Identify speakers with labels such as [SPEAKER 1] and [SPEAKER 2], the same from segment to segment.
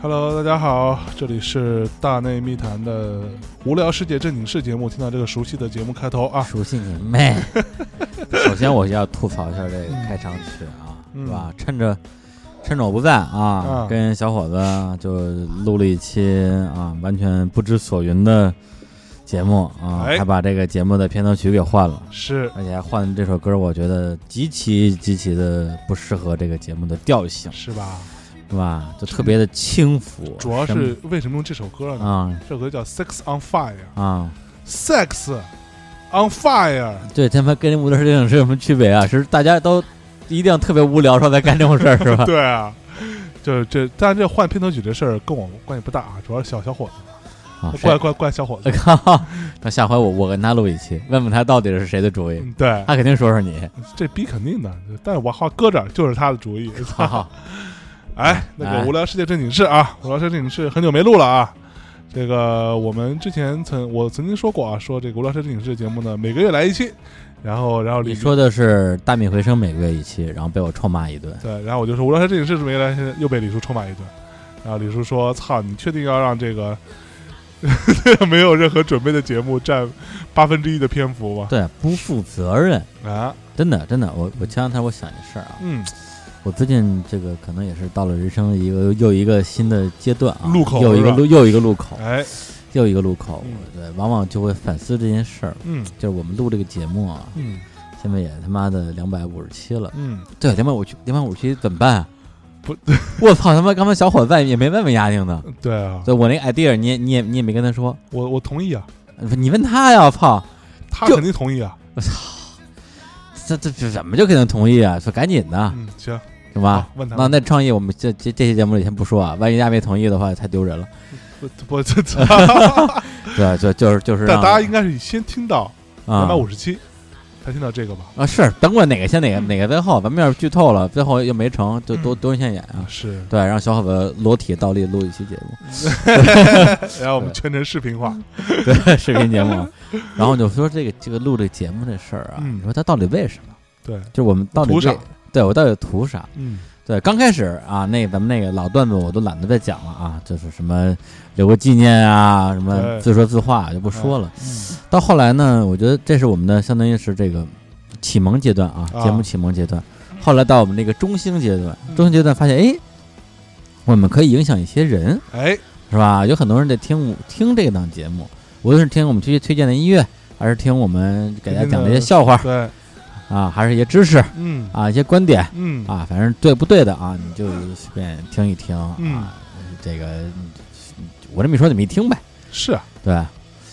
[SPEAKER 1] Hello，大家好，这里是大内密谈的无聊世界正经事节目。听到这个熟悉的节目开头啊，
[SPEAKER 2] 熟悉你妹！ 首先我要吐槽一下这个开场曲啊，
[SPEAKER 1] 嗯
[SPEAKER 2] 是吧？趁着趁着我不在啊，
[SPEAKER 1] 啊
[SPEAKER 2] 跟小伙子就录了一期啊，完全不知所云的节目啊，
[SPEAKER 1] 哎
[SPEAKER 2] 还把这个节目的片头曲给换了。
[SPEAKER 1] 是
[SPEAKER 2] 而且还换这首歌，我觉得极其极其的不适合这个节目的调性，
[SPEAKER 1] 是吧？
[SPEAKER 2] 是吧？就特别的轻浮，
[SPEAKER 1] 主要
[SPEAKER 2] 什么
[SPEAKER 1] 是为什么用这首歌呢？
[SPEAKER 2] 啊
[SPEAKER 1] 这首歌叫《Sex on Fire
[SPEAKER 2] 啊，》
[SPEAKER 1] ，Sex on Fire，
[SPEAKER 2] 对他妈跟无聊事情是有什么区别啊？是大家都一定要特别无聊时候才干这种事儿是吧？
[SPEAKER 1] 对啊，就是这，当然这换片头曲这事儿跟我关系不大啊，主要是小小伙 子，
[SPEAKER 2] 啊，
[SPEAKER 1] 怪怪怪小伙
[SPEAKER 2] 我
[SPEAKER 1] 子，
[SPEAKER 2] 靠！那下回我我跟他录一期，问问他到底是谁的主意，
[SPEAKER 1] 嗯对，
[SPEAKER 2] 他肯定说 说你。
[SPEAKER 1] 这逼肯定的，但是我话搁这儿就是他的主 意，
[SPEAKER 2] 好 好，
[SPEAKER 1] 哎，那个
[SPEAKER 2] 哎
[SPEAKER 1] 无聊世界正经事啊，无聊世界正经事很久没录了啊。这个我们之前曾我曾经说过啊，说这个无聊世界正经事节目呢，每个月来一期，然后然后
[SPEAKER 2] 你
[SPEAKER 1] 李
[SPEAKER 2] 说的是大米回声每个月一期，然后被我臭骂一顿。
[SPEAKER 1] 对，然后我就说无聊世界正经事没来，现在又被李叔臭骂一顿。然后李叔说：“操，你确定要让这个 没有任何准备的节目占八分之一的篇幅吗
[SPEAKER 2] 对，不负责任，？”
[SPEAKER 1] 啊，
[SPEAKER 2] 真的真的，我我前两天我想一事儿啊，
[SPEAKER 1] 嗯，
[SPEAKER 2] 我最近这个可能也是到了人生一个又一个新的阶段啊，
[SPEAKER 1] 路口
[SPEAKER 2] 又一
[SPEAKER 1] 是
[SPEAKER 2] 个
[SPEAKER 1] 吧
[SPEAKER 2] 路又一个路口，
[SPEAKER 1] 哎，
[SPEAKER 2] 又一个路口
[SPEAKER 1] 嗯，
[SPEAKER 2] 对，往往就会反思这件事儿。
[SPEAKER 1] 嗯
[SPEAKER 2] 就是我们录这个节目啊，
[SPEAKER 1] 嗯
[SPEAKER 2] 现在也他妈的两百五十七了，
[SPEAKER 1] 嗯，
[SPEAKER 2] 对，两百五七，两百五七怎么办、啊？
[SPEAKER 1] 不，
[SPEAKER 2] 我操他妈！刚才小伙子也没问问丫丁呢。
[SPEAKER 1] 对啊，
[SPEAKER 2] 对我那个 idea，你也你也你也没跟他说，
[SPEAKER 1] 我我同意啊，
[SPEAKER 2] 你问他呀！我操，
[SPEAKER 1] 他
[SPEAKER 2] 就
[SPEAKER 1] 肯定同意啊。
[SPEAKER 2] 这这这怎么就给他同意啊？说赶紧的，
[SPEAKER 1] 嗯，行，
[SPEAKER 2] 是吧
[SPEAKER 1] 好？问他
[SPEAKER 2] 那那创意我们这这这期节目里先不说啊，万一丫没同意的话，太丢人了。
[SPEAKER 1] 不不，这这。
[SPEAKER 2] 啊对，就就是就是
[SPEAKER 1] 但
[SPEAKER 2] 让
[SPEAKER 1] 大家应该是先听到两
[SPEAKER 2] 啊
[SPEAKER 1] 百五十七，才听到这个吧？
[SPEAKER 2] 啊是等会儿哪个先哪个哪个最后，咱们要是剧透了，最后又没成，就多
[SPEAKER 1] 嗯
[SPEAKER 2] 多人现眼啊。
[SPEAKER 1] 是，
[SPEAKER 2] 对，让小伙子裸体倒立录一期节目。哎
[SPEAKER 1] 然后我们全程视频化。
[SPEAKER 2] 对视频节目，然后就说这个这个录这节目这事儿啊，
[SPEAKER 1] 嗯
[SPEAKER 2] 你说他到底为什么？
[SPEAKER 1] 对，
[SPEAKER 2] 就是我们到底
[SPEAKER 1] 图啥
[SPEAKER 2] 为对我到底图啥？
[SPEAKER 1] 嗯
[SPEAKER 2] 对，刚开始啊，那咱们那个老段子我都懒得再讲了啊，就是什么留个纪念啊，什么
[SPEAKER 1] 对
[SPEAKER 2] 自说自话就不说了。
[SPEAKER 1] 嗯
[SPEAKER 2] 到后来呢，我觉得这是我们的相当于是这个启蒙阶段啊，
[SPEAKER 1] 啊
[SPEAKER 2] 节目启蒙阶段。后来到我们这个中兴阶段，
[SPEAKER 1] 嗯
[SPEAKER 2] 中兴阶段发现，哎，我们可以影响一些人，
[SPEAKER 1] 哎，
[SPEAKER 2] 是吧？有很多人在听我听这档节目，无论是听我们推推荐的音乐，还是听我们给大家讲的一些笑话
[SPEAKER 1] 对，
[SPEAKER 2] 啊，还是一些知识
[SPEAKER 1] 嗯
[SPEAKER 2] 啊，一些观点
[SPEAKER 1] 嗯
[SPEAKER 2] 啊，反正对不对的啊，你就随便听一听
[SPEAKER 1] 嗯
[SPEAKER 2] 啊。这个嗯我这么一说，你们一听呗，
[SPEAKER 1] 是啊，
[SPEAKER 2] 对吧。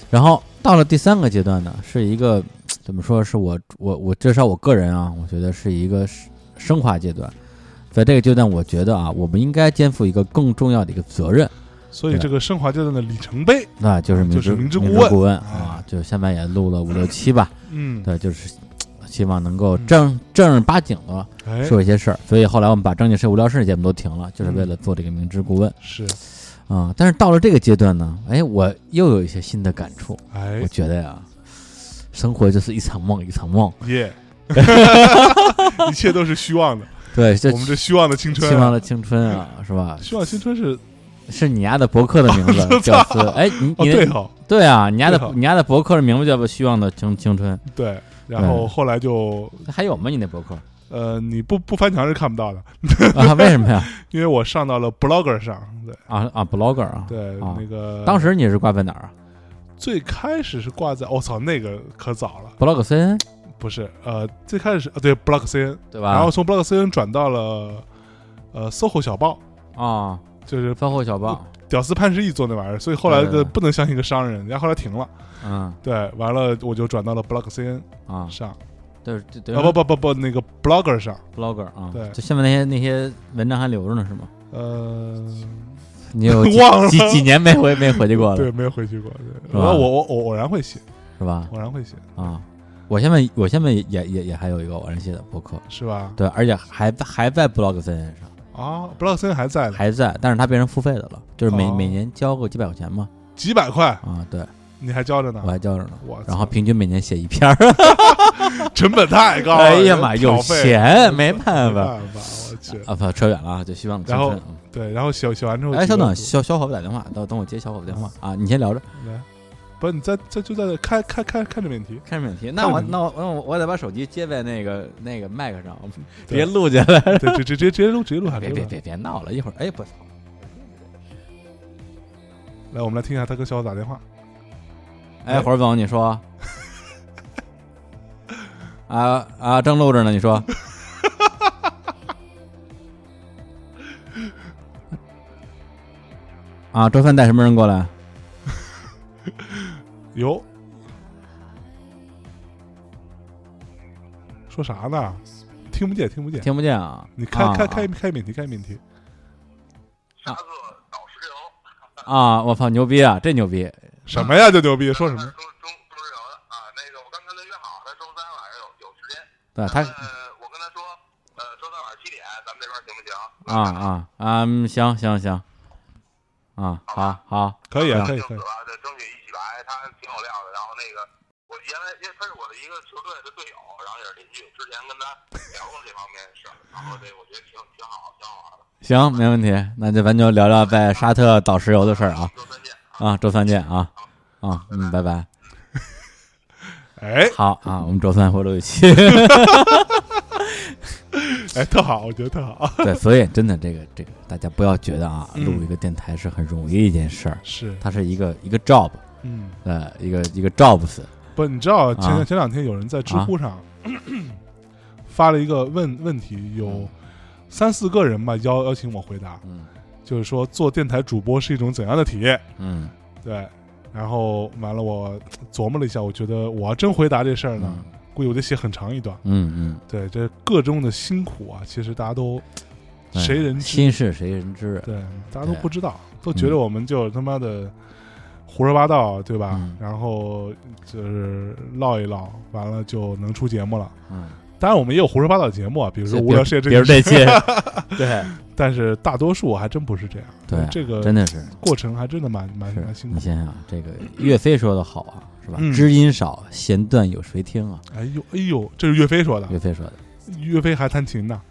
[SPEAKER 2] 然后到了第三个阶段呢，是一个怎么说？是我我我至少我个人啊，我觉得是一个升升华阶段。在这个阶段，我觉得啊，我们应该肩负一个更重要的一个责任。
[SPEAKER 1] 所以
[SPEAKER 2] 啊
[SPEAKER 1] 这个升华阶段的里程碑，
[SPEAKER 2] 那就是明
[SPEAKER 1] 啊就是
[SPEAKER 2] 知
[SPEAKER 1] 明知
[SPEAKER 2] 知
[SPEAKER 1] 故问
[SPEAKER 2] 问
[SPEAKER 1] 哎
[SPEAKER 2] 啊，就现在也录了五六期吧，
[SPEAKER 1] 嗯，
[SPEAKER 2] 对，就是希望能够
[SPEAKER 1] 嗯
[SPEAKER 2] 正正儿八经的
[SPEAKER 1] 哎，
[SPEAKER 2] 说一些事儿。所以后来我们把正经事、无聊事节目都停了，就是为
[SPEAKER 1] 嗯
[SPEAKER 2] 了做这个明知故问
[SPEAKER 1] 是，
[SPEAKER 2] 啊。但是到了这个阶段呢，哎，我又有一些新的感触，
[SPEAKER 1] 哎
[SPEAKER 2] 我觉得呀，生活就是一场梦，一场梦。
[SPEAKER 1] 耶，一切都是虚妄的，
[SPEAKER 2] 对，这
[SPEAKER 1] 我们这虚妄的青春
[SPEAKER 2] 希望
[SPEAKER 1] 啊，
[SPEAKER 2] 的青春 啊，是吧？
[SPEAKER 1] 虚妄青春是
[SPEAKER 2] 是你家的博客的名 字叫做哎，你
[SPEAKER 1] 哦，
[SPEAKER 2] 你
[SPEAKER 1] 对
[SPEAKER 2] 的
[SPEAKER 1] 哦，
[SPEAKER 2] 对啊，你家
[SPEAKER 1] 对
[SPEAKER 2] 的
[SPEAKER 1] 哦
[SPEAKER 2] 你家的博客的名字叫做《希望的青青春》，
[SPEAKER 1] 对，然后后来就
[SPEAKER 2] 还有吗？你那博客？
[SPEAKER 1] 呃，你不不翻墙是看不到的，
[SPEAKER 2] 啊，为什么呀？
[SPEAKER 1] 因为我上到了 Blogger 上，对
[SPEAKER 2] 啊啊，blogger 啊，
[SPEAKER 1] 对，
[SPEAKER 2] 啊
[SPEAKER 1] 那个
[SPEAKER 2] 当时你是挂在哪儿啊
[SPEAKER 1] 最开始是挂在我、操那个可早了，
[SPEAKER 2] ？blog cn
[SPEAKER 1] 不是呃最开始是啊对 Block CN，、
[SPEAKER 2] 对吧？
[SPEAKER 1] 然后从 Block CN 转到了呃 SOHO 小报，
[SPEAKER 2] 啊，
[SPEAKER 1] 就是
[SPEAKER 2] 饭后小报，
[SPEAKER 1] 屌丝潘石屹做那玩意儿，所以后来
[SPEAKER 2] 对对
[SPEAKER 1] 的
[SPEAKER 2] 对
[SPEAKER 1] 不能相信一个商人，人家后来停了，
[SPEAKER 2] 嗯
[SPEAKER 1] 对，完了我就转到了 Block CN
[SPEAKER 2] 啊，
[SPEAKER 1] 上，啊
[SPEAKER 2] 就是就等于
[SPEAKER 1] 不不不不那个 Blogger 上，
[SPEAKER 2] blogger 啊，
[SPEAKER 1] 对
[SPEAKER 2] 就下面那些那些文章还留着呢，是吗？
[SPEAKER 1] 呃
[SPEAKER 2] 你有几
[SPEAKER 1] 忘了
[SPEAKER 2] 几几年没回没回去过了，
[SPEAKER 1] 对没有回去过，对，
[SPEAKER 2] 是吧
[SPEAKER 1] 然后我我我偶然会写，
[SPEAKER 2] 是吧？
[SPEAKER 1] 偶然会写
[SPEAKER 2] 啊，我下面我下面也也也还有一个我人写的博客，
[SPEAKER 1] 是吧？
[SPEAKER 2] 对，而且还还在 blog cn 上，
[SPEAKER 1] 啊，Block CN 还在呢，
[SPEAKER 2] 还在，但是它变成付费的了，就是每
[SPEAKER 1] 哦
[SPEAKER 2] 每年交个几百块钱嘛，
[SPEAKER 1] 几百块
[SPEAKER 2] 啊，对，
[SPEAKER 1] 你还教着呢
[SPEAKER 2] 我，还教着呢。
[SPEAKER 1] 我操
[SPEAKER 2] 然后平均每年写一篇儿，
[SPEAKER 1] 成本太高了，
[SPEAKER 2] 哎呀妈，有
[SPEAKER 1] 挑费
[SPEAKER 2] 钱啊没办
[SPEAKER 1] 没
[SPEAKER 2] 法
[SPEAKER 1] 办法，我去。
[SPEAKER 2] 啊！不，扯远了啊，就希望青
[SPEAKER 1] 然后
[SPEAKER 2] 春。嗯
[SPEAKER 1] 对，然后写写完之后，
[SPEAKER 2] 哎，稍等，小小伙给我打电话，等等我接小伙的电话
[SPEAKER 1] 嗯
[SPEAKER 2] 啊！你先聊着，
[SPEAKER 1] 来，不是你在在就在这开开开看着免 提，
[SPEAKER 2] 看着免提。那
[SPEAKER 1] 看着
[SPEAKER 2] 我
[SPEAKER 1] 免提
[SPEAKER 2] 那我那我我得把手机接在那个那个麦克上，
[SPEAKER 1] 对
[SPEAKER 2] 别录下来。
[SPEAKER 1] 对，直直直接直接录直接录下
[SPEAKER 2] 别
[SPEAKER 1] 来。
[SPEAKER 2] 别别别闹了，一会儿哎不操！
[SPEAKER 1] 来，我们来听一下他跟小伙打电话。
[SPEAKER 2] 哎，火儿总你 说，啊啊，正录着呢，你说。啊，周三带什么人过来？
[SPEAKER 1] 哟，说啥呢？听不见，听不见。
[SPEAKER 2] 听不见啊！
[SPEAKER 1] 你开开
[SPEAKER 2] 啊
[SPEAKER 1] 开开免提，开免提。
[SPEAKER 2] 啊！我操，牛逼啊！这牛逼！
[SPEAKER 1] 什么呀？这牛逼，说什么？
[SPEAKER 3] 周周周日聊的啊，那个我刚跟他约好，他周三晚上有有时间。
[SPEAKER 2] 对
[SPEAKER 1] 啊
[SPEAKER 2] 他
[SPEAKER 3] 呃，我跟他说，呃，周三晚上七点，咱们这边行不行？
[SPEAKER 2] 啊啊啊！嗯行行行，啊，好好，
[SPEAKER 1] 可以啊，
[SPEAKER 2] 啊
[SPEAKER 1] 可以，
[SPEAKER 3] 就
[SPEAKER 1] 可以
[SPEAKER 3] 死。吧，就争取一起来，他挺有料的。然后那个，我原来因为他是我的一个球队的队友，然后也是邻居，之前跟他聊过这方面的事儿，然后这我觉得挺挺好，挺好玩的。
[SPEAKER 2] 行，没问题。那就咱就聊聊在沙特倒石油的事儿啊
[SPEAKER 3] 周三见。
[SPEAKER 2] 啊！周三见啊啊！嗯，拜拜。
[SPEAKER 1] 哎
[SPEAKER 2] 好啊，我们周三会录一期。
[SPEAKER 1] 哎，特好，我觉得特好。
[SPEAKER 2] 对，所以真的这个这个，大家不要觉得啊，
[SPEAKER 1] 嗯
[SPEAKER 2] 录一个电台是很容易一件事儿，
[SPEAKER 1] 是，
[SPEAKER 2] 它 是一个一个 job，
[SPEAKER 1] 嗯，
[SPEAKER 2] 呃，一个一个 jobs
[SPEAKER 1] 不，你知道前
[SPEAKER 2] 啊
[SPEAKER 1] 两前两天有人在知乎上 发了一个问问题，有
[SPEAKER 2] 嗯
[SPEAKER 1] 三四个人吧邀邀请我回答，
[SPEAKER 2] 嗯。
[SPEAKER 1] 就是说做电台主播是一种怎样的体验？
[SPEAKER 2] 嗯
[SPEAKER 1] 对，然后完了，我琢磨了一下，我觉得我要真回答这事儿呢，
[SPEAKER 2] 嗯
[SPEAKER 1] 估计我得写很长一段。
[SPEAKER 2] 嗯
[SPEAKER 1] 对，这各中的辛苦啊，其实大家都
[SPEAKER 2] 嗯，
[SPEAKER 1] 谁人知？
[SPEAKER 2] 心事谁人知？啊
[SPEAKER 1] 对，大家都
[SPEAKER 2] 对
[SPEAKER 1] 不知道，都觉得我们就他妈的胡说八道，对吧？
[SPEAKER 2] 嗯
[SPEAKER 1] 然后就是唠一唠，完了就能出节目了。
[SPEAKER 2] 嗯，
[SPEAKER 1] 当然，我们也有胡说八道的节目啊，比如说
[SPEAKER 2] 别
[SPEAKER 1] 无聊世界
[SPEAKER 2] 别
[SPEAKER 1] 这
[SPEAKER 2] 如
[SPEAKER 1] 件
[SPEAKER 2] 这
[SPEAKER 1] 事，
[SPEAKER 2] 些， 对
[SPEAKER 1] 但是大多数还真不是这样。
[SPEAKER 2] 对，
[SPEAKER 1] 这个
[SPEAKER 2] 真的是
[SPEAKER 1] 过程还真的蛮蛮
[SPEAKER 2] 是
[SPEAKER 1] 蛮辛
[SPEAKER 2] 你
[SPEAKER 1] 苦。
[SPEAKER 2] 想想啊，这个岳飞说的好啊，是吧？
[SPEAKER 1] 嗯
[SPEAKER 2] 知音少，弦断有谁听啊？
[SPEAKER 1] 哎呦哎呦，这是岳飞说的，
[SPEAKER 2] 岳飞说的，
[SPEAKER 1] 岳飞还弹琴 呢，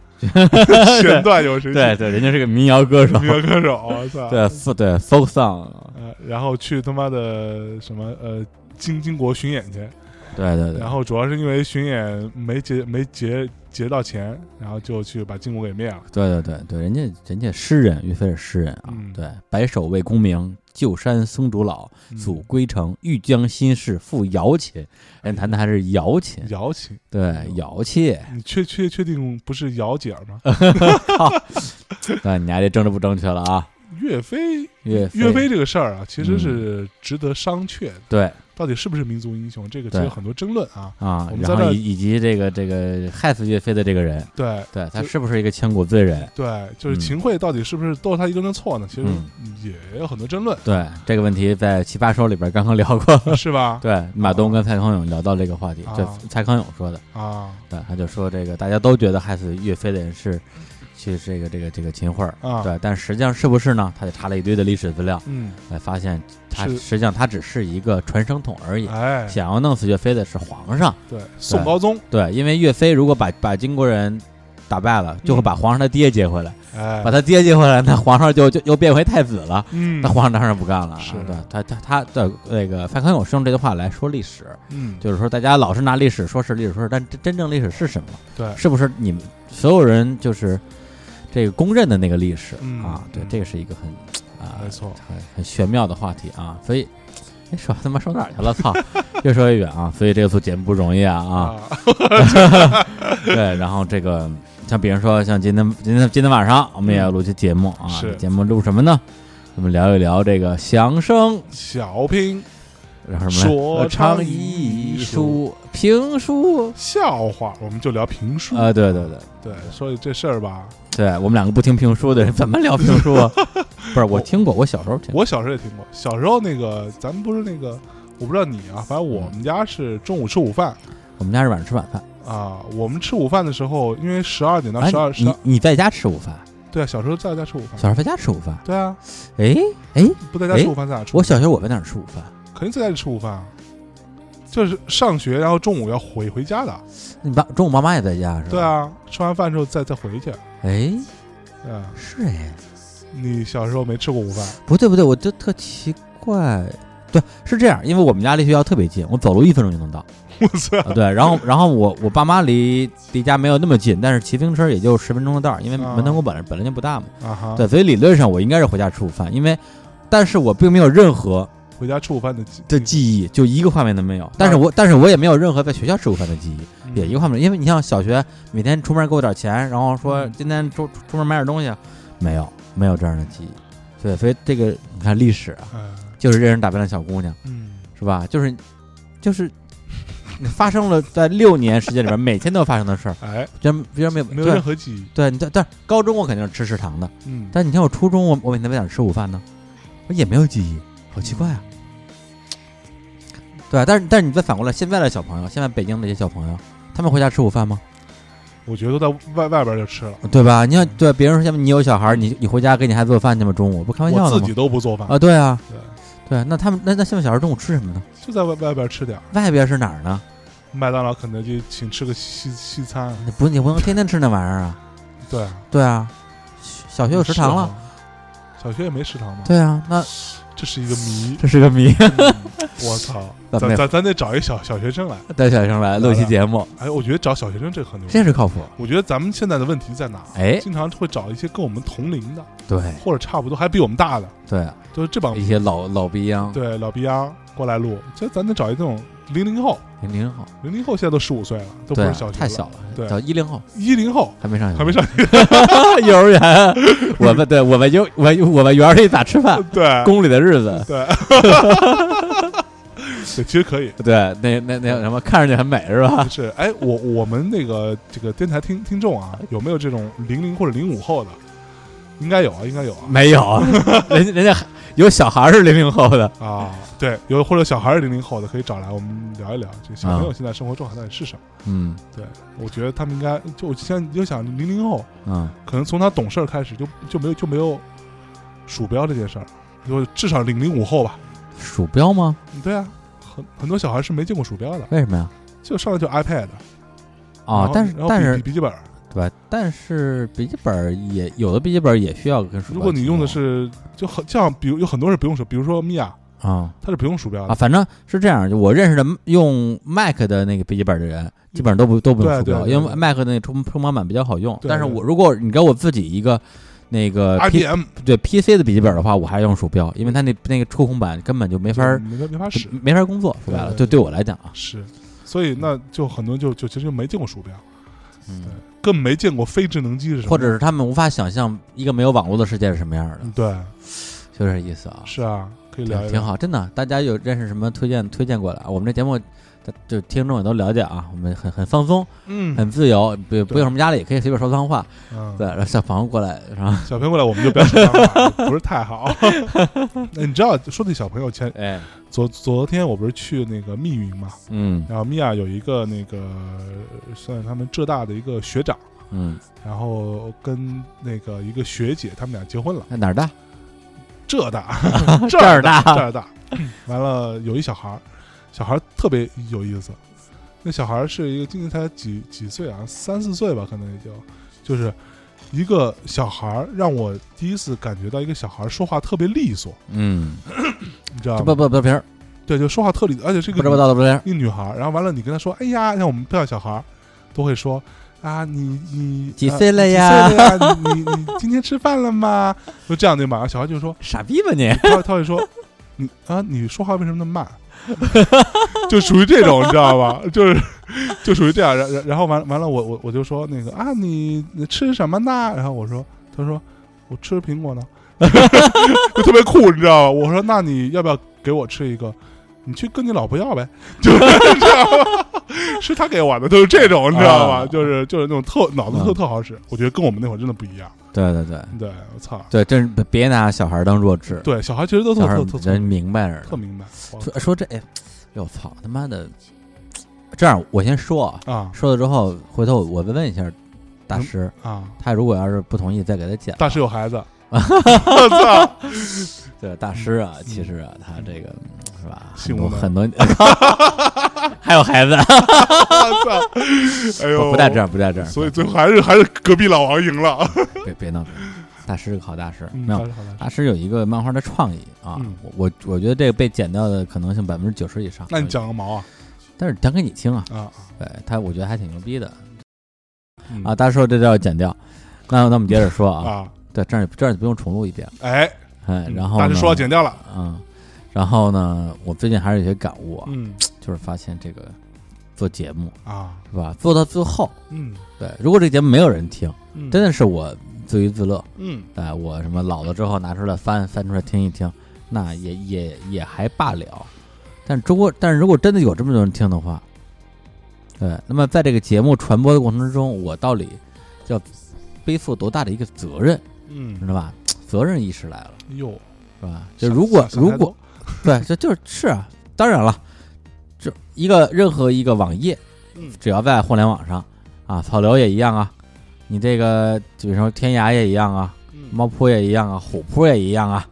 [SPEAKER 1] 弦段有谁？
[SPEAKER 2] 对，对，人家是个民谣歌手，
[SPEAKER 1] 民谣歌手，我操！
[SPEAKER 2] 对，folk- 对啊 folk song，
[SPEAKER 1] 呃，然后去他妈的什么呃京京国巡演去，
[SPEAKER 2] 对对对
[SPEAKER 1] 然，后主要是因为巡演没结没结结到钱，然后就去把金国给灭了。
[SPEAKER 2] 对对对对，人家人家诗人，岳飞是诗人啊，
[SPEAKER 1] 嗯
[SPEAKER 2] 对，白首为功名，旧山松竹老，
[SPEAKER 1] 嗯
[SPEAKER 2] 阻归程，欲将心事付瑶琴，人弹的还是瑶琴，
[SPEAKER 1] 姚琴，
[SPEAKER 2] 对，瑶琴，
[SPEAKER 1] 你确确确定不是姚姐儿吗？
[SPEAKER 2] 呃对，你还这政治不正确了啊，
[SPEAKER 1] 岳飞
[SPEAKER 2] 岳
[SPEAKER 1] 岳
[SPEAKER 2] 飞，嗯
[SPEAKER 1] 飞这个事儿啊，其实是值得商榷的，
[SPEAKER 2] 对
[SPEAKER 1] 到底是不是民族英雄，这个其实
[SPEAKER 2] 对
[SPEAKER 1] 有很多争论啊。
[SPEAKER 2] 啊
[SPEAKER 1] 我，们在这
[SPEAKER 2] 然后
[SPEAKER 1] 儿
[SPEAKER 2] 以以及这个这个害死岳飞的这个人，
[SPEAKER 1] 对
[SPEAKER 2] 对他
[SPEAKER 1] 就是
[SPEAKER 2] 不是一个千古罪人？
[SPEAKER 1] 对，就是
[SPEAKER 2] 嗯
[SPEAKER 1] 秦桧到底是不是都是他一个人的错呢？其实
[SPEAKER 2] 嗯
[SPEAKER 1] 也有很多争论，
[SPEAKER 2] 对这个问题，在《奇葩说》里边刚刚聊过，
[SPEAKER 1] 是吧？
[SPEAKER 2] 对马东跟蔡康永聊到这个话题，
[SPEAKER 1] 啊
[SPEAKER 2] 对蔡康永说的。
[SPEAKER 1] 啊
[SPEAKER 2] 对，他就说这个大家都觉得害死岳飞的人是，是这个这个这个秦桧儿，
[SPEAKER 1] 啊，
[SPEAKER 2] 对，但实际上是不是呢？他就查了一堆的历史资料，
[SPEAKER 1] 嗯，
[SPEAKER 2] 来发现他
[SPEAKER 1] 是
[SPEAKER 2] 实际上他只是一个传声筒而已。
[SPEAKER 1] 哎，
[SPEAKER 2] 想要弄死岳飞的是皇上，
[SPEAKER 1] 对，宋高宗，
[SPEAKER 2] 对，因为岳飞如果把把金国人打败了，就会把皇上他爹接回来，
[SPEAKER 1] 嗯哎
[SPEAKER 2] 把，他爹接回来，那皇上就就又变回太子了。
[SPEAKER 1] 嗯
[SPEAKER 2] 那皇上当然不干了啊，
[SPEAKER 1] 是
[SPEAKER 2] 对他他他的那个蔡康永是用这句话来说历史，
[SPEAKER 1] 嗯，
[SPEAKER 2] 就是说，大家老是拿历史说是历史说是，但真真正历史是什么？
[SPEAKER 1] 对
[SPEAKER 2] 是不是你们所有人就是这个公认的那个历史、
[SPEAKER 1] 嗯
[SPEAKER 2] 啊？对，
[SPEAKER 1] 嗯
[SPEAKER 2] 这个是一个很啊、
[SPEAKER 1] 没错
[SPEAKER 2] 很很玄妙的话题啊。所以，哎，说他妈说哪儿去了？操，越说越远啊！所以这个做节目不容易啊啊！
[SPEAKER 1] 啊，
[SPEAKER 2] 对，然后这个像比如说像今天今天今天晚上我们也要录期节目啊，
[SPEAKER 1] 嗯是
[SPEAKER 2] 这节目录什么呢？我们聊一聊这个响声
[SPEAKER 1] 小品
[SPEAKER 2] 然后什么来
[SPEAKER 1] 说
[SPEAKER 2] 呃
[SPEAKER 1] 唱
[SPEAKER 2] 唱
[SPEAKER 1] 艺
[SPEAKER 2] 艺
[SPEAKER 1] 术
[SPEAKER 2] 术评书。
[SPEAKER 1] 笑话，我们就聊评书
[SPEAKER 2] 啊，对对对
[SPEAKER 1] 对，所以这事儿吧，
[SPEAKER 2] 对，我们两个不听评书的人怎么聊评书 啊？不是，我听过，我小时候听过。
[SPEAKER 1] 我小时候也听过。小时候那个，咱们不是那个，我不知道你啊，反正
[SPEAKER 2] 嗯
[SPEAKER 1] 我们家是中午吃午饭
[SPEAKER 2] 我们家是晚上吃晚饭，
[SPEAKER 1] 啊。我们吃午饭的时候，因为十二点到
[SPEAKER 2] 哎
[SPEAKER 1] 啊十二，十
[SPEAKER 2] 你
[SPEAKER 1] 二，
[SPEAKER 2] 你在家吃午饭？
[SPEAKER 1] 对啊，小时候在家吃午饭
[SPEAKER 2] 小。时候在家吃午饭？
[SPEAKER 1] 对啊，
[SPEAKER 2] 哎哎，
[SPEAKER 1] 不在家吃午饭在哪吃？
[SPEAKER 2] 我小时候我在哪儿吃午饭？
[SPEAKER 1] 肯定在家里吃午饭啊，就是上学，然后中午要回回家的。
[SPEAKER 2] 你爸中午妈妈也在家是吧？
[SPEAKER 1] 对。啊，吃完饭之后再再回去。
[SPEAKER 2] 哎，
[SPEAKER 1] 对啊，
[SPEAKER 2] 是哎，
[SPEAKER 1] 你小时候没吃过午饭？
[SPEAKER 2] 不对不对，我就特奇怪。对，是这样，因为我们家离学校特别近，我走路一分钟就能到。
[SPEAKER 1] 我操！
[SPEAKER 2] 啊，对，然后然后我我爸妈离离家没有那么近，但是骑自行车也就十分钟的道儿，因为
[SPEAKER 1] 啊
[SPEAKER 2] 门头沟本来本来就不大嘛。
[SPEAKER 1] 啊哈，
[SPEAKER 2] 嗯对，所以理论上我应该是回家吃午饭，因为，但是我并没有任何
[SPEAKER 1] 回家吃午饭的记
[SPEAKER 2] 的记忆，就一个画面都没
[SPEAKER 1] 啊
[SPEAKER 2] 有。但是我但是我也没有任何在学校吃午饭的记忆，
[SPEAKER 1] 嗯
[SPEAKER 2] 也一个画面，因为你像小学每天出门给我点钱，然后说
[SPEAKER 1] 嗯
[SPEAKER 2] 今天出出门买点东西，没有没有这样的记忆。对，所以这个你看历史啊，
[SPEAKER 1] 嗯
[SPEAKER 2] 就是这人打败了小姑娘。
[SPEAKER 1] 嗯，
[SPEAKER 2] 是吧？就是就是发生了在六年时间里边每天都发生的事儿，
[SPEAKER 1] 哎，
[SPEAKER 2] 真没有没有
[SPEAKER 1] 没有任
[SPEAKER 2] 对
[SPEAKER 1] 何记忆。
[SPEAKER 2] 对，你但但高中我肯定是吃食堂的，
[SPEAKER 1] 嗯，
[SPEAKER 2] 但你像我初中我我每天为哪吃午饭呢？我也没有记忆，好奇怪啊！对啊，但是但是你再反过来，现在的小朋友，现在北京的一些小朋友，他们回家吃午饭吗？
[SPEAKER 1] 我觉得都在外外边就吃了，
[SPEAKER 2] 对吧？你看，对别人说，像你有小孩儿，你你回家给你孩子做饭去吗？中午不开玩笑
[SPEAKER 1] 我
[SPEAKER 2] 呢
[SPEAKER 1] 自
[SPEAKER 2] 吗
[SPEAKER 1] 己？都不做饭，
[SPEAKER 2] 啊，对啊，
[SPEAKER 1] 对，
[SPEAKER 2] 对啊，那他们那那现在小孩儿中午吃什么呢？
[SPEAKER 1] 就在外外边吃点儿
[SPEAKER 2] 外边是哪儿呢？
[SPEAKER 1] 麦当劳、肯德基，请吃个西西餐。
[SPEAKER 2] 你不你不能天天吃那玩意儿啊！
[SPEAKER 1] 对啊，
[SPEAKER 2] 对啊，小小学有食堂了。
[SPEAKER 1] 是啊。小学也没食堂吗？
[SPEAKER 2] 对啊，那
[SPEAKER 1] 这是一个谜。
[SPEAKER 2] 这是个 谜。
[SPEAKER 1] 嗯我操！
[SPEAKER 2] 咱
[SPEAKER 1] 咱
[SPEAKER 2] 们
[SPEAKER 1] 咱咱得找一小小学生来。
[SPEAKER 2] 带小学生来录期节目，
[SPEAKER 1] 哎，我觉得找小学生这个很牛逼。
[SPEAKER 2] 这是靠谱。
[SPEAKER 1] 我觉得咱们现在的问题在哪？
[SPEAKER 2] 哎，
[SPEAKER 1] 经常会找一些跟我们同龄的，
[SPEAKER 2] 对
[SPEAKER 1] 或者差不多还比我们大的，
[SPEAKER 2] 对，啊
[SPEAKER 1] 就是这帮
[SPEAKER 2] 一些老老逼样，
[SPEAKER 1] 对老逼样过来录。就咱得找一这种零零后，
[SPEAKER 2] 零零后，
[SPEAKER 1] 零零后现在都十五岁了，都不
[SPEAKER 2] 对
[SPEAKER 1] 是
[SPEAKER 2] 啊
[SPEAKER 1] 小，学
[SPEAKER 2] 太小了，
[SPEAKER 1] 对
[SPEAKER 2] 小一零后
[SPEAKER 1] 一零 后
[SPEAKER 2] 还没上学，啊
[SPEAKER 1] 还没上
[SPEAKER 2] 幼儿园。 我们对我们幼我我们园里咋吃 饭？
[SPEAKER 1] 对
[SPEAKER 2] 宫里的日子，
[SPEAKER 1] 对， 对，其实可 以。
[SPEAKER 2] 对，那那那什么，看上去很美是吧？
[SPEAKER 1] 是，哎，我我们那个这个电台听听众啊，有没有这种零零或者零五后的？应该有啊，应该有啊。
[SPEAKER 2] 没有，人家人家有小孩儿是零零后的，
[SPEAKER 1] 啊，对，有或者小孩零零后的可以找来，我们聊一聊这小
[SPEAKER 2] 啊
[SPEAKER 1] 朋友现在生活状态到底是什么。
[SPEAKER 2] 嗯
[SPEAKER 1] 对，我觉得他们应该就我现在就想零零后，
[SPEAKER 2] 嗯，
[SPEAKER 1] 可能从他懂事儿开始就就没有就没有鼠标这件事儿，就至少零零五后吧。
[SPEAKER 2] 鼠标吗？
[SPEAKER 1] 对啊，很很多小孩是没见过鼠标的，
[SPEAKER 2] 为什么呀？
[SPEAKER 1] 就上来就 iPad 然
[SPEAKER 2] 啊
[SPEAKER 1] 后，
[SPEAKER 2] 但是
[SPEAKER 1] 然后
[SPEAKER 2] 但
[SPEAKER 1] 笔
[SPEAKER 2] 是
[SPEAKER 1] 笔笔记本儿，
[SPEAKER 2] 对吧？但是笔记本儿也有的笔记本儿也需要跟鼠标
[SPEAKER 1] 如果你
[SPEAKER 2] 启
[SPEAKER 1] 用的
[SPEAKER 2] 动
[SPEAKER 1] 是就很像，比如有很多是不用鼠，比如说米娅，
[SPEAKER 2] 啊
[SPEAKER 1] 她是不用鼠标
[SPEAKER 2] 啊，
[SPEAKER 1] 的，
[SPEAKER 2] 反正是这样，就我认识的用 Mac 的那个笔记本的人，基本上都不都不用鼠
[SPEAKER 1] 嗯对对
[SPEAKER 2] 标，
[SPEAKER 1] 对
[SPEAKER 2] 因为 Mac 的那个触触摸板比较好用。
[SPEAKER 1] 对
[SPEAKER 2] 但是
[SPEAKER 1] 对
[SPEAKER 2] 我如果你给我自己一个那个 P
[SPEAKER 1] IBM
[SPEAKER 2] 对 PC 的笔记本的话，我还用鼠标，因为它那那个触控板根本就没法儿
[SPEAKER 1] 没法没法使
[SPEAKER 2] 就没法儿工作。说白了，
[SPEAKER 1] 对对
[SPEAKER 2] 就对我来讲啊，
[SPEAKER 1] 是，所以那就很多就就其实就没见过鼠标，
[SPEAKER 2] 嗯
[SPEAKER 1] 对更没见过非智能机是什么，
[SPEAKER 2] 或者是他们无法想象一个没有网络的世界是什么样的，
[SPEAKER 1] 嗯对，
[SPEAKER 2] 就这意思啊。
[SPEAKER 1] 是啊，可以聊
[SPEAKER 2] 对
[SPEAKER 1] 一
[SPEAKER 2] 挺
[SPEAKER 1] 聊，
[SPEAKER 2] 好，真的。大家有认识什么推荐推荐过来啊？我们这节目，大就听众也都了解啊，我们很很放松，
[SPEAKER 1] 嗯
[SPEAKER 2] 很自由，不不有什么压力，也可以随便说脏话。
[SPEAKER 1] 嗯，
[SPEAKER 2] 对，然后小朋友过来是吧？
[SPEAKER 1] 小朋友过来我们就不要说脏话，不是太 好。那你知道说起小朋友前
[SPEAKER 2] 哎，
[SPEAKER 1] 昨昨天我不是去那个密云嘛，
[SPEAKER 2] 嗯
[SPEAKER 1] 然后米娅有一个那个呃算是他们浙大的一个学长。
[SPEAKER 2] 嗯，
[SPEAKER 1] 然后跟那个一个学姐，他们俩结婚了，
[SPEAKER 2] 那哪儿大？
[SPEAKER 1] 浙 大，
[SPEAKER 2] 这儿大
[SPEAKER 1] 浙儿大。完了有一小孩儿，小孩儿特别有意思。那小孩儿是一个今年才几几岁啊，三四岁吧，可能也就就是一个小孩儿，让我第一次感觉到一个小孩儿说话特别利索，
[SPEAKER 2] 嗯，
[SPEAKER 1] 你知道
[SPEAKER 2] 这
[SPEAKER 1] 吗？
[SPEAKER 2] 不不不平儿，
[SPEAKER 1] 对，就说话特利，而且是一
[SPEAKER 2] 不
[SPEAKER 1] 个
[SPEAKER 2] 知不道的不平儿。
[SPEAKER 1] 一女孩儿。然后完了，你跟她说，哎呀，像我们漂亮小孩儿都会说。啊，你你
[SPEAKER 2] 几
[SPEAKER 1] 啊
[SPEAKER 2] 岁了
[SPEAKER 1] 你
[SPEAKER 2] 呀
[SPEAKER 1] 几岁了呀？你你你今天吃饭了吗？ 就这样对吗？然后小孩就说，
[SPEAKER 2] 傻逼吧你？
[SPEAKER 1] 他他会说，你啊，你说话为什么那么慢？ 就属于这种，你知道吧？就是就属于这样。然然然后完完了，我我我就说那个啊，你你吃什么呢？然后我说，他说我吃苹果呢， 就特别酷，你知道吧？我说那你要不要给我吃一个？你去跟你老婆要呗，就是 这样，是他给我的，就是这种，你知道吧？
[SPEAKER 2] 啊
[SPEAKER 1] 就是就是那种特脑子特
[SPEAKER 2] 嗯
[SPEAKER 1] 特好使，我觉得跟我们那会儿真的不一样。
[SPEAKER 2] 对对对
[SPEAKER 1] 对，我操，
[SPEAKER 2] 对，真是别别拿小孩儿当弱智，
[SPEAKER 1] 对，小孩其实都特
[SPEAKER 2] 小孩
[SPEAKER 1] 特
[SPEAKER 2] 儿
[SPEAKER 1] 特特
[SPEAKER 2] 人明白着呢。
[SPEAKER 1] 特明白。我
[SPEAKER 2] 说说这，哎，我操他妈的！这样我先说啊，
[SPEAKER 1] 啊
[SPEAKER 2] 说了之后，回头我再问一下大师。
[SPEAKER 1] 啊！
[SPEAKER 2] 他如果要是不同意，再给他剪。
[SPEAKER 1] 大师有孩子，我操！
[SPEAKER 2] 对大师啊，其实啊，他这个嗯是吧，
[SPEAKER 1] 性
[SPEAKER 2] 很多
[SPEAKER 1] 无能
[SPEAKER 2] 很多， 还有孩子，
[SPEAKER 1] 我操！哎呦，
[SPEAKER 2] 不在这儿，，不在这儿，
[SPEAKER 1] 所以最后还是还是隔壁老王赢了。
[SPEAKER 2] 别别闹，别闹大师是个好大师，
[SPEAKER 1] 嗯
[SPEAKER 2] 没有
[SPEAKER 1] 好的好的
[SPEAKER 2] 大师有一个漫画的创意啊
[SPEAKER 1] 嗯，
[SPEAKER 2] 我我我觉得这个被剪掉的可能性百分之九十以上。
[SPEAKER 1] 那你，讲个毛啊
[SPEAKER 2] 但是讲给你听啊，
[SPEAKER 1] 啊
[SPEAKER 2] 对他，我觉得还挺牛逼的
[SPEAKER 1] 嗯
[SPEAKER 2] 啊。大师说这段要剪掉，那那我们接着说啊，
[SPEAKER 1] 啊！
[SPEAKER 2] 对，这样这样就不用重录一遍了，
[SPEAKER 1] 哎，
[SPEAKER 2] 哎，
[SPEAKER 1] 嗯
[SPEAKER 2] 然后
[SPEAKER 1] 大
[SPEAKER 2] 呢
[SPEAKER 1] 师说要剪掉了。
[SPEAKER 2] 嗯，然后呢，我最近还是有些感悟啊，
[SPEAKER 1] 嗯
[SPEAKER 2] 就是发现这个做节目
[SPEAKER 1] 啊，
[SPEAKER 2] 是吧，做到最后，
[SPEAKER 1] 嗯
[SPEAKER 2] 对，如果这节目没有人听，
[SPEAKER 1] 嗯，
[SPEAKER 2] 真的是我自娱自乐，
[SPEAKER 1] 嗯
[SPEAKER 2] 哎，我什么老了之后拿出来翻翻出来听一听，那也也也还罢了。但中国，但是如果真的有这么多人听的话，对，那么在这个节目传播的过程之中，我到底要背负多大的一个责任，
[SPEAKER 1] 嗯
[SPEAKER 2] 知，道吧？责任意识来了，
[SPEAKER 1] 哟，
[SPEAKER 2] 是吧？就如果
[SPEAKER 1] 想
[SPEAKER 2] 如果对，这就是是啊，当然了，这一个任何一个网页，
[SPEAKER 1] 嗯
[SPEAKER 2] 只要在互联网上啊，草榴也一样啊，你这个比如说天涯也一样啊，猫扑也一样啊，虎扑也一样啊，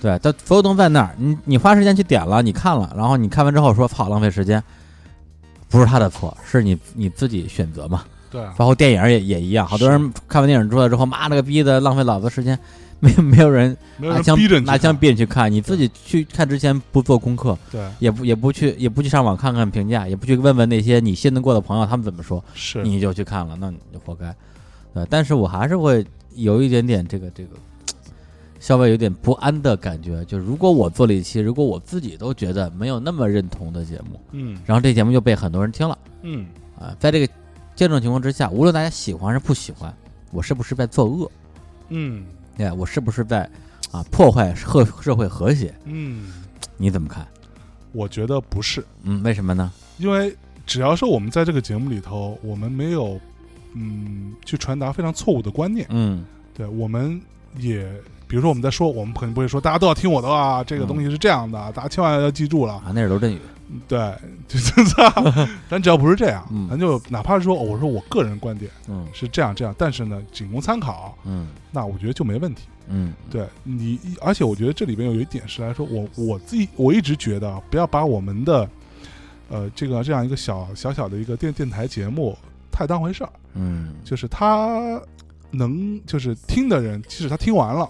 [SPEAKER 2] 对，它所有东西在那儿，你你花时间去点了，你看了，然后你看完之后说操，浪费时间。不是他的错，是你你自己选择嘛。
[SPEAKER 1] 对啊，
[SPEAKER 2] 包括电影也也一样，好多人看完电影出来之后，妈了个逼的，浪费老子时间，没有没有人
[SPEAKER 1] 没有
[SPEAKER 2] 拿
[SPEAKER 1] 人
[SPEAKER 2] 枪
[SPEAKER 1] 逼着你去
[SPEAKER 2] 拿枪
[SPEAKER 1] 看
[SPEAKER 2] 逼你去看，你自己去看之前不做功课，
[SPEAKER 1] 对
[SPEAKER 2] 也不也不去也不去上网看看评价，也不去问问那些你信得过的朋友他们怎么说，
[SPEAKER 1] 是
[SPEAKER 2] 你就去看了，那你就活该。对，但是我还是会有一点点这个这个稍微有点不安的感觉，就如果我做了一期，如果我自己都觉得没有那么认同的节目，
[SPEAKER 1] 嗯
[SPEAKER 2] 然后这节目就被很多人听了
[SPEAKER 1] 嗯
[SPEAKER 2] 啊，在这个这种情况之下，无论大家喜欢还是不喜欢，我是不是在作恶？
[SPEAKER 1] 嗯
[SPEAKER 2] 哎，我是不是在啊破坏社社会和谐？
[SPEAKER 1] 嗯，
[SPEAKER 2] 你怎么看？
[SPEAKER 1] 我觉得不是，
[SPEAKER 2] 嗯，为什么呢？
[SPEAKER 1] 因为只要是我们在这个节目里头，我们没有嗯去传达非常错误的观念，
[SPEAKER 2] 嗯
[SPEAKER 1] 对我们也。比如说，我们在说，我们肯定不会说大家都要听我的啊，这个
[SPEAKER 2] 嗯
[SPEAKER 1] 东西是这样的，啊大家千万要记住了。
[SPEAKER 2] 啊，那是娄振宇。
[SPEAKER 1] 对，就是这样咱只要不是这样，
[SPEAKER 2] 嗯
[SPEAKER 1] 咱就哪怕是说，哦我说我个人观点
[SPEAKER 2] 嗯
[SPEAKER 1] 是这样这样，但是呢，仅供参考，
[SPEAKER 2] 嗯
[SPEAKER 1] 那我觉得就没问题。
[SPEAKER 2] 嗯
[SPEAKER 1] 对你，而且我觉得这里边有一点是来说，我我自己我一直觉得啊，不要把我们的呃这个这样一个小小小的一个电电台节目太当回事儿，
[SPEAKER 2] 嗯
[SPEAKER 1] 就是他能就是听的人，即使他听完了，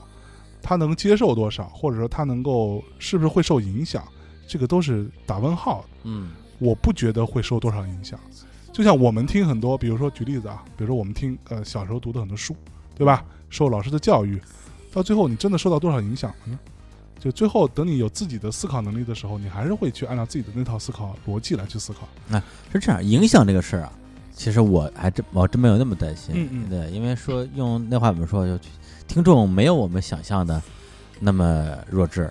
[SPEAKER 1] 他能接受多少，或者说他能够是不是会受影响，这个都是打问号的。
[SPEAKER 2] 嗯
[SPEAKER 1] 我不觉得会受多少影响。就像我们听很多，比如说举例子啊，比如说我们听呃小时候读的很多书，对吧？受老师的教育，到最后你真的受到多少影响了呢？就最后等你有自己的思考能力的时候，你还是会去按照自己的那套思考逻辑来去思考。
[SPEAKER 2] 是这样，影响这个事儿啊，其实我还真我真没有那么担心。
[SPEAKER 1] 嗯嗯
[SPEAKER 2] 对，因为说用那话怎么说，就听众没有我们想象的那么弱智，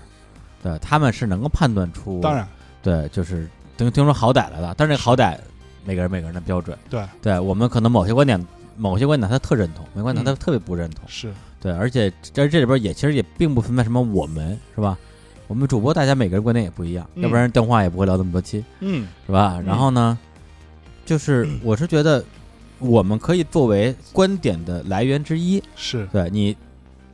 [SPEAKER 2] 对，他们是能够判断出，
[SPEAKER 1] 当，然，
[SPEAKER 2] 对，就是听听说好歹来的，但是这个好歹每个人每个人的标准，
[SPEAKER 1] 对，
[SPEAKER 2] 对我们可能某些观点。某些观点他特认同，某些观点他
[SPEAKER 1] 嗯
[SPEAKER 2] 特别不认同，
[SPEAKER 1] 是
[SPEAKER 2] 对，而且这这里边也其实也并不存在什么我们是吧？我们主播大家每个人观点也不一样，
[SPEAKER 1] 嗯
[SPEAKER 2] 要不然电话也不会聊这么多期。
[SPEAKER 1] 嗯
[SPEAKER 2] 是吧？然后呢， 就是我是觉得我们可以作为观点的来源之一，
[SPEAKER 1] 是
[SPEAKER 2] 对你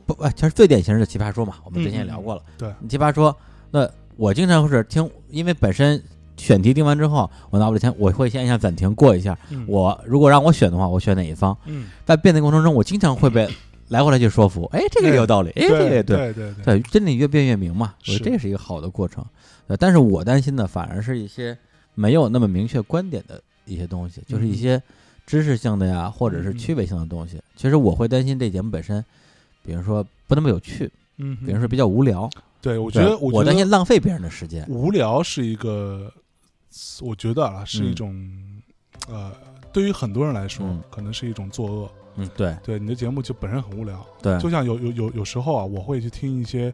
[SPEAKER 2] 不，哎其实最典型的奇葩说嘛，我们之前也
[SPEAKER 1] 嗯嗯
[SPEAKER 2] 聊过了。
[SPEAKER 1] 对，
[SPEAKER 2] 你奇葩说，那我经常会是听，因为本身选题定完之后，我脑子里先我会先按下暂停过一下，
[SPEAKER 1] 嗯
[SPEAKER 2] 我如果让我选的话，我选哪一方？
[SPEAKER 1] 嗯，
[SPEAKER 2] 在辩论过程中，我经常会被来回来去说服，哎，这个也有道理，哎，这个也
[SPEAKER 1] 对对对对，
[SPEAKER 2] 对，真理越辩越明嘛，我觉得
[SPEAKER 1] 是
[SPEAKER 2] 这是一个好的过程。呃，但是我担心的反而是一些没有那么明确观点的一些东西，就是一
[SPEAKER 1] 嗯
[SPEAKER 2] 些知识性的呀，或者是
[SPEAKER 1] 嗯嗯
[SPEAKER 2] 趣味性的东西。其实我会担心这节目本身，比如说不那么有趣，
[SPEAKER 1] 嗯
[SPEAKER 2] 比如说比较无聊。
[SPEAKER 1] 对，我
[SPEAKER 2] 我
[SPEAKER 1] 觉得
[SPEAKER 2] 我
[SPEAKER 1] 觉得
[SPEAKER 2] 担心浪费别人的时间。
[SPEAKER 1] 无聊是一个，我觉得啊是一种呃，对于很多人来说
[SPEAKER 2] 嗯，
[SPEAKER 1] 可能是一种作恶。
[SPEAKER 2] 嗯，对
[SPEAKER 1] 对你的节目就本身很无聊，
[SPEAKER 2] 对，
[SPEAKER 1] 就像有有有有时候啊，我会去听一些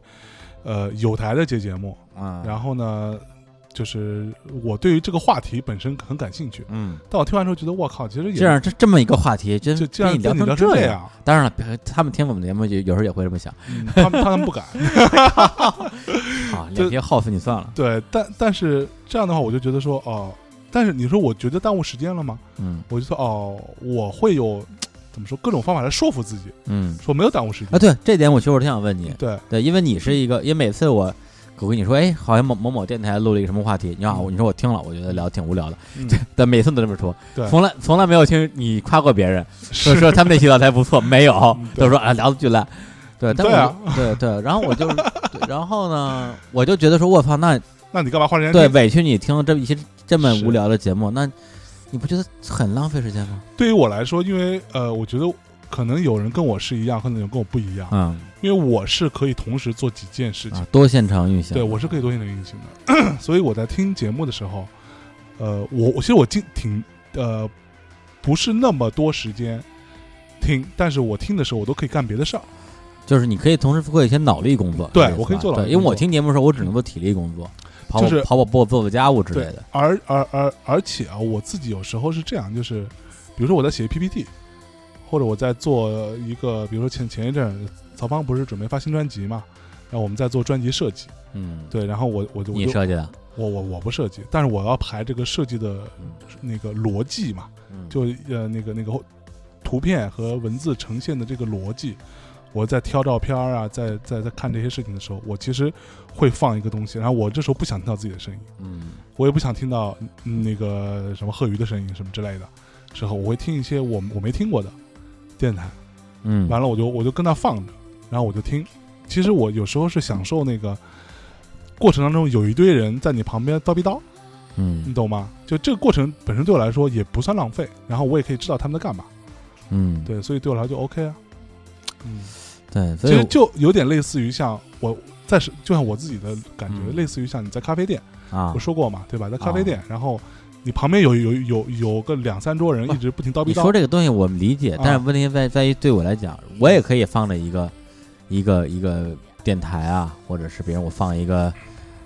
[SPEAKER 1] 呃有台的节节目，
[SPEAKER 2] 啊，
[SPEAKER 1] 然后呢，就是我对于这个话题本身很感兴趣，
[SPEAKER 2] 嗯，
[SPEAKER 1] 但我听完之后觉得我靠，其实也
[SPEAKER 2] 这样这这么一个话题，真
[SPEAKER 1] 就这
[SPEAKER 2] 被
[SPEAKER 1] 样
[SPEAKER 2] 你聊
[SPEAKER 1] 跟你聊成
[SPEAKER 2] 这
[SPEAKER 1] 这
[SPEAKER 2] 样。
[SPEAKER 1] 样，
[SPEAKER 2] 当然了，别他们听我们节目有有时候也会这么想
[SPEAKER 1] 嗯他们他们不敢，
[SPEAKER 2] 啊，
[SPEAKER 1] 这
[SPEAKER 2] 脸皮耗死你算了。
[SPEAKER 1] 对，但但是这样的话，我就觉得说哦，但是你说我觉得耽误时间了吗？
[SPEAKER 2] 嗯
[SPEAKER 1] 我就说哦，我会有怎么说各种方法来说服自己，
[SPEAKER 2] 嗯
[SPEAKER 1] 说没有耽误时间
[SPEAKER 2] 啊，。对这点我其实我挺想问你，
[SPEAKER 1] 对，
[SPEAKER 2] 对，因为你是一个，因为每次我我跟你说，哎，好像某某某电台录了一个什么话题，你好，你说我听了，我觉得聊得挺无聊的，
[SPEAKER 1] 嗯
[SPEAKER 2] 但每次你都这么说，
[SPEAKER 1] 对
[SPEAKER 2] 从来从来没有听你夸过别人， 说
[SPEAKER 1] 是
[SPEAKER 2] 说他们那期聊得还不错，没有
[SPEAKER 1] 嗯，对
[SPEAKER 2] 都说啊聊得巨烂，对，但
[SPEAKER 1] 对啊
[SPEAKER 2] 我就对对，然后我就，对然后呢，我就觉得说，我操，那
[SPEAKER 1] 哎那你干嘛花时间听？
[SPEAKER 2] 对委屈你听了这么一期这么
[SPEAKER 1] 是
[SPEAKER 2] 无聊的节目，那你不觉得很浪费时间吗？
[SPEAKER 1] 对于我来说，因为呃，我觉得可能有人跟我是一样，可能有人跟我不一样，
[SPEAKER 2] 嗯
[SPEAKER 1] 因为我是可以同时做几件事情。
[SPEAKER 2] 啊，多现场运行，
[SPEAKER 1] 对，我是可以多线程运行的， 所以我在听节目的时候，呃，我我其实我经挺呃不是那么多时间听，但是我听的时候我都可以干别的事儿。
[SPEAKER 2] 就是你可以同时做一些脑力工作，
[SPEAKER 1] 对
[SPEAKER 2] 是吧
[SPEAKER 1] 我可以做脑力
[SPEAKER 2] 对因为我
[SPEAKER 1] 工作
[SPEAKER 2] 听节目的时候，我只能做体力工作，跑跑
[SPEAKER 1] 就是
[SPEAKER 2] 跑跑步、做做家务之类
[SPEAKER 1] 对
[SPEAKER 2] 的。
[SPEAKER 1] 而而而而且啊，我自己有时候是这样，就是比如说我在写 PPT，或者我在做一个，比如说前前一阵儿曹芳不是准备发新专辑嘛，然后我们在做专辑设计，
[SPEAKER 2] 嗯，
[SPEAKER 1] 对，然后我我就我
[SPEAKER 2] 你
[SPEAKER 1] 就
[SPEAKER 2] 设计的，
[SPEAKER 1] 我我我不设计，但是我要排这个设计的
[SPEAKER 2] 嗯
[SPEAKER 1] 那个逻辑嘛。
[SPEAKER 2] 嗯
[SPEAKER 1] 就呃那个那个图片和文字呈现的这个逻辑，我在挑照片儿啊，在在在看这些事情的时候，我其实会放一个东西，然后我这时候不想听到自己的声音，
[SPEAKER 2] 嗯
[SPEAKER 1] 我也不想听到、嗯那个什么贺鱼的声音什么之类的，之后我会听一些我我没听过的电台，
[SPEAKER 2] 嗯，
[SPEAKER 1] 完了我就我就跟那放着，然后我就听。其实我有时候是享受那个过程当中有一堆人在你旁边叨逼叨，你
[SPEAKER 2] 嗯
[SPEAKER 1] 懂吗？就这个过程本身对我来说也不算浪费，然后我也可以知道他们在干嘛。
[SPEAKER 2] 嗯，
[SPEAKER 1] 对，所以对我来说就 OK 啊。嗯，
[SPEAKER 2] 对，所
[SPEAKER 1] 其
[SPEAKER 2] 以
[SPEAKER 1] 实
[SPEAKER 2] 我
[SPEAKER 1] 就有点类似于像我在是，就像我自己的感觉，
[SPEAKER 2] 嗯
[SPEAKER 1] 类似于像你在咖啡店，
[SPEAKER 2] 啊
[SPEAKER 1] 我，说过嘛，对吧？在咖啡店，然后你旁边有有有有个两三桌人
[SPEAKER 2] 不
[SPEAKER 1] 一直不停叨逼
[SPEAKER 2] 你说
[SPEAKER 1] 叨，
[SPEAKER 2] 这个东西我们理解
[SPEAKER 1] 啊，
[SPEAKER 2] 但是问题在在于对我来讲，我也可以放着一个一个一个电台啊，或者是比如我放一个《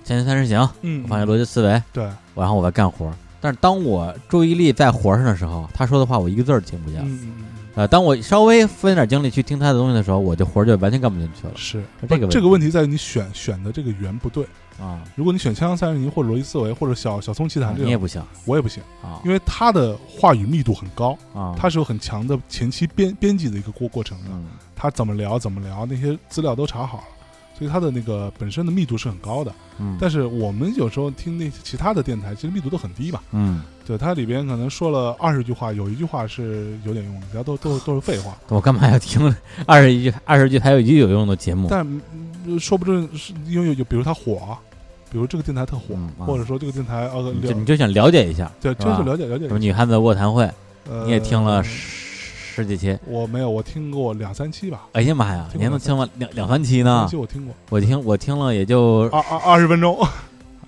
[SPEAKER 2] 天天三人行》，
[SPEAKER 1] 嗯
[SPEAKER 2] 我，放一个逻辑思维，
[SPEAKER 1] 对，
[SPEAKER 2] 然后我在干活儿。但是当我注意力在活儿上的时候，他说的话我一个字儿听不见了。
[SPEAKER 1] 嗯嗯嗯，
[SPEAKER 2] 呃，当我稍微分点精力去听他的东西的时候，我这活儿就完全干不进去了
[SPEAKER 1] 嗯是
[SPEAKER 2] 这个
[SPEAKER 1] 不
[SPEAKER 2] 问
[SPEAKER 1] 这个问题在于你选选的这个圆不对。
[SPEAKER 2] 啊。
[SPEAKER 1] 如果你选《锵锵三人行》或者《逻辑思维》或者小《小松奇
[SPEAKER 2] 啊
[SPEAKER 1] 谈》这
[SPEAKER 2] 你也
[SPEAKER 1] 种，
[SPEAKER 2] 不行
[SPEAKER 1] 我也不行，
[SPEAKER 2] 啊
[SPEAKER 1] 因为他的话语密度很高，
[SPEAKER 2] 啊，
[SPEAKER 1] 他是有很强的前期编编辑的一个过过程的。
[SPEAKER 2] 嗯
[SPEAKER 1] 他怎么聊怎么聊，那些资料都查好了，所以他的那个本身的密度是很高的。
[SPEAKER 2] 嗯
[SPEAKER 1] 但是我们有时候听那些其他的电台，其实密度都很低嘛。
[SPEAKER 2] 嗯，
[SPEAKER 1] 对，它里边可能说了二十句话，有一句话是有点用的，其他都都都是废话。
[SPEAKER 2] 我干嘛要听二十一句二十句还有一句有用的节目？
[SPEAKER 1] 但嗯说不准是因为有，比如它火，啊比如这个电台特火，
[SPEAKER 2] 嗯啊
[SPEAKER 1] 或者说这个电台呃
[SPEAKER 2] 你就你
[SPEAKER 1] 了，
[SPEAKER 2] 就想了解一下
[SPEAKER 1] 对，
[SPEAKER 2] 是
[SPEAKER 1] 这
[SPEAKER 2] 吧
[SPEAKER 1] 是了解了解
[SPEAKER 2] 什。么女汉子卧谈会，
[SPEAKER 1] 呃，
[SPEAKER 2] 你也听了十十几期。
[SPEAKER 1] 我没有，我听过两三期吧，
[SPEAKER 2] 哎呀妈呀，
[SPEAKER 1] 听过
[SPEAKER 2] 你还能听完两两三期
[SPEAKER 1] 两
[SPEAKER 2] 呢
[SPEAKER 1] 三期？我听过
[SPEAKER 2] 我听我听了也就
[SPEAKER 1] 二二二十分
[SPEAKER 2] 嗯
[SPEAKER 1] 钟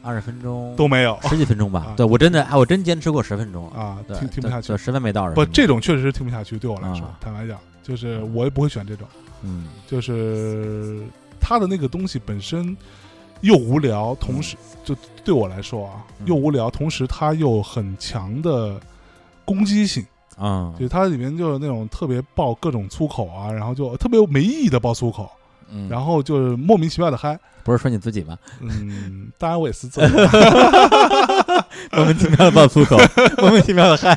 [SPEAKER 2] 二十分钟，
[SPEAKER 1] 都没有
[SPEAKER 2] 十几分钟吧
[SPEAKER 1] 啊。
[SPEAKER 2] 对我真的，哎，我真坚持过十分钟了。
[SPEAKER 1] 啊，
[SPEAKER 2] 对
[SPEAKER 1] 听听不
[SPEAKER 2] 对
[SPEAKER 1] 下去
[SPEAKER 2] 对。实在没到二十
[SPEAKER 1] 不，
[SPEAKER 2] 分钟。
[SPEAKER 1] 这种确实是听不下去。对我来说，
[SPEAKER 2] 啊
[SPEAKER 1] 坦白讲，就是我也不会选这种。
[SPEAKER 2] 嗯
[SPEAKER 1] 就是它的那个东西本身又无聊，同时就对我来说啊，
[SPEAKER 2] 嗯
[SPEAKER 1] 又无聊，同时它又很强的攻击性。
[SPEAKER 2] 啊
[SPEAKER 1] 就它里面就有那种特别爆各种粗口啊，然后就特别没意义的爆粗口，
[SPEAKER 2] 嗯，
[SPEAKER 1] 然后就是莫名其妙的嗨。
[SPEAKER 2] 不是说你自己吗？
[SPEAKER 1] 嗯，当然我也是 这
[SPEAKER 2] 莫名其妙的爆粗 口，莫名其妙的嗨。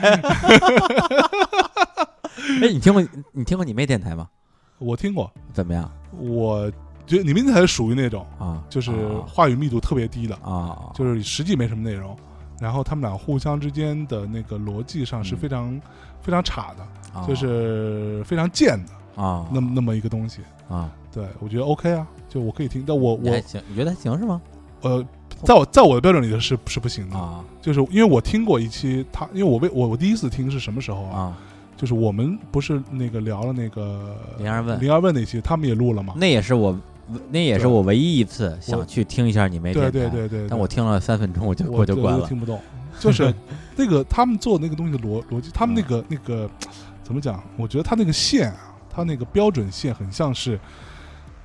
[SPEAKER 2] 哎，你听过你听过你妹电台吗？
[SPEAKER 1] 我听过，
[SPEAKER 2] 怎么样
[SPEAKER 1] 我觉得你们才是属于那种
[SPEAKER 2] 啊？
[SPEAKER 1] 就是
[SPEAKER 2] 啊
[SPEAKER 1] 话语密度特别低的。
[SPEAKER 2] 啊，
[SPEAKER 1] 就是实际没什么内容，然后他们俩互相之间的那个逻辑上是非常、非常差的，
[SPEAKER 2] 嗯啊
[SPEAKER 1] 就是非常贱的
[SPEAKER 2] 啊，
[SPEAKER 1] 那么那么一个东西。
[SPEAKER 2] 啊，
[SPEAKER 1] 对我觉得 OK 啊，就我可以听，但我
[SPEAKER 2] 你还
[SPEAKER 1] 我
[SPEAKER 2] 行，你觉得还行是吗？
[SPEAKER 1] 呃，在我在我的标准里是是不行的，
[SPEAKER 2] 啊
[SPEAKER 1] 就是因为我听过一期他，因为我为我我第一次听是什么时候啊？
[SPEAKER 2] 啊，
[SPEAKER 1] 就是我们不是那个聊了那个
[SPEAKER 2] 零二问
[SPEAKER 1] 零二问那期，他们也录了嘛？
[SPEAKER 2] 那也是我那也是
[SPEAKER 1] 对
[SPEAKER 2] 我唯一一次想
[SPEAKER 1] 我
[SPEAKER 2] 去听一下你妹电
[SPEAKER 1] 对
[SPEAKER 2] 台，
[SPEAKER 1] 对对对，
[SPEAKER 2] 但我听了三分钟我就
[SPEAKER 1] 我
[SPEAKER 2] 就
[SPEAKER 1] 对
[SPEAKER 2] 关
[SPEAKER 1] 我
[SPEAKER 2] 了。
[SPEAKER 1] 听不懂。 就是那个他们做那个东西的逻逻辑，他们那
[SPEAKER 2] 啊
[SPEAKER 1] 个那个怎么讲？我觉得他那个线啊，他那个标准线很像是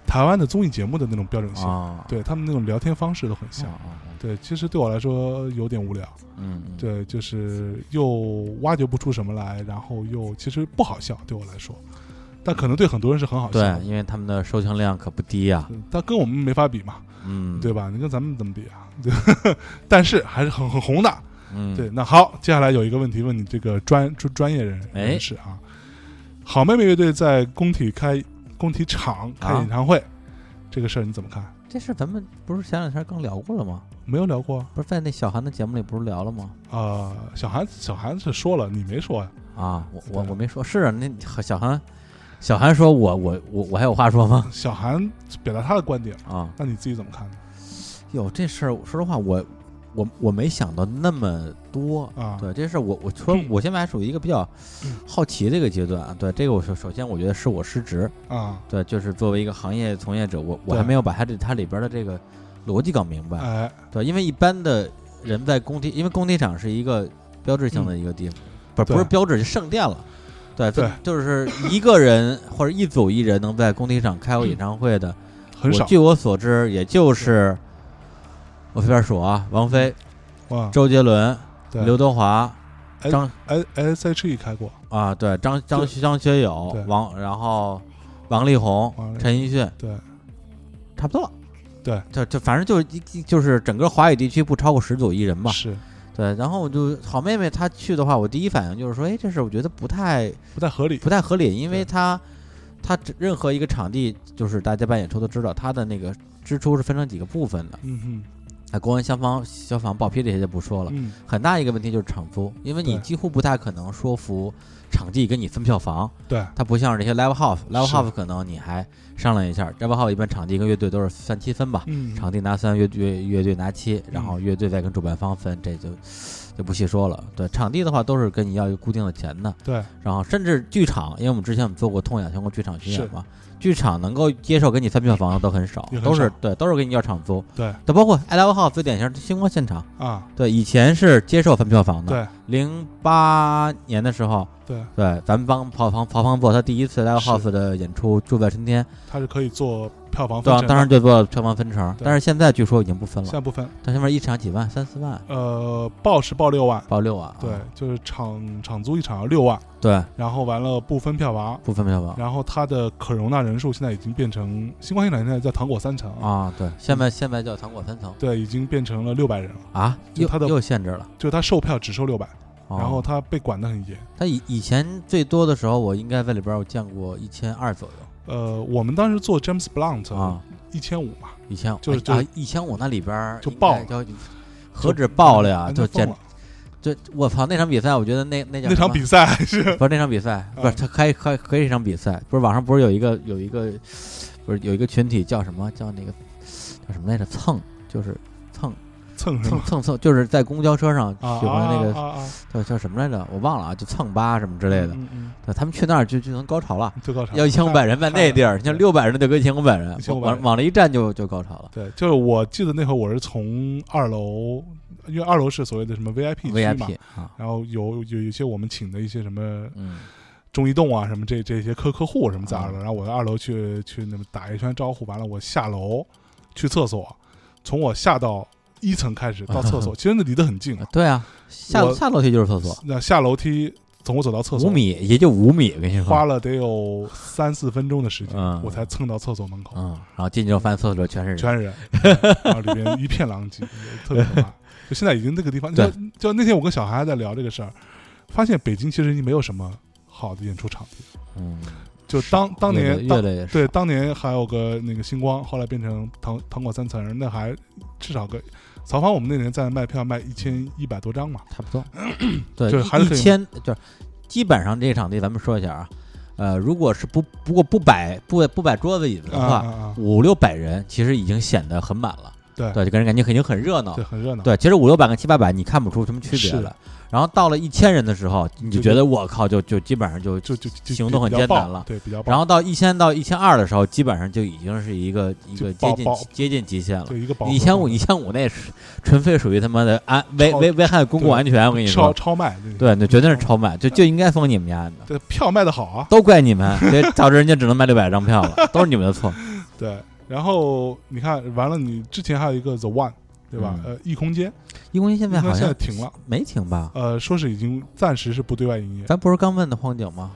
[SPEAKER 1] 台湾的综艺节目的那种标准线，
[SPEAKER 2] 啊，
[SPEAKER 1] 对他们那种聊天方式都很像。
[SPEAKER 2] 啊，啊啊
[SPEAKER 1] 对，其实对我来说有点无聊。
[SPEAKER 2] 嗯，嗯，
[SPEAKER 1] 对，就是又挖掘不出什么来，然后又其实不好笑，对我来说，但可能对很多人是很好笑的
[SPEAKER 2] 对，。因为他们的收听量可不低呀，
[SPEAKER 1] 嗯但跟我们没法比嘛，
[SPEAKER 2] 嗯，
[SPEAKER 1] 对吧？你跟咱们怎么比啊？ 对，但是还是很很红的。
[SPEAKER 2] 嗯，
[SPEAKER 1] 对，那好，接下来有一个问题问你这个专专专业人
[SPEAKER 2] 哎
[SPEAKER 1] 人士啊，好妹妹乐队在工体开工体场开
[SPEAKER 2] 啊
[SPEAKER 1] 演唱会，这个事儿你怎么看？
[SPEAKER 2] 这事咱们不是前两天刚聊过了吗？
[SPEAKER 1] 没有聊过啊、
[SPEAKER 2] 不是在那小韩的节目里不是聊了吗？
[SPEAKER 1] 呃小韩小韩是说了，你没说呀？
[SPEAKER 2] 啊，我我
[SPEAKER 1] 对
[SPEAKER 2] 我没说，是啊，那小韩，小韩说我我我我还有话说吗？
[SPEAKER 1] 小韩表达他的观点，
[SPEAKER 2] 啊，
[SPEAKER 1] 那你自己怎么看呢？
[SPEAKER 2] 哟，这事儿说实话，我我我没想到那么多。
[SPEAKER 1] 啊，
[SPEAKER 2] 对这事儿，我我说
[SPEAKER 1] 嗯
[SPEAKER 2] 我现在还属于一个比较好奇的一个阶段啊。对这个，我首首先我觉得是我失职，
[SPEAKER 1] 啊，
[SPEAKER 2] 对，就是作为一个行业从业者，我我
[SPEAKER 1] 对
[SPEAKER 2] 还没有把它这它里边的这个逻辑搞明白。
[SPEAKER 1] 哎，
[SPEAKER 2] 对，因为一般的人在工地，因为工地场是一个标志性的一个地方，不是
[SPEAKER 1] 对
[SPEAKER 2] 不是标志，是圣殿了。对，
[SPEAKER 1] 对
[SPEAKER 2] 就是一个人或者一组艺人能在工地场开过演唱会的，
[SPEAKER 1] 嗯很
[SPEAKER 2] 我
[SPEAKER 1] 少
[SPEAKER 2] 据我所知，也就是我随便数啊，王菲、
[SPEAKER 1] 啊。
[SPEAKER 2] 周杰伦、
[SPEAKER 1] 对
[SPEAKER 2] 刘德华、
[SPEAKER 1] 哎
[SPEAKER 2] 张
[SPEAKER 1] S S H E 开过，
[SPEAKER 2] 啊，对，张张张学友
[SPEAKER 1] 对、
[SPEAKER 2] 王，然后王力宏
[SPEAKER 1] 王力、宏
[SPEAKER 2] 陈奕迅，
[SPEAKER 1] 对，
[SPEAKER 2] 差不多了。
[SPEAKER 1] 对，
[SPEAKER 2] 就就反正就是一就是整个华语地区不超过十组艺人吧。
[SPEAKER 1] 是
[SPEAKER 2] 对，然后我就好妹妹她去的话，我第一反应就是说，哎，这事儿我觉得不太
[SPEAKER 1] 不太合理
[SPEAKER 2] 不太合理，因为
[SPEAKER 1] 对
[SPEAKER 2] 她她只任何一个场地，就是大家办演出都知道，她的那个支出是分成几个部分的。
[SPEAKER 1] 嗯
[SPEAKER 2] 啊，公安、消防、消防、报批这些就不说了
[SPEAKER 1] 哼，，嗯，
[SPEAKER 2] 很大一个问题就是场租，因为你
[SPEAKER 1] 对
[SPEAKER 2] 几乎不太可能说服场地跟你分票房，
[SPEAKER 1] 对，
[SPEAKER 2] 它不像这些 live house，live
[SPEAKER 1] 是
[SPEAKER 2] house 可能你还商量一下，live house 一般场地跟乐队都是三七分吧，
[SPEAKER 1] 嗯，
[SPEAKER 2] 场地拿三，乐乐乐队拿七，然后乐队再跟主办方分，这就就不细说了。对，场地的话都是跟你要一个固定的钱的，
[SPEAKER 1] 对，
[SPEAKER 2] 然后甚至剧场，因为我们之前我们做过痛仰全国剧场巡演
[SPEAKER 1] 是
[SPEAKER 2] 嘛，剧场能够接受给你分票房的都很少
[SPEAKER 1] 也，很
[SPEAKER 2] 都是
[SPEAKER 1] 少
[SPEAKER 2] 对，都是给你要场租。
[SPEAKER 1] 对
[SPEAKER 2] 对，包括爱达荷号最典型的星光现场，
[SPEAKER 1] 啊，
[SPEAKER 2] 对，以前是接受分票房的，
[SPEAKER 1] 对
[SPEAKER 2] 零八年的时候。
[SPEAKER 1] 对，
[SPEAKER 2] 对，咱们帮曹方曹方做他第一次 live
[SPEAKER 1] 是
[SPEAKER 2] house 的演出，住在春天，
[SPEAKER 1] 它是可以做票房
[SPEAKER 2] 对
[SPEAKER 1] 分
[SPEAKER 2] 啊，
[SPEAKER 1] 成的，
[SPEAKER 2] 当时就做票房分成，
[SPEAKER 1] 对
[SPEAKER 2] 但是现在据说已经不分了
[SPEAKER 1] 现，在不分，
[SPEAKER 2] 它下面一场几万，三四万，
[SPEAKER 1] 呃，报是报六万，
[SPEAKER 2] 报六万啊。
[SPEAKER 1] 对，就是场场租一场要六万，
[SPEAKER 2] 对，
[SPEAKER 1] 然后完了不分票房，
[SPEAKER 2] 不分票房
[SPEAKER 1] 然后它的可容纳人数现在已经变成星光现场现在叫糖果三层，
[SPEAKER 2] 啊。对，现在现在叫糖果三层
[SPEAKER 1] 对，已经变成了六百人了，
[SPEAKER 2] 啊，
[SPEAKER 1] 就
[SPEAKER 2] 又
[SPEAKER 1] 它的
[SPEAKER 2] 又限制了。
[SPEAKER 1] 就是它售票只收六百，
[SPEAKER 2] 哦
[SPEAKER 1] 然后它被管得很严。
[SPEAKER 2] 它以以前最多的时候，我应该在里边儿我见过一千二左右
[SPEAKER 1] 呃，我们当时做 James Blunt
[SPEAKER 2] 啊，
[SPEAKER 1] 一千五嘛，
[SPEAKER 2] 一千
[SPEAKER 1] 就是就
[SPEAKER 2] 啊一千五那里边儿
[SPEAKER 1] 就
[SPEAKER 2] 应该
[SPEAKER 1] 爆了
[SPEAKER 2] 叫何止爆了呀，
[SPEAKER 1] 哎
[SPEAKER 2] 就
[SPEAKER 1] 那疯
[SPEAKER 2] 简
[SPEAKER 1] 了。
[SPEAKER 2] 就我操那场比赛，我觉得那那叫
[SPEAKER 1] 那
[SPEAKER 2] 什
[SPEAKER 1] 场
[SPEAKER 2] 么
[SPEAKER 1] 比啊赛是
[SPEAKER 2] 不是那场比赛，不是他开开可以是一场比赛，不是网上不是有一个有一个不是有一个群体叫什么叫那个叫什么来着蹭就是蹭
[SPEAKER 1] 蹭什
[SPEAKER 2] 蹭
[SPEAKER 1] 么？
[SPEAKER 2] 蹭蹭，就是在公交车上
[SPEAKER 1] 啊
[SPEAKER 2] 喜欢那
[SPEAKER 1] 啊嗯
[SPEAKER 2] 个
[SPEAKER 1] 啊啊
[SPEAKER 2] 叫叫什么来着，我忘了啊，就蹭吧什么
[SPEAKER 1] 之
[SPEAKER 2] 之类的。对，他们去那儿就就能高潮了，
[SPEAKER 1] 最高潮
[SPEAKER 2] 要一千五百人在那地儿，像六百人就跟一千五百人，
[SPEAKER 1] 1500
[SPEAKER 2] 往往往那一站就就高潮了。
[SPEAKER 1] 对，就是我记得那会儿我是从二楼，因为二楼是所谓的什么 VIP 区嘛
[SPEAKER 2] VIP，啊，
[SPEAKER 1] 然后有有一些我们请的一些什么
[SPEAKER 2] 嗯，
[SPEAKER 1] 中移动啊什么这这些客客户什么在二楼，
[SPEAKER 2] 啊
[SPEAKER 1] 然后我在二楼去去那么打一圈招呼，完了我下楼去厕所，从我下到一层开始到厕所，其实那离得很近啊，
[SPEAKER 2] 对啊，下
[SPEAKER 1] 我
[SPEAKER 2] 下楼梯就是厕所，
[SPEAKER 1] 那下楼梯从我走到厕
[SPEAKER 2] 五
[SPEAKER 1] 所，
[SPEAKER 2] 米也就五米，我跟你
[SPEAKER 1] 花
[SPEAKER 2] 说，
[SPEAKER 1] 了得有三四分钟的时间，
[SPEAKER 2] 嗯
[SPEAKER 1] 我才蹭到厕所门口。
[SPEAKER 2] 嗯，然后进去之后发现厕所全是人，
[SPEAKER 1] 全是 人，然后里边一片狼藉，特别可怕。就现在已经那个地方，
[SPEAKER 2] 对
[SPEAKER 1] 就就那天我跟小孩还在聊这个事儿，发现北京其实已经没有什么好的演出场地。
[SPEAKER 2] 嗯，
[SPEAKER 1] 就当当
[SPEAKER 2] 越来
[SPEAKER 1] 年
[SPEAKER 2] 越
[SPEAKER 1] 当
[SPEAKER 2] 来越少
[SPEAKER 1] 对当年还有个那个星光，后来变成糖糖果三层，那还至少个曹芳，我们那年在卖票卖一千一百多张嘛，
[SPEAKER 2] 差不 多，对，
[SPEAKER 1] 就是还
[SPEAKER 2] 一
[SPEAKER 1] 是
[SPEAKER 2] 一
[SPEAKER 1] 可以
[SPEAKER 2] 千就是基本上这场地，咱们说一下啊，呃，如果是不不过不摆不不摆桌子椅子的
[SPEAKER 1] 啊
[SPEAKER 2] 话，
[SPEAKER 1] 啊啊，
[SPEAKER 2] 五六百人其实已经显得很满了，
[SPEAKER 1] 对
[SPEAKER 2] 对，就给人感觉肯定很热闹
[SPEAKER 1] 对，，啊很热闹，
[SPEAKER 2] 对，其实五六百跟七八百你看不出什么区别
[SPEAKER 1] 是
[SPEAKER 2] 来。然后到了一千人的时候，你就
[SPEAKER 1] 就
[SPEAKER 2] 觉得我靠，就就基本上就，
[SPEAKER 1] 就就就
[SPEAKER 2] 行动很
[SPEAKER 1] 比较
[SPEAKER 2] 艰难
[SPEAKER 1] 爆
[SPEAKER 2] 了
[SPEAKER 1] 对，比较爆，
[SPEAKER 2] 然后到一千到一千二的时候，基本上就已经是一个一
[SPEAKER 1] 就
[SPEAKER 2] 个接
[SPEAKER 1] 爆
[SPEAKER 2] 近
[SPEAKER 1] 爆
[SPEAKER 2] 接近极限了。
[SPEAKER 1] 就一个饱和
[SPEAKER 2] 一千五
[SPEAKER 1] 状
[SPEAKER 2] 一千五那是纯粹属于他妈的安危
[SPEAKER 1] 超
[SPEAKER 2] 危危害公共安全，我跟
[SPEAKER 1] 态
[SPEAKER 2] 你
[SPEAKER 1] 超
[SPEAKER 2] 说，
[SPEAKER 1] 超卖，那个
[SPEAKER 2] 对，那绝对是超卖，就就应该封你们家的。
[SPEAKER 1] 对票卖的好啊，
[SPEAKER 2] 都怪你们，这导致人家只能卖六百张票了，都是你们的错。
[SPEAKER 1] 对，然后你看完了，你之前还有一个 The One，对吧？
[SPEAKER 2] 嗯
[SPEAKER 1] 呃，异空间，
[SPEAKER 2] 一公斤现
[SPEAKER 1] 异
[SPEAKER 2] 在
[SPEAKER 1] 空间
[SPEAKER 2] 好
[SPEAKER 1] 现在
[SPEAKER 2] 像
[SPEAKER 1] 停了，
[SPEAKER 2] 没停吧？
[SPEAKER 1] 呃，说是已经暂时是不对外营业，
[SPEAKER 2] 咱不是刚问的荒井吗？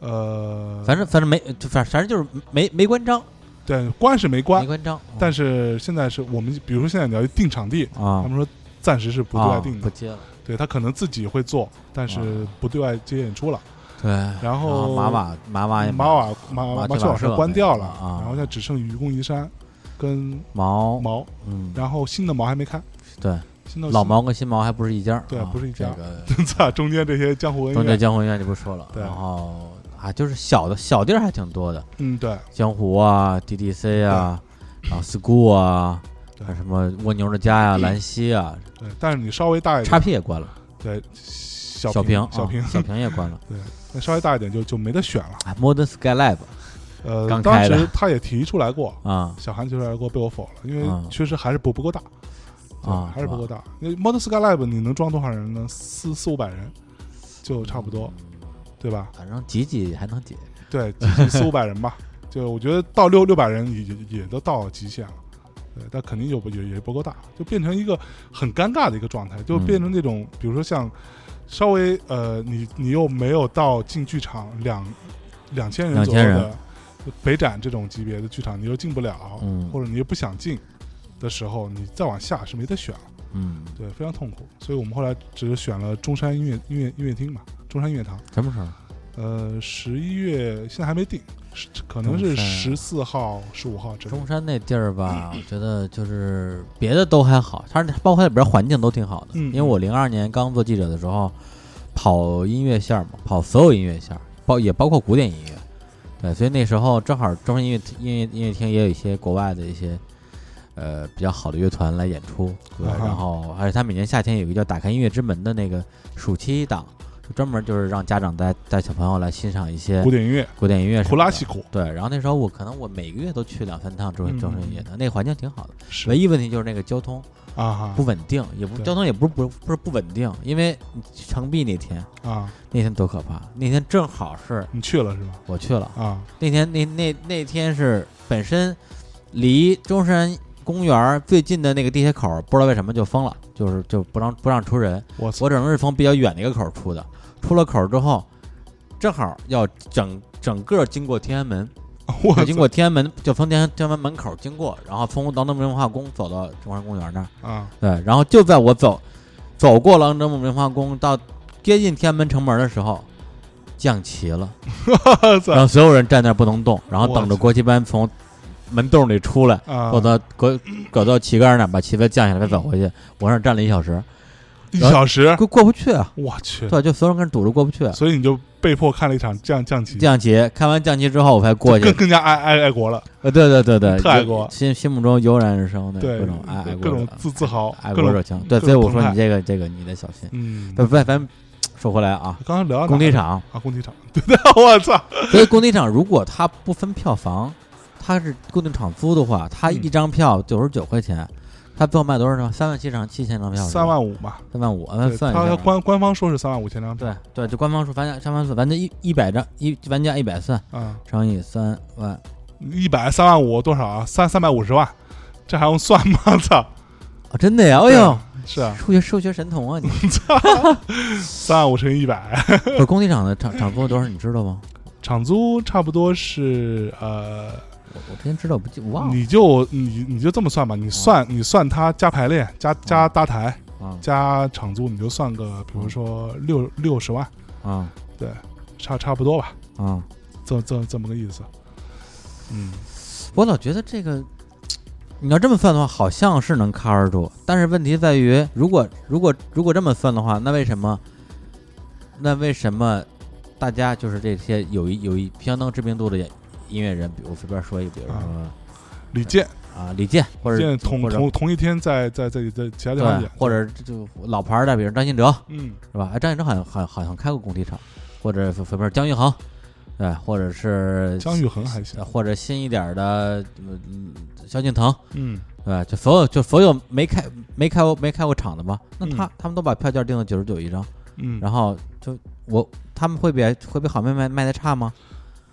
[SPEAKER 1] 呃，
[SPEAKER 2] 反正反正没，就反反正就是没没关张，
[SPEAKER 1] 对关是没
[SPEAKER 2] 没
[SPEAKER 1] 关，
[SPEAKER 2] 关张。
[SPEAKER 1] 但是现在是我们，比如说现在你要定场地，
[SPEAKER 2] 啊
[SPEAKER 1] 他，们说暂时是不对
[SPEAKER 2] 啊
[SPEAKER 1] 外定
[SPEAKER 2] 不
[SPEAKER 1] 的，
[SPEAKER 2] 接了。
[SPEAKER 1] 对他可能自己会做，但是
[SPEAKER 2] 啊
[SPEAKER 1] 不对外接演出了。
[SPEAKER 2] 对，然
[SPEAKER 1] 然后
[SPEAKER 2] 马瓦马瓦也
[SPEAKER 1] 马瓦马
[SPEAKER 2] 马
[SPEAKER 1] 马
[SPEAKER 2] 特
[SPEAKER 1] 雀
[SPEAKER 2] 瓦
[SPEAKER 1] 老师
[SPEAKER 2] 舍
[SPEAKER 1] 关
[SPEAKER 2] 那
[SPEAKER 1] 掉
[SPEAKER 2] 个
[SPEAKER 1] 了，
[SPEAKER 2] 啊
[SPEAKER 1] 然后现在只剩愚公移山跟
[SPEAKER 2] 毛
[SPEAKER 1] 毛，
[SPEAKER 2] 嗯，
[SPEAKER 1] 然后新的毛还没看，
[SPEAKER 2] 对，
[SPEAKER 1] 新的
[SPEAKER 2] 老，毛跟新毛还不是一家儿，
[SPEAKER 1] 对
[SPEAKER 2] 啊
[SPEAKER 1] 不是一家儿
[SPEAKER 2] 这个
[SPEAKER 1] 操，中间这些江湖恩
[SPEAKER 2] 中正
[SPEAKER 1] 怨，
[SPEAKER 2] 江湖医院就不说了，
[SPEAKER 1] 对
[SPEAKER 2] 然后啊，就是小的小地儿还挺多的，
[SPEAKER 1] 嗯，对，
[SPEAKER 2] 江湖啊，DDC 啊，然后 school 啊，
[SPEAKER 1] 对
[SPEAKER 2] 还有什么蜗牛的家呀、
[SPEAKER 1] 嗯
[SPEAKER 2] 兰溪啊，
[SPEAKER 1] 对，但是你稍微大一
[SPEAKER 2] 叉
[SPEAKER 1] 点，
[SPEAKER 2] P 也关了，
[SPEAKER 1] 对，哎小
[SPEAKER 2] 小
[SPEAKER 1] 平
[SPEAKER 2] 平
[SPEAKER 1] 小
[SPEAKER 2] 啊小平也关了，
[SPEAKER 1] 那稍微大一点就就没得选了。
[SPEAKER 2] 啊，Modern Skylab
[SPEAKER 1] 呃，
[SPEAKER 2] 刚
[SPEAKER 1] 当
[SPEAKER 2] 开的
[SPEAKER 1] 时他也提出来过，
[SPEAKER 2] 啊
[SPEAKER 1] 小韩提出来过，被我否了，因
[SPEAKER 2] 嗯
[SPEAKER 1] 为确实还是不不够大对
[SPEAKER 2] 啊，
[SPEAKER 1] 还是不够
[SPEAKER 2] 吧
[SPEAKER 1] 大。那 Model Skylab 你能装多少人呢？四四五百人就差不
[SPEAKER 2] 嗯
[SPEAKER 1] 多，对吧？
[SPEAKER 2] 反正挤挤还能挤，
[SPEAKER 1] 对，几几四五百人吧。 就我觉得到六六百人也也也都到极限了，对，但肯定就不也也不够大，就变成一个很尴尬的一个状态，就
[SPEAKER 2] 嗯
[SPEAKER 1] 变成那种，比如说像稍微呃，你你又没有到进剧场两两千人
[SPEAKER 2] 2000
[SPEAKER 1] 左右
[SPEAKER 2] 人
[SPEAKER 1] 的北展这种级别的剧场，你又进不了，
[SPEAKER 2] 嗯
[SPEAKER 1] 哦或者你又不想进的时候，你再往下是没得选了，
[SPEAKER 2] 嗯，
[SPEAKER 1] 对，非常痛苦。所以我们后来只是选了中山音乐音乐音乐厅嘛，中山音乐堂。
[SPEAKER 2] 什么时候？
[SPEAKER 1] 呃，十一月现在还没定，是可能是
[SPEAKER 2] 中山
[SPEAKER 1] 十四号、十五号之类的
[SPEAKER 2] 中山那地儿吧，我觉得就是别的都还好，它包括它里边环境都挺好的。
[SPEAKER 1] 嗯
[SPEAKER 2] 因为我零二年刚做记者的时候，跑音乐线儿嘛，跑所有音乐线儿，包也包括古典音乐。对，所以那时候正好中山音乐音乐音乐厅也有一些国外的一些呃比较好的乐团来演出，对，
[SPEAKER 1] 啊哈
[SPEAKER 2] 然后而且他每年夏天有一个叫“打开音乐之门”的那个暑期档，就专门就是让家长带带小朋友来欣赏一些
[SPEAKER 1] 古典音乐，
[SPEAKER 2] 古典音乐什么的，
[SPEAKER 1] 库拉西库
[SPEAKER 2] 对，然后那时候我可能我每个月都去两三趟中
[SPEAKER 1] 嗯
[SPEAKER 2] 中山音乐堂，那个环境挺好的。
[SPEAKER 1] 是
[SPEAKER 2] 唯一问题就是那个交通
[SPEAKER 1] 啊
[SPEAKER 2] 不稳定，也不
[SPEAKER 1] 对
[SPEAKER 2] 交通也不是不不是不稳定，因为你去长臂那天
[SPEAKER 1] 哈啊，
[SPEAKER 2] 那天多可怕，那天正好是
[SPEAKER 1] 你去了是吧？
[SPEAKER 2] 我去了，
[SPEAKER 1] 啊，
[SPEAKER 2] 那天那那那天是本身离中山公园最近的那个地铁口，不知道为什么就封了，就是就不让不让出人，
[SPEAKER 1] 我操
[SPEAKER 2] 我只能是从比较远的一个口出的，出了口之后，正好要整整个经过天安门。
[SPEAKER 1] 我
[SPEAKER 2] 就
[SPEAKER 1] 操
[SPEAKER 2] 经过天安门，就从天安天安门门口经过，然后从廊州文化宫走到中山公园那儿。
[SPEAKER 1] 啊，
[SPEAKER 2] 对，然后就在我走走过廊州文化宫到接近天安门城门的时候，降旗了，
[SPEAKER 1] 我
[SPEAKER 2] 然
[SPEAKER 1] 操
[SPEAKER 2] 后所有人站那儿不能动，然后等
[SPEAKER 1] 我
[SPEAKER 2] 着
[SPEAKER 1] 操
[SPEAKER 2] 国旗班从门洞里出来，
[SPEAKER 1] 啊
[SPEAKER 2] 走，到国走到旗杆那儿把旗子降下来再走回去。我那儿站了一小时，
[SPEAKER 1] 啊一小时，
[SPEAKER 2] 过过不去啊，
[SPEAKER 1] 我去，
[SPEAKER 2] 对，就所有人跟堵着过不去。啊
[SPEAKER 1] 所以你就被迫看了一场降降旗，
[SPEAKER 2] 降旗，看完降旗之后我才过去
[SPEAKER 1] 更，更加爱爱爱国了，
[SPEAKER 2] 呃，对对对对，
[SPEAKER 1] 特爱国
[SPEAKER 2] 心心目中油然而生的
[SPEAKER 1] 对
[SPEAKER 2] 各种爱爱，
[SPEAKER 1] 各
[SPEAKER 2] 国
[SPEAKER 1] 种
[SPEAKER 2] 者
[SPEAKER 1] 自自豪，
[SPEAKER 2] 爱
[SPEAKER 1] 各
[SPEAKER 2] 国
[SPEAKER 1] 种
[SPEAKER 2] 热情。对，
[SPEAKER 1] 各
[SPEAKER 2] 所以我
[SPEAKER 1] 澎
[SPEAKER 2] 说
[SPEAKER 1] 湃
[SPEAKER 2] 你这个这个你得小心。呃
[SPEAKER 1] 嗯，
[SPEAKER 2] 不不，咱们说回来啊，
[SPEAKER 1] 刚刚聊到
[SPEAKER 2] 工
[SPEAKER 1] 哪
[SPEAKER 2] 体
[SPEAKER 1] 儿
[SPEAKER 2] 场，
[SPEAKER 1] 啊，工体场，对 的，我操，
[SPEAKER 2] 所以工体场如果它不分票房，它是固定场租的话，它一
[SPEAKER 1] 嗯
[SPEAKER 2] 张票九十九块钱，它最后卖多少张？三万七张七千张票是吧，
[SPEAKER 1] 三万五嘛，
[SPEAKER 2] 三万五，啊
[SPEAKER 1] 对
[SPEAKER 2] 算
[SPEAKER 1] 他
[SPEAKER 2] 一下
[SPEAKER 1] 他
[SPEAKER 2] 啊。
[SPEAKER 1] 官官方说是三万五千张票
[SPEAKER 2] 对对，就官方说，反正三万四，咱就一一百张一玩家一百算
[SPEAKER 1] 啊，
[SPEAKER 2] 乘以三万，
[SPEAKER 1] 一百三万五多少啊？三三百五十万，这还用算吗？ 操！
[SPEAKER 2] 哦，真的呀！哎呦，
[SPEAKER 1] 是啊，
[SPEAKER 2] 数学数学神童 啊你！
[SPEAKER 1] 三万五乘以一百，
[SPEAKER 2] 不是工体场的场场租多少？你知道吗？
[SPEAKER 1] 场租差不多是呃，
[SPEAKER 2] 我我之前知道不记我忘了
[SPEAKER 1] 你就你你就这么算吧，你
[SPEAKER 2] 哦
[SPEAKER 1] 算你算它加排练加加搭台
[SPEAKER 2] 啊
[SPEAKER 1] 加场租，你就算个比如说六六十万，
[SPEAKER 2] 啊
[SPEAKER 1] 差差不多吧，
[SPEAKER 2] 啊！
[SPEAKER 1] 这这这么个意思。嗯，
[SPEAKER 2] 我老觉得这个，你要这么算的话，好像是能 cover 住，但是问题在于，如果如果如果这么算的话，那为什么？那为什么大家就是这些有一有一相当知名度的演音乐人，比如我随便说一，比如
[SPEAKER 1] 啊
[SPEAKER 2] 说
[SPEAKER 1] 李健，
[SPEAKER 2] 啊李健，或
[SPEAKER 1] 李
[SPEAKER 2] 者
[SPEAKER 1] 健同
[SPEAKER 2] 或者
[SPEAKER 1] 同同一天在在在在其他地方
[SPEAKER 2] 对
[SPEAKER 1] 演，，
[SPEAKER 2] 或者就老牌儿的，比如张信哲，
[SPEAKER 1] 嗯
[SPEAKER 2] 是吧？哎，张信哲好像好像好像开过工体场，或者随随便姜育恒，对，或者是
[SPEAKER 1] 姜育恒还行
[SPEAKER 2] 呃，或者新一点儿的，嗯，萧敬腾，
[SPEAKER 1] 嗯
[SPEAKER 2] 对吧，就所有就所有没开没开过没开过场的嘛，那他、
[SPEAKER 1] 嗯
[SPEAKER 2] 他们都把票价定到九十九一张，
[SPEAKER 1] 嗯，
[SPEAKER 2] 然后就我他们会比会比好妹卖卖的差吗？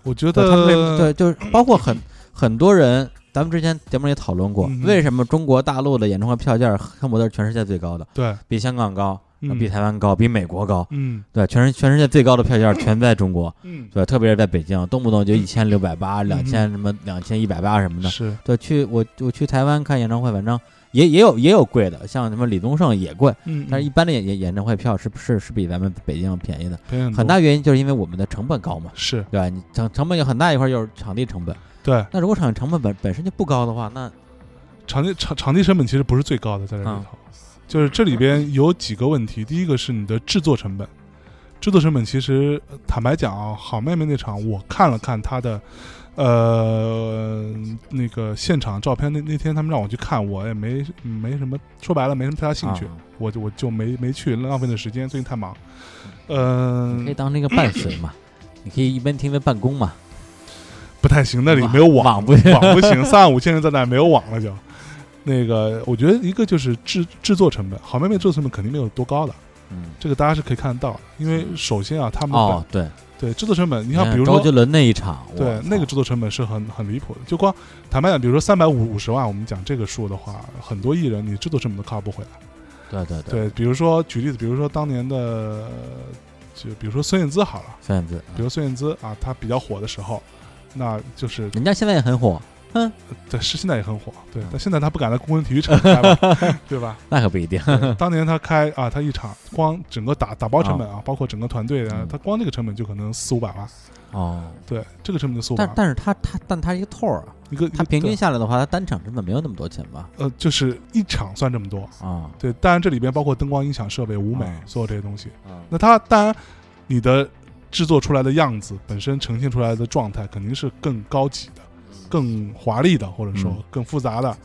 [SPEAKER 1] 我觉
[SPEAKER 2] 对，他们为
[SPEAKER 1] 得
[SPEAKER 2] 对就是包括很很多人，咱们之前节目里也讨论过，
[SPEAKER 1] 嗯哼
[SPEAKER 2] 为什么中国大陆的演唱会票价恨不得是全世界最高的，
[SPEAKER 1] 对
[SPEAKER 2] 比香港高，
[SPEAKER 1] 嗯
[SPEAKER 2] 比台湾高，比美国高，
[SPEAKER 1] 嗯
[SPEAKER 2] 对，全世全世界最高的票价全在中国，
[SPEAKER 1] 嗯，
[SPEAKER 2] 对，特别是在北京，动不动就一千六百八、两
[SPEAKER 1] 嗯
[SPEAKER 2] 千什么两千一百八什么的。
[SPEAKER 1] 是，
[SPEAKER 2] 对，去我我去台湾看演唱会，反正也也有也有贵的，像什么李宗盛也贵，
[SPEAKER 1] 嗯，
[SPEAKER 2] 但是一
[SPEAKER 1] 嗯
[SPEAKER 2] 般的演演演唱会票是是是比咱们北京便宜的，
[SPEAKER 1] 便宜嗯很
[SPEAKER 2] 很
[SPEAKER 1] 多
[SPEAKER 2] 大原因就是因为我们的成本高嘛，
[SPEAKER 1] 是
[SPEAKER 2] 对吧？你成成本有很大一块就是场地成本，
[SPEAKER 1] 对
[SPEAKER 2] 那如果场成本本本身就不高的话，那
[SPEAKER 1] 场地场场地成本其实不是最高的，在这里头，就是这里边有几个问题。第一个是你的制作成本，制作成本其实呃坦白讲啊，好妹妹那场我看了看她的，呃，那个现场照片，那那天他们让我去看，我也没没什么，说白了没什么太大兴趣，
[SPEAKER 2] 啊
[SPEAKER 1] 我就我就没没去，浪费的时间，最近太忙。嗯、
[SPEAKER 2] 可以当那个伴随嘛，你可以一边听着办公嘛，
[SPEAKER 1] 不太行，那里
[SPEAKER 2] 网
[SPEAKER 1] 没有网，
[SPEAKER 2] 网不行
[SPEAKER 1] 网不行，三万五千人在那没有网了就。那个，我觉得一个就是制制作成本，好妹妹制作成本肯定没有多高的，
[SPEAKER 2] 嗯，
[SPEAKER 1] 这个大家是可以看得到的。因为首先啊，他们的、
[SPEAKER 2] 哦对，
[SPEAKER 1] 对制作成本，你
[SPEAKER 2] 你
[SPEAKER 1] 像比如
[SPEAKER 2] 周
[SPEAKER 1] 说
[SPEAKER 2] 杰伦那一场，我
[SPEAKER 1] 对
[SPEAKER 2] 操
[SPEAKER 1] 那个制作成本是很很离谱的，就光坦白讲，比如说三百五五十万，我们讲这个数的话，很多艺人你制作成本都 cover 不回来。
[SPEAKER 2] 对对对，
[SPEAKER 1] 对，比如说举例子，比如说当年的，就比如说孙燕姿好了，
[SPEAKER 2] 孙燕姿，
[SPEAKER 1] 比如孙燕姿啊，她比较火的时候，那就是
[SPEAKER 2] 人家现在也很火，
[SPEAKER 1] 对，是现在也很火，对
[SPEAKER 2] 嗯，
[SPEAKER 1] 但现在他不敢在工人体育场开 吧，对吧？
[SPEAKER 2] 那可不一定。
[SPEAKER 1] 对当年他开啊，他一场光整个打打包成本啊，包括整个团队啊
[SPEAKER 2] 嗯，
[SPEAKER 1] 他光这个成本就可能四五百万，
[SPEAKER 2] 哦，
[SPEAKER 1] 对，这个成本就四五百
[SPEAKER 2] 但
[SPEAKER 1] 万，
[SPEAKER 2] 但是他他但他一个 tour，啊
[SPEAKER 1] 一个一
[SPEAKER 2] 他
[SPEAKER 1] 个
[SPEAKER 2] 平均
[SPEAKER 1] 对
[SPEAKER 2] 下来的话，他单场成本没有那么多钱吧？
[SPEAKER 1] 呃就是一场算这么多，
[SPEAKER 2] 啊
[SPEAKER 1] 对，当然这里边包括灯光、音响、设备、舞美
[SPEAKER 2] 嗯
[SPEAKER 1] 所有这些东西，
[SPEAKER 2] 啊
[SPEAKER 1] 那他当然你的制作出来的样子本身呈现出来的状态肯定是更高级的、更华丽的，或者说
[SPEAKER 2] 嗯
[SPEAKER 1] 更复杂的、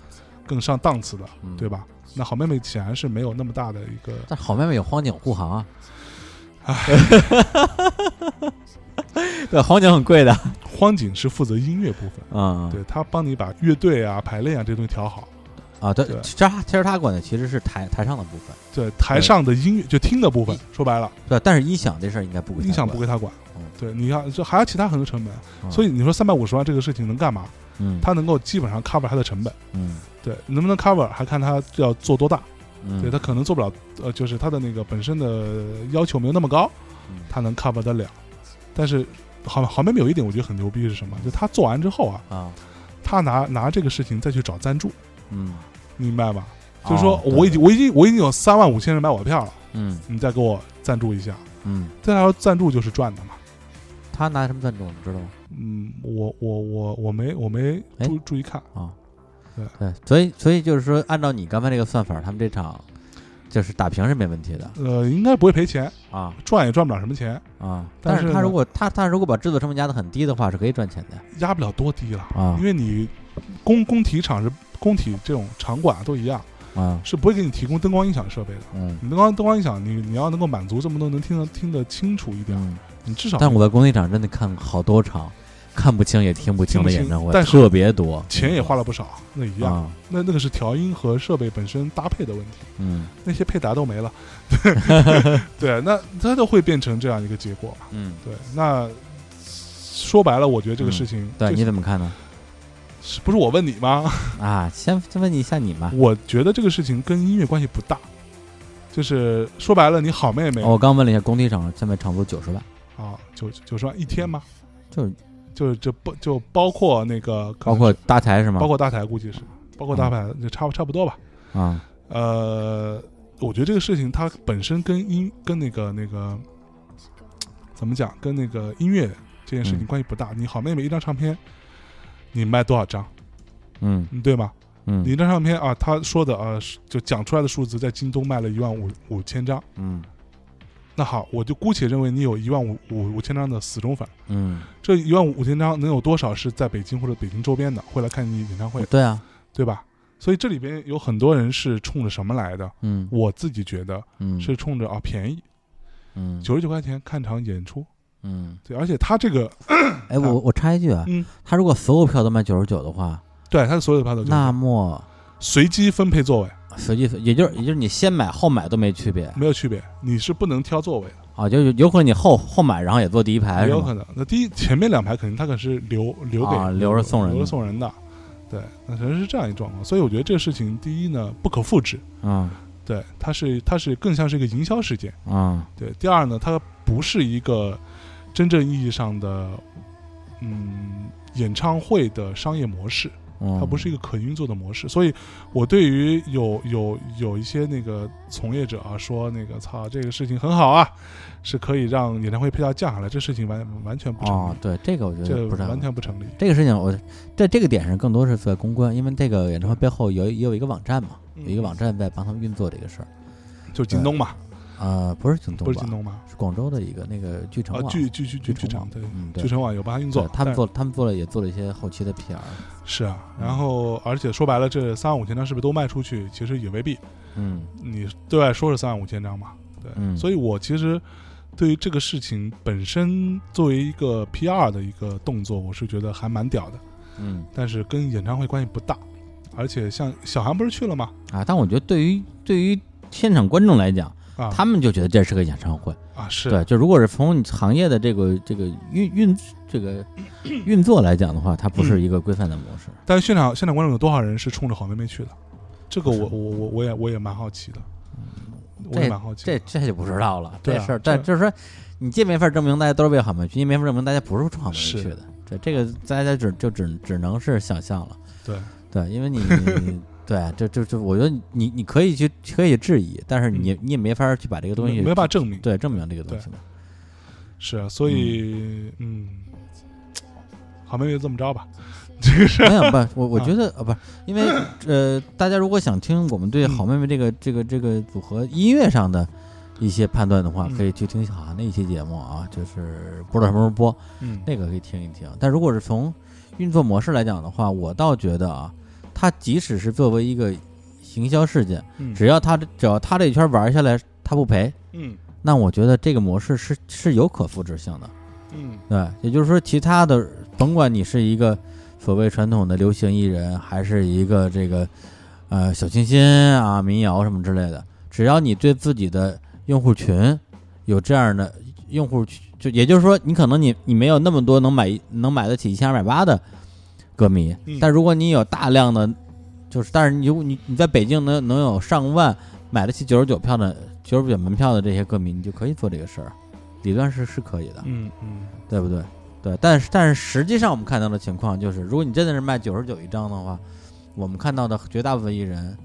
[SPEAKER 1] 更上档次的，
[SPEAKER 2] 嗯
[SPEAKER 1] 对吧？那好妹妹显然是没有那么大的一个
[SPEAKER 2] 但好妹妹有黄景护航啊。 对，黄景很贵的，
[SPEAKER 1] 荒井是负责音乐部分，
[SPEAKER 2] 嗯，
[SPEAKER 1] 对他帮你把乐队啊、排练啊这些东西调好。
[SPEAKER 2] 啊，对，
[SPEAKER 1] 对
[SPEAKER 2] 其实他其实他管的其实是台台上的部分，
[SPEAKER 1] 对台上的音乐就听的部分，说白了，
[SPEAKER 2] 对，但是音响这事儿应该不归他
[SPEAKER 1] 音响不
[SPEAKER 2] 管
[SPEAKER 1] 归他管
[SPEAKER 2] 嗯。
[SPEAKER 1] 对，你要这还有其他很多成
[SPEAKER 2] 嗯
[SPEAKER 1] 本，所以你说三百五十万这个事情能干嘛？
[SPEAKER 2] 嗯，
[SPEAKER 1] 他能够基本上 cover 他的成本，
[SPEAKER 2] 嗯
[SPEAKER 1] 对，能不能 cover 还看他要做多大。
[SPEAKER 2] 嗯，
[SPEAKER 1] 对他可能做不了，呃，就是他的那个本身的要求没有那么高
[SPEAKER 2] 嗯，
[SPEAKER 1] 他能 cover 得了。但是好好妹妹有一点我觉得很牛逼是什么？就他做完之后啊，
[SPEAKER 2] 啊，
[SPEAKER 1] 他拿拿这个事情再去找赞助，
[SPEAKER 2] 嗯，
[SPEAKER 1] 明白吧？就是说
[SPEAKER 2] 哦
[SPEAKER 1] 我已经，
[SPEAKER 2] 对
[SPEAKER 1] 我已经我已经有三万五千人买我的票了，
[SPEAKER 2] 嗯
[SPEAKER 1] 你再给我赞助一下。
[SPEAKER 2] 嗯，
[SPEAKER 1] 对他来说赞助就是赚的嘛。
[SPEAKER 2] 他拿什么赞助你知道吗？
[SPEAKER 1] 嗯，我我我我没我没
[SPEAKER 2] 哎
[SPEAKER 1] 注注意看，
[SPEAKER 2] 啊，
[SPEAKER 1] 对
[SPEAKER 2] 对，所以所以就是说，按照你刚才这个算法，他们这场就是打平是没问题的
[SPEAKER 1] 呃，应该不会赔钱，
[SPEAKER 2] 啊
[SPEAKER 1] 赚也赚不了什么钱，
[SPEAKER 2] 啊。
[SPEAKER 1] 但
[SPEAKER 2] 但
[SPEAKER 1] 是
[SPEAKER 2] 是他
[SPEAKER 1] 呢
[SPEAKER 2] 如果他他如果把制作成本压得很低的话，是可以赚钱的呀
[SPEAKER 1] 压不了多低了，
[SPEAKER 2] 啊
[SPEAKER 1] 因为你工工体场是工体这种场馆都一样，
[SPEAKER 2] 啊
[SPEAKER 1] 是不会给你提供灯光音响设备的。
[SPEAKER 2] 嗯
[SPEAKER 1] 你灯光灯光音响，你你要能够满足这么多能听得听得清楚一点，
[SPEAKER 2] 嗯。
[SPEAKER 1] 你至少
[SPEAKER 2] 但我在工体场真的看好多场，看不清也听不清的演
[SPEAKER 1] 听
[SPEAKER 2] 唱会
[SPEAKER 1] 不清，但是
[SPEAKER 2] 特别多，
[SPEAKER 1] 钱也花了不少，那一样。
[SPEAKER 2] 啊，
[SPEAKER 1] 那那个是调音和设备本身搭配的问题。
[SPEAKER 2] 嗯
[SPEAKER 1] 那些配搭都 没了，对，那它就会变成这样一个结果嘛。
[SPEAKER 2] 嗯，
[SPEAKER 1] 对，那说白了，我觉得这个事情，
[SPEAKER 2] 嗯对，
[SPEAKER 1] 这
[SPEAKER 2] 你怎么看呢？
[SPEAKER 1] 是不是我问你吗？
[SPEAKER 2] 啊，先先问一下你吧。
[SPEAKER 1] 我觉得这个事情跟音乐关系不大，就是说白了，你好妹妹、
[SPEAKER 2] 哦我刚问了一下，工体场现在场租九十万，
[SPEAKER 1] 啊，九九十万一天吗？
[SPEAKER 2] 就是
[SPEAKER 1] 就是这不就包括那个，可
[SPEAKER 2] 包
[SPEAKER 1] 能
[SPEAKER 2] 括嗯搭台是吗？
[SPEAKER 1] 包括大台，估计是包括大牌，就差不差不多吧。
[SPEAKER 2] 啊，
[SPEAKER 1] 呃，我觉得这个事情它本身跟音跟那个那个怎么讲，跟那个音乐这件事情
[SPEAKER 2] 嗯
[SPEAKER 1] 关系不大。你好妹妹一张唱片，你卖多少张，
[SPEAKER 2] 嗯
[SPEAKER 1] 嗯对吗？
[SPEAKER 2] 嗯
[SPEAKER 1] 你一张唱片啊，他说的啊，是就讲出来的数字，在京东卖了一万五五千张。
[SPEAKER 2] 嗯
[SPEAKER 1] 那好，我就姑且认为你有一万五五五千张的死忠粉。
[SPEAKER 2] 嗯，
[SPEAKER 1] 这一万五五千张能有多少是在北京或者北京周边的，会来看你演唱会，
[SPEAKER 2] 对啊，
[SPEAKER 1] 对吧？所以这里边有很多人是冲着什么来的？
[SPEAKER 2] 嗯
[SPEAKER 1] 我自己觉得
[SPEAKER 2] 嗯
[SPEAKER 1] 是冲着啊便宜，
[SPEAKER 2] 嗯
[SPEAKER 1] 九十九块钱看场演出，
[SPEAKER 2] 嗯，
[SPEAKER 1] 对，而且他这个，
[SPEAKER 2] 哎，我我插一句啊，
[SPEAKER 1] 嗯，
[SPEAKER 2] 他如果所有票都卖九十九的话，
[SPEAKER 1] 对，他的所有的票都
[SPEAKER 2] 那么
[SPEAKER 1] 随机分配座位
[SPEAKER 2] 随机也就是也就是你先买后买都没区别
[SPEAKER 1] 没有区别，你是不能挑座位的，
[SPEAKER 2] 啊，就是有可能你后后买然后也坐第一排
[SPEAKER 1] 也
[SPEAKER 2] 哎是
[SPEAKER 1] 有
[SPEAKER 2] 吗？
[SPEAKER 1] 可能。那第一前面两排肯定他可是留留给、
[SPEAKER 2] 啊留着送人的
[SPEAKER 1] 留着送人的，对，那可能是这样一状况。所以我觉得这个事情，第一呢不可复制，
[SPEAKER 2] 嗯
[SPEAKER 1] 对，它是它是更像是一个营销事件。
[SPEAKER 2] 啊，
[SPEAKER 1] 对，第二呢，它不是一个真正意义上的嗯演唱会的商业模式，它
[SPEAKER 2] 它
[SPEAKER 1] 不是一个可运作的模式。所以，我对于有有有一些那个从业者啊说那个操这个事情很好啊，是可以让演唱会票价降下来，这事情完完全不成立，
[SPEAKER 2] 哦，对这个我觉
[SPEAKER 1] 这
[SPEAKER 2] 得不是很
[SPEAKER 1] 完全不成立。
[SPEAKER 2] 这个事情我，在这个点上更多是在公关，因为这个演唱会背后有也有一个网站嘛，
[SPEAKER 1] 嗯
[SPEAKER 2] 有一个网站在帮他们运作这个事儿。
[SPEAKER 1] 就京东嘛，
[SPEAKER 2] 呃，不是京东
[SPEAKER 1] 不
[SPEAKER 2] 吧？
[SPEAKER 1] 是京东嘛？
[SPEAKER 2] 是广州的一个那个剧城
[SPEAKER 1] 啊，
[SPEAKER 2] 网，
[SPEAKER 1] 剧剧剧剧剧
[SPEAKER 2] 剧
[SPEAKER 1] 场
[SPEAKER 2] 场
[SPEAKER 1] 对。
[SPEAKER 2] 嗯，对
[SPEAKER 1] 剧，城网有帮他运作
[SPEAKER 2] 对，他们
[SPEAKER 1] 但
[SPEAKER 2] 做，他们做了也做了一些后期的 PR，
[SPEAKER 1] 是啊，
[SPEAKER 2] 嗯
[SPEAKER 1] 然后而且说白了，这三万五千张是不是都卖出去？其实也未必，
[SPEAKER 2] 嗯
[SPEAKER 1] 你对外说是三万五千张嘛，对，
[SPEAKER 2] 嗯
[SPEAKER 1] 所以我其实对于这个事情本身作为一个 PR 的一个动作，我是觉得还蛮屌的，
[SPEAKER 2] 嗯
[SPEAKER 1] 但是跟演唱会关系不大。而且像小韩不是去了吗？
[SPEAKER 2] 啊，但我觉得对于对于现场观众来讲，
[SPEAKER 1] 啊，
[SPEAKER 2] 他们就觉得这是个演唱会，
[SPEAKER 1] 啊是
[SPEAKER 2] 对，就如果是从你行业的这个这个运运 这个运作来讲的话，它
[SPEAKER 1] 嗯
[SPEAKER 2] 不是一个规范的模式，
[SPEAKER 1] 但是现场现场观众有多少人是冲着好妹妹去的？这个
[SPEAKER 2] 不是
[SPEAKER 1] 我我我我也我也蛮好奇的，我也
[SPEAKER 2] 这
[SPEAKER 1] 蛮好奇的
[SPEAKER 2] 嗯这这就不知道了，
[SPEAKER 1] 对啊
[SPEAKER 2] 这事儿，
[SPEAKER 1] 这
[SPEAKER 2] 但就是说，你这没法证明大家都是为好门去，你没法证明大家不是冲好门
[SPEAKER 1] 是
[SPEAKER 2] 去的，这这个大家只就只只能是想象了，
[SPEAKER 1] 对
[SPEAKER 2] 对，因为你 你对，这这这，我觉得你你可以去可以质疑，但是你也你也没法去把这个东西
[SPEAKER 1] 嗯没没办法证明。
[SPEAKER 2] 对证明这个东西嘛，
[SPEAKER 1] 是啊，所以嗯，好妹妹就这么着吧，这个是
[SPEAKER 2] 没有不，我我觉 得呃不是，因为呃，大家如果想听我们对好妹妹这个
[SPEAKER 1] 嗯
[SPEAKER 2] 这个这个组合音乐上的一些判断的话，
[SPEAKER 1] 嗯
[SPEAKER 2] 可以去听小韩那一期节目啊，就是不知道什么时候播，
[SPEAKER 1] 嗯
[SPEAKER 2] 那个可以听一听。但如果是从运作模式来讲的话，我倒觉得啊，它即使是作为一个行销事件，
[SPEAKER 1] 嗯
[SPEAKER 2] 只要他只要他这一圈玩下来，他不赔，
[SPEAKER 1] 嗯
[SPEAKER 2] 那我觉得这个模式是是有可复制性的。
[SPEAKER 1] 嗯
[SPEAKER 2] 对，也就是说，其他的甭管你是一个所谓传统的流行艺人，还是一个这个呃小清新啊、民谣什么之类的，只要你对自己的用户群有这样的用户群，就也就是说，你可能你你没有那么多能买能买得起一千二百八的歌迷，
[SPEAKER 1] 嗯
[SPEAKER 2] 但如果你有大量的，就是但是你如果你你在北京能能有上万买得起九十九票的九十九门票的这些歌迷，你就可以做这个事儿，理论是是可以的。
[SPEAKER 1] 嗯嗯，
[SPEAKER 2] 对不对？对，但是但是实际上我们看到的情况就是，如果你真的是卖九十九一张的话，我们看到的绝大部分艺人，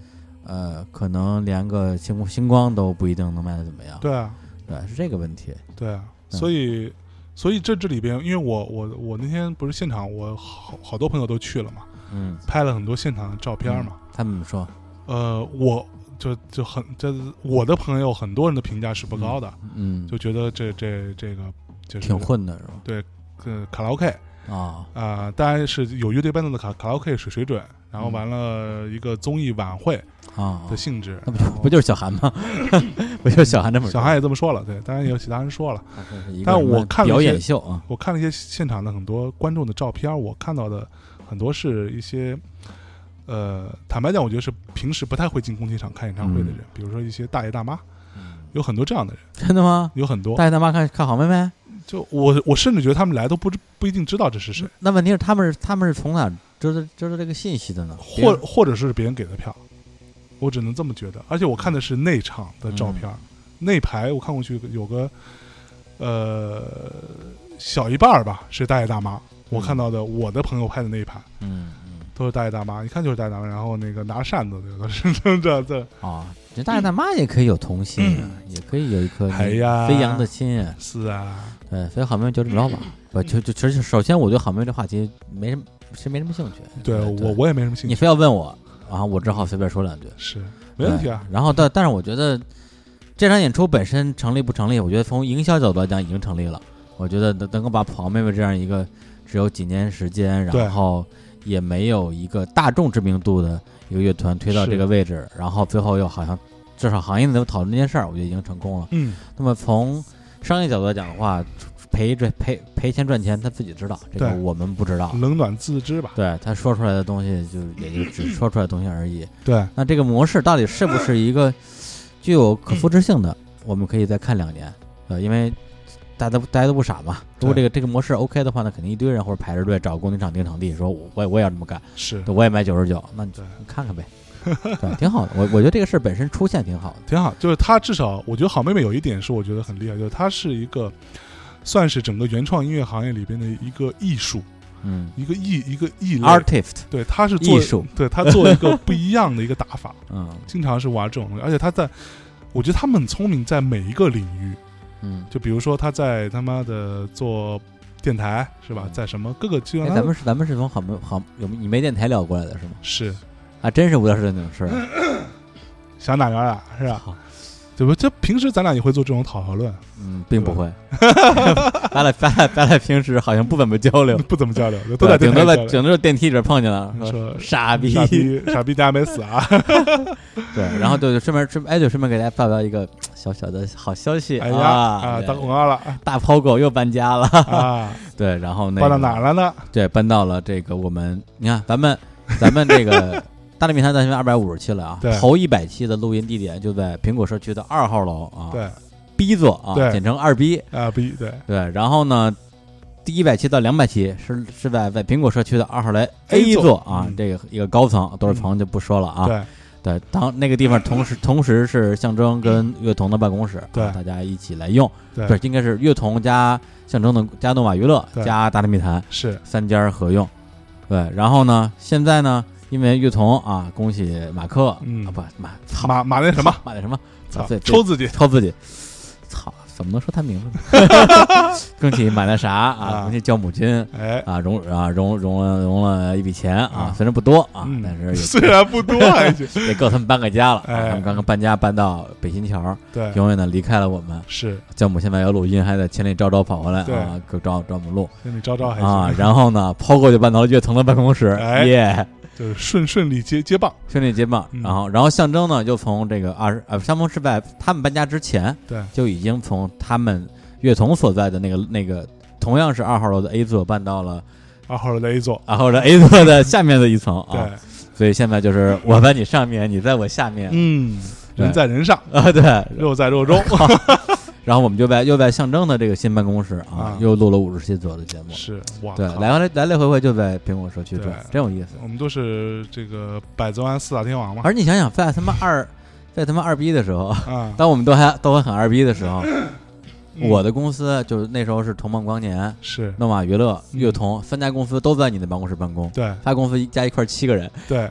[SPEAKER 2] 呃，可能连个星星光都不一定能卖的怎么样。
[SPEAKER 1] 对啊
[SPEAKER 2] 对，是这个问题。
[SPEAKER 1] 对啊，
[SPEAKER 2] 嗯
[SPEAKER 1] 所以所以这这里边，因为我我我那天不是现场，我好好多朋友都去了嘛，
[SPEAKER 2] 嗯，
[SPEAKER 1] 拍了很多现场的照片嘛，
[SPEAKER 2] 他们说
[SPEAKER 1] 呃，我就就很这我的朋友很多人的评价是不高的，
[SPEAKER 2] 嗯，
[SPEAKER 1] 就觉得这这这个就是
[SPEAKER 2] 挺混的是吧？
[SPEAKER 1] 呃卡拉 OK
[SPEAKER 2] 啊、
[SPEAKER 1] 啊，当然是有乐队伴奏的卡卡拉 OK 水水准，然
[SPEAKER 2] 嗯
[SPEAKER 1] 后完了一个综艺晚会
[SPEAKER 2] 啊、
[SPEAKER 1] 的性质，
[SPEAKER 2] 那不就不就是小韩吗？ 不就是小韩这么
[SPEAKER 1] 小韩也这么说了，对，当然也有其他人说了。
[SPEAKER 2] 他说是一个
[SPEAKER 1] 但
[SPEAKER 2] 什么
[SPEAKER 1] 我看了
[SPEAKER 2] 表
[SPEAKER 1] 一些
[SPEAKER 2] 演秀啊，
[SPEAKER 1] 我看了一些现场的很多观众的照片，我看到的很多是一些，呃，坦白讲，我觉得是平时不太会进工体场看演唱会的人，比如说一些大爷大妈，有很多这样的人，
[SPEAKER 2] 真的吗？
[SPEAKER 1] 有很多。
[SPEAKER 2] 大爷大妈看看好妹妹？
[SPEAKER 1] 就我我甚至觉得他们来都不知不一定知道这是谁，
[SPEAKER 2] 那问题是他们是他们是从哪知道知道这个信息的呢？别
[SPEAKER 1] 或
[SPEAKER 2] 人
[SPEAKER 1] 或者是别人给的票，我只能这么觉得。而且我看的是内场的照片，内排我看过去有个，呃，小一半儿吧是大爷大妈，我看到的我的朋友拍的那一排。
[SPEAKER 2] 嗯嗯。
[SPEAKER 1] 都是大爷大妈，一看就是大爷大妈，然后那个拿扇子的，是 这这这，
[SPEAKER 2] 啊，这大爷大妈也可以有童心啊，也可以有一颗那
[SPEAKER 1] 嗯哎呀
[SPEAKER 2] 飞扬的心啊。
[SPEAKER 1] 是啊，
[SPEAKER 2] 对，所以好妹妹就这么着吧。
[SPEAKER 1] 嗯
[SPEAKER 2] 不，就就其实首先我对好妹妹这话题没什么，是没什么兴趣。
[SPEAKER 1] 对我我也没什么兴
[SPEAKER 2] 你
[SPEAKER 1] 趣，
[SPEAKER 2] 非要问我，啊，我只好随便说两句。
[SPEAKER 1] 是没问题啊
[SPEAKER 2] 对，然后但但是我觉得这场演出本身成立不成立，我觉得从营销角度来讲已经成立了。我觉得能能够把好妹妹这样一个只有几年时间，
[SPEAKER 1] 对
[SPEAKER 2] 然后也没有一个大众知名度的一个乐团推到
[SPEAKER 1] 是
[SPEAKER 2] 这个位置，然后最后又好像至少行业内都讨论这件事儿，我觉得已经成功了。
[SPEAKER 1] 嗯，
[SPEAKER 2] 那么从商业角度来讲的话，赔赚赔赔钱赚钱他自己知道，这个
[SPEAKER 1] 对嗯
[SPEAKER 2] 我们不知道。
[SPEAKER 1] 冷暖自知吧，
[SPEAKER 2] 对他说出来的东西，就也就只说出来的东西而已。
[SPEAKER 1] 对，
[SPEAKER 2] 那这个模式到底是不是一个具有可复制性的？我们可以再看两年，呃，因为大家都大家都不傻嘛。如果这个这个模式 OK 的话，那肯定一堆人或者排着队找供应场订场地，说我我也我也要这么干，
[SPEAKER 1] 是
[SPEAKER 2] 对我也卖九十九，那你就
[SPEAKER 1] 对
[SPEAKER 2] 你看看呗， 对，挺好的。我我觉得这个事儿本身出现挺好的。
[SPEAKER 1] 挺好。就是她至少，我觉得好妹妹有一点是我觉得很厉害，就是她是一个算是整个原创音乐行业里边的一个艺术，
[SPEAKER 2] 嗯
[SPEAKER 1] 一个艺一个艺类。
[SPEAKER 2] ，artist，
[SPEAKER 1] 对，她是做
[SPEAKER 2] 艺术，
[SPEAKER 1] 对她做一个不一样的一个打法，
[SPEAKER 2] 嗯
[SPEAKER 1] 经常是玩这种东西，而且她在。我觉得他们很聪明，在每一个领域，
[SPEAKER 2] 嗯。
[SPEAKER 1] 就比如说他在他妈的做电台是吧，
[SPEAKER 2] 嗯
[SPEAKER 1] 在什么各个机
[SPEAKER 2] 哎，
[SPEAKER 1] 关，
[SPEAKER 2] 咱们是咱们是从好没好有你没电台聊过来的是吗？
[SPEAKER 1] 是
[SPEAKER 2] 啊，真是无聊事的那种事儿。
[SPEAKER 1] 想哪聊哪是吧？
[SPEAKER 2] 好，
[SPEAKER 1] 对不？这平时咱俩也会做这种讨论，
[SPEAKER 2] 嗯，并不会。 咱俩咱俩咱俩平时好像不怎么交流，
[SPEAKER 1] 不怎么交流，都在
[SPEAKER 2] 顶
[SPEAKER 1] 电台
[SPEAKER 2] 多在
[SPEAKER 1] 交流。
[SPEAKER 2] 顶多在电梯里边碰见了，
[SPEAKER 1] 说
[SPEAKER 2] 傻逼。
[SPEAKER 1] 傻逼，傻逼，大家没死 啊！
[SPEAKER 2] 对，然后对对，顺便顺便哎，对，顺便给大家发表一个小小的好消息
[SPEAKER 1] 哎呀
[SPEAKER 2] 啊哎
[SPEAKER 1] 啊，，打广告了
[SPEAKER 2] 大抛狗又搬家了。
[SPEAKER 1] 啊，
[SPEAKER 2] 对，然后那
[SPEAKER 1] 搬到
[SPEAKER 2] 个
[SPEAKER 1] 哪儿了呢？
[SPEAKER 2] 对，搬到了这个我们，你看咱们咱们 这个大内密谈大学二百五十期了啊
[SPEAKER 1] 对，
[SPEAKER 2] 头一百期的录音地点就在苹果社区的二号楼啊，
[SPEAKER 1] 对，
[SPEAKER 2] 逼座啊，
[SPEAKER 1] 对
[SPEAKER 2] 简称二逼。
[SPEAKER 1] 啊逼，对，
[SPEAKER 2] 对，然后呢，第一百期到两百期是是在在苹果社区的二号楼 A
[SPEAKER 1] 座
[SPEAKER 2] 座啊，
[SPEAKER 1] 嗯
[SPEAKER 2] 这个一个高层，多少层就不说了啊。
[SPEAKER 1] 对，
[SPEAKER 2] 对，当那个地方同时同时是象征跟乐童的办公室，
[SPEAKER 1] 对
[SPEAKER 2] 啊大家一起来用，
[SPEAKER 1] 对
[SPEAKER 2] 对，应该是乐童加象征的加诺瓦娱乐
[SPEAKER 1] 对
[SPEAKER 2] 加大内密谈。
[SPEAKER 1] 是，
[SPEAKER 2] 三家合用。对，然后呢，现在呢，因为乐童啊，恭喜马克，
[SPEAKER 1] 嗯
[SPEAKER 2] 啊不马操
[SPEAKER 1] 马马那什么，
[SPEAKER 2] 马那什么，
[SPEAKER 1] 操
[SPEAKER 2] 对，对
[SPEAKER 1] 抽自己，
[SPEAKER 2] 抽自己，操，怎么能说他名字呢？ 恭喜马那啥啊，
[SPEAKER 1] 啊
[SPEAKER 2] 恭喜教母亲。
[SPEAKER 1] 哎，
[SPEAKER 2] 啊，融啊融融了融了一笔钱啊
[SPEAKER 1] 啊，
[SPEAKER 2] 虽然不多啊，
[SPEAKER 1] 嗯
[SPEAKER 2] 但是
[SPEAKER 1] 虽然不 多，哎还行，
[SPEAKER 2] 也也够他们搬个家了。啊
[SPEAKER 1] 哎
[SPEAKER 2] 他们刚刚搬家搬到北新桥，
[SPEAKER 1] 对，
[SPEAKER 2] 永远的离开了我们。
[SPEAKER 1] 是
[SPEAKER 2] 教母现在要录音，还得千里迢迢跑回来
[SPEAKER 1] 对
[SPEAKER 2] 啊，给找找我们录。
[SPEAKER 1] 跟你招招还
[SPEAKER 2] 啊，
[SPEAKER 1] 行，
[SPEAKER 2] 然后呢，抛过就搬到了岳腾的办公室，
[SPEAKER 1] 哎
[SPEAKER 2] 耶，
[SPEAKER 1] 就是顺顺利接接棒，
[SPEAKER 2] 兄弟结棒。
[SPEAKER 1] 嗯
[SPEAKER 2] 然后，然后象征呢，就从这个二十呃，相逢是在他们搬家之前，
[SPEAKER 1] 对，
[SPEAKER 2] 就已经从他们乐童所在的那个那个同样是二号楼的 A 座搬到了
[SPEAKER 1] 二号楼的 A 座，
[SPEAKER 2] 二号楼 A 座的下面的一层啊，
[SPEAKER 1] 对，
[SPEAKER 2] 所以现在就是我在你上面，你在我下面
[SPEAKER 1] 嗯，人
[SPEAKER 2] 对
[SPEAKER 1] 在人上，
[SPEAKER 2] 啊，对。
[SPEAKER 1] 肉在肉中，
[SPEAKER 2] 然后我们就在又在象征的这个新办公室
[SPEAKER 1] 啊，
[SPEAKER 2] 啊又录了五十期左右的节目，
[SPEAKER 1] 是，哇，
[SPEAKER 2] 对，
[SPEAKER 1] 靠
[SPEAKER 2] 来回来来回回就在苹果社区
[SPEAKER 1] 对
[SPEAKER 2] 转，真有意思。
[SPEAKER 1] 我们都是这个百泽湾四大天王 嘛，
[SPEAKER 2] 而你想想，在他妈二，在他妈二逼的时候，
[SPEAKER 1] 啊，
[SPEAKER 2] 当我们都还都还很二逼的时候，
[SPEAKER 1] 嗯
[SPEAKER 2] 我的公司就是那时候是同梦光年、
[SPEAKER 1] 是，
[SPEAKER 2] 诺玛娱乐、
[SPEAKER 1] 嗯
[SPEAKER 2] 乐童三家公司都在你的办公室办公，
[SPEAKER 1] 对
[SPEAKER 2] 他公司一加一块儿七个 人，
[SPEAKER 1] 对，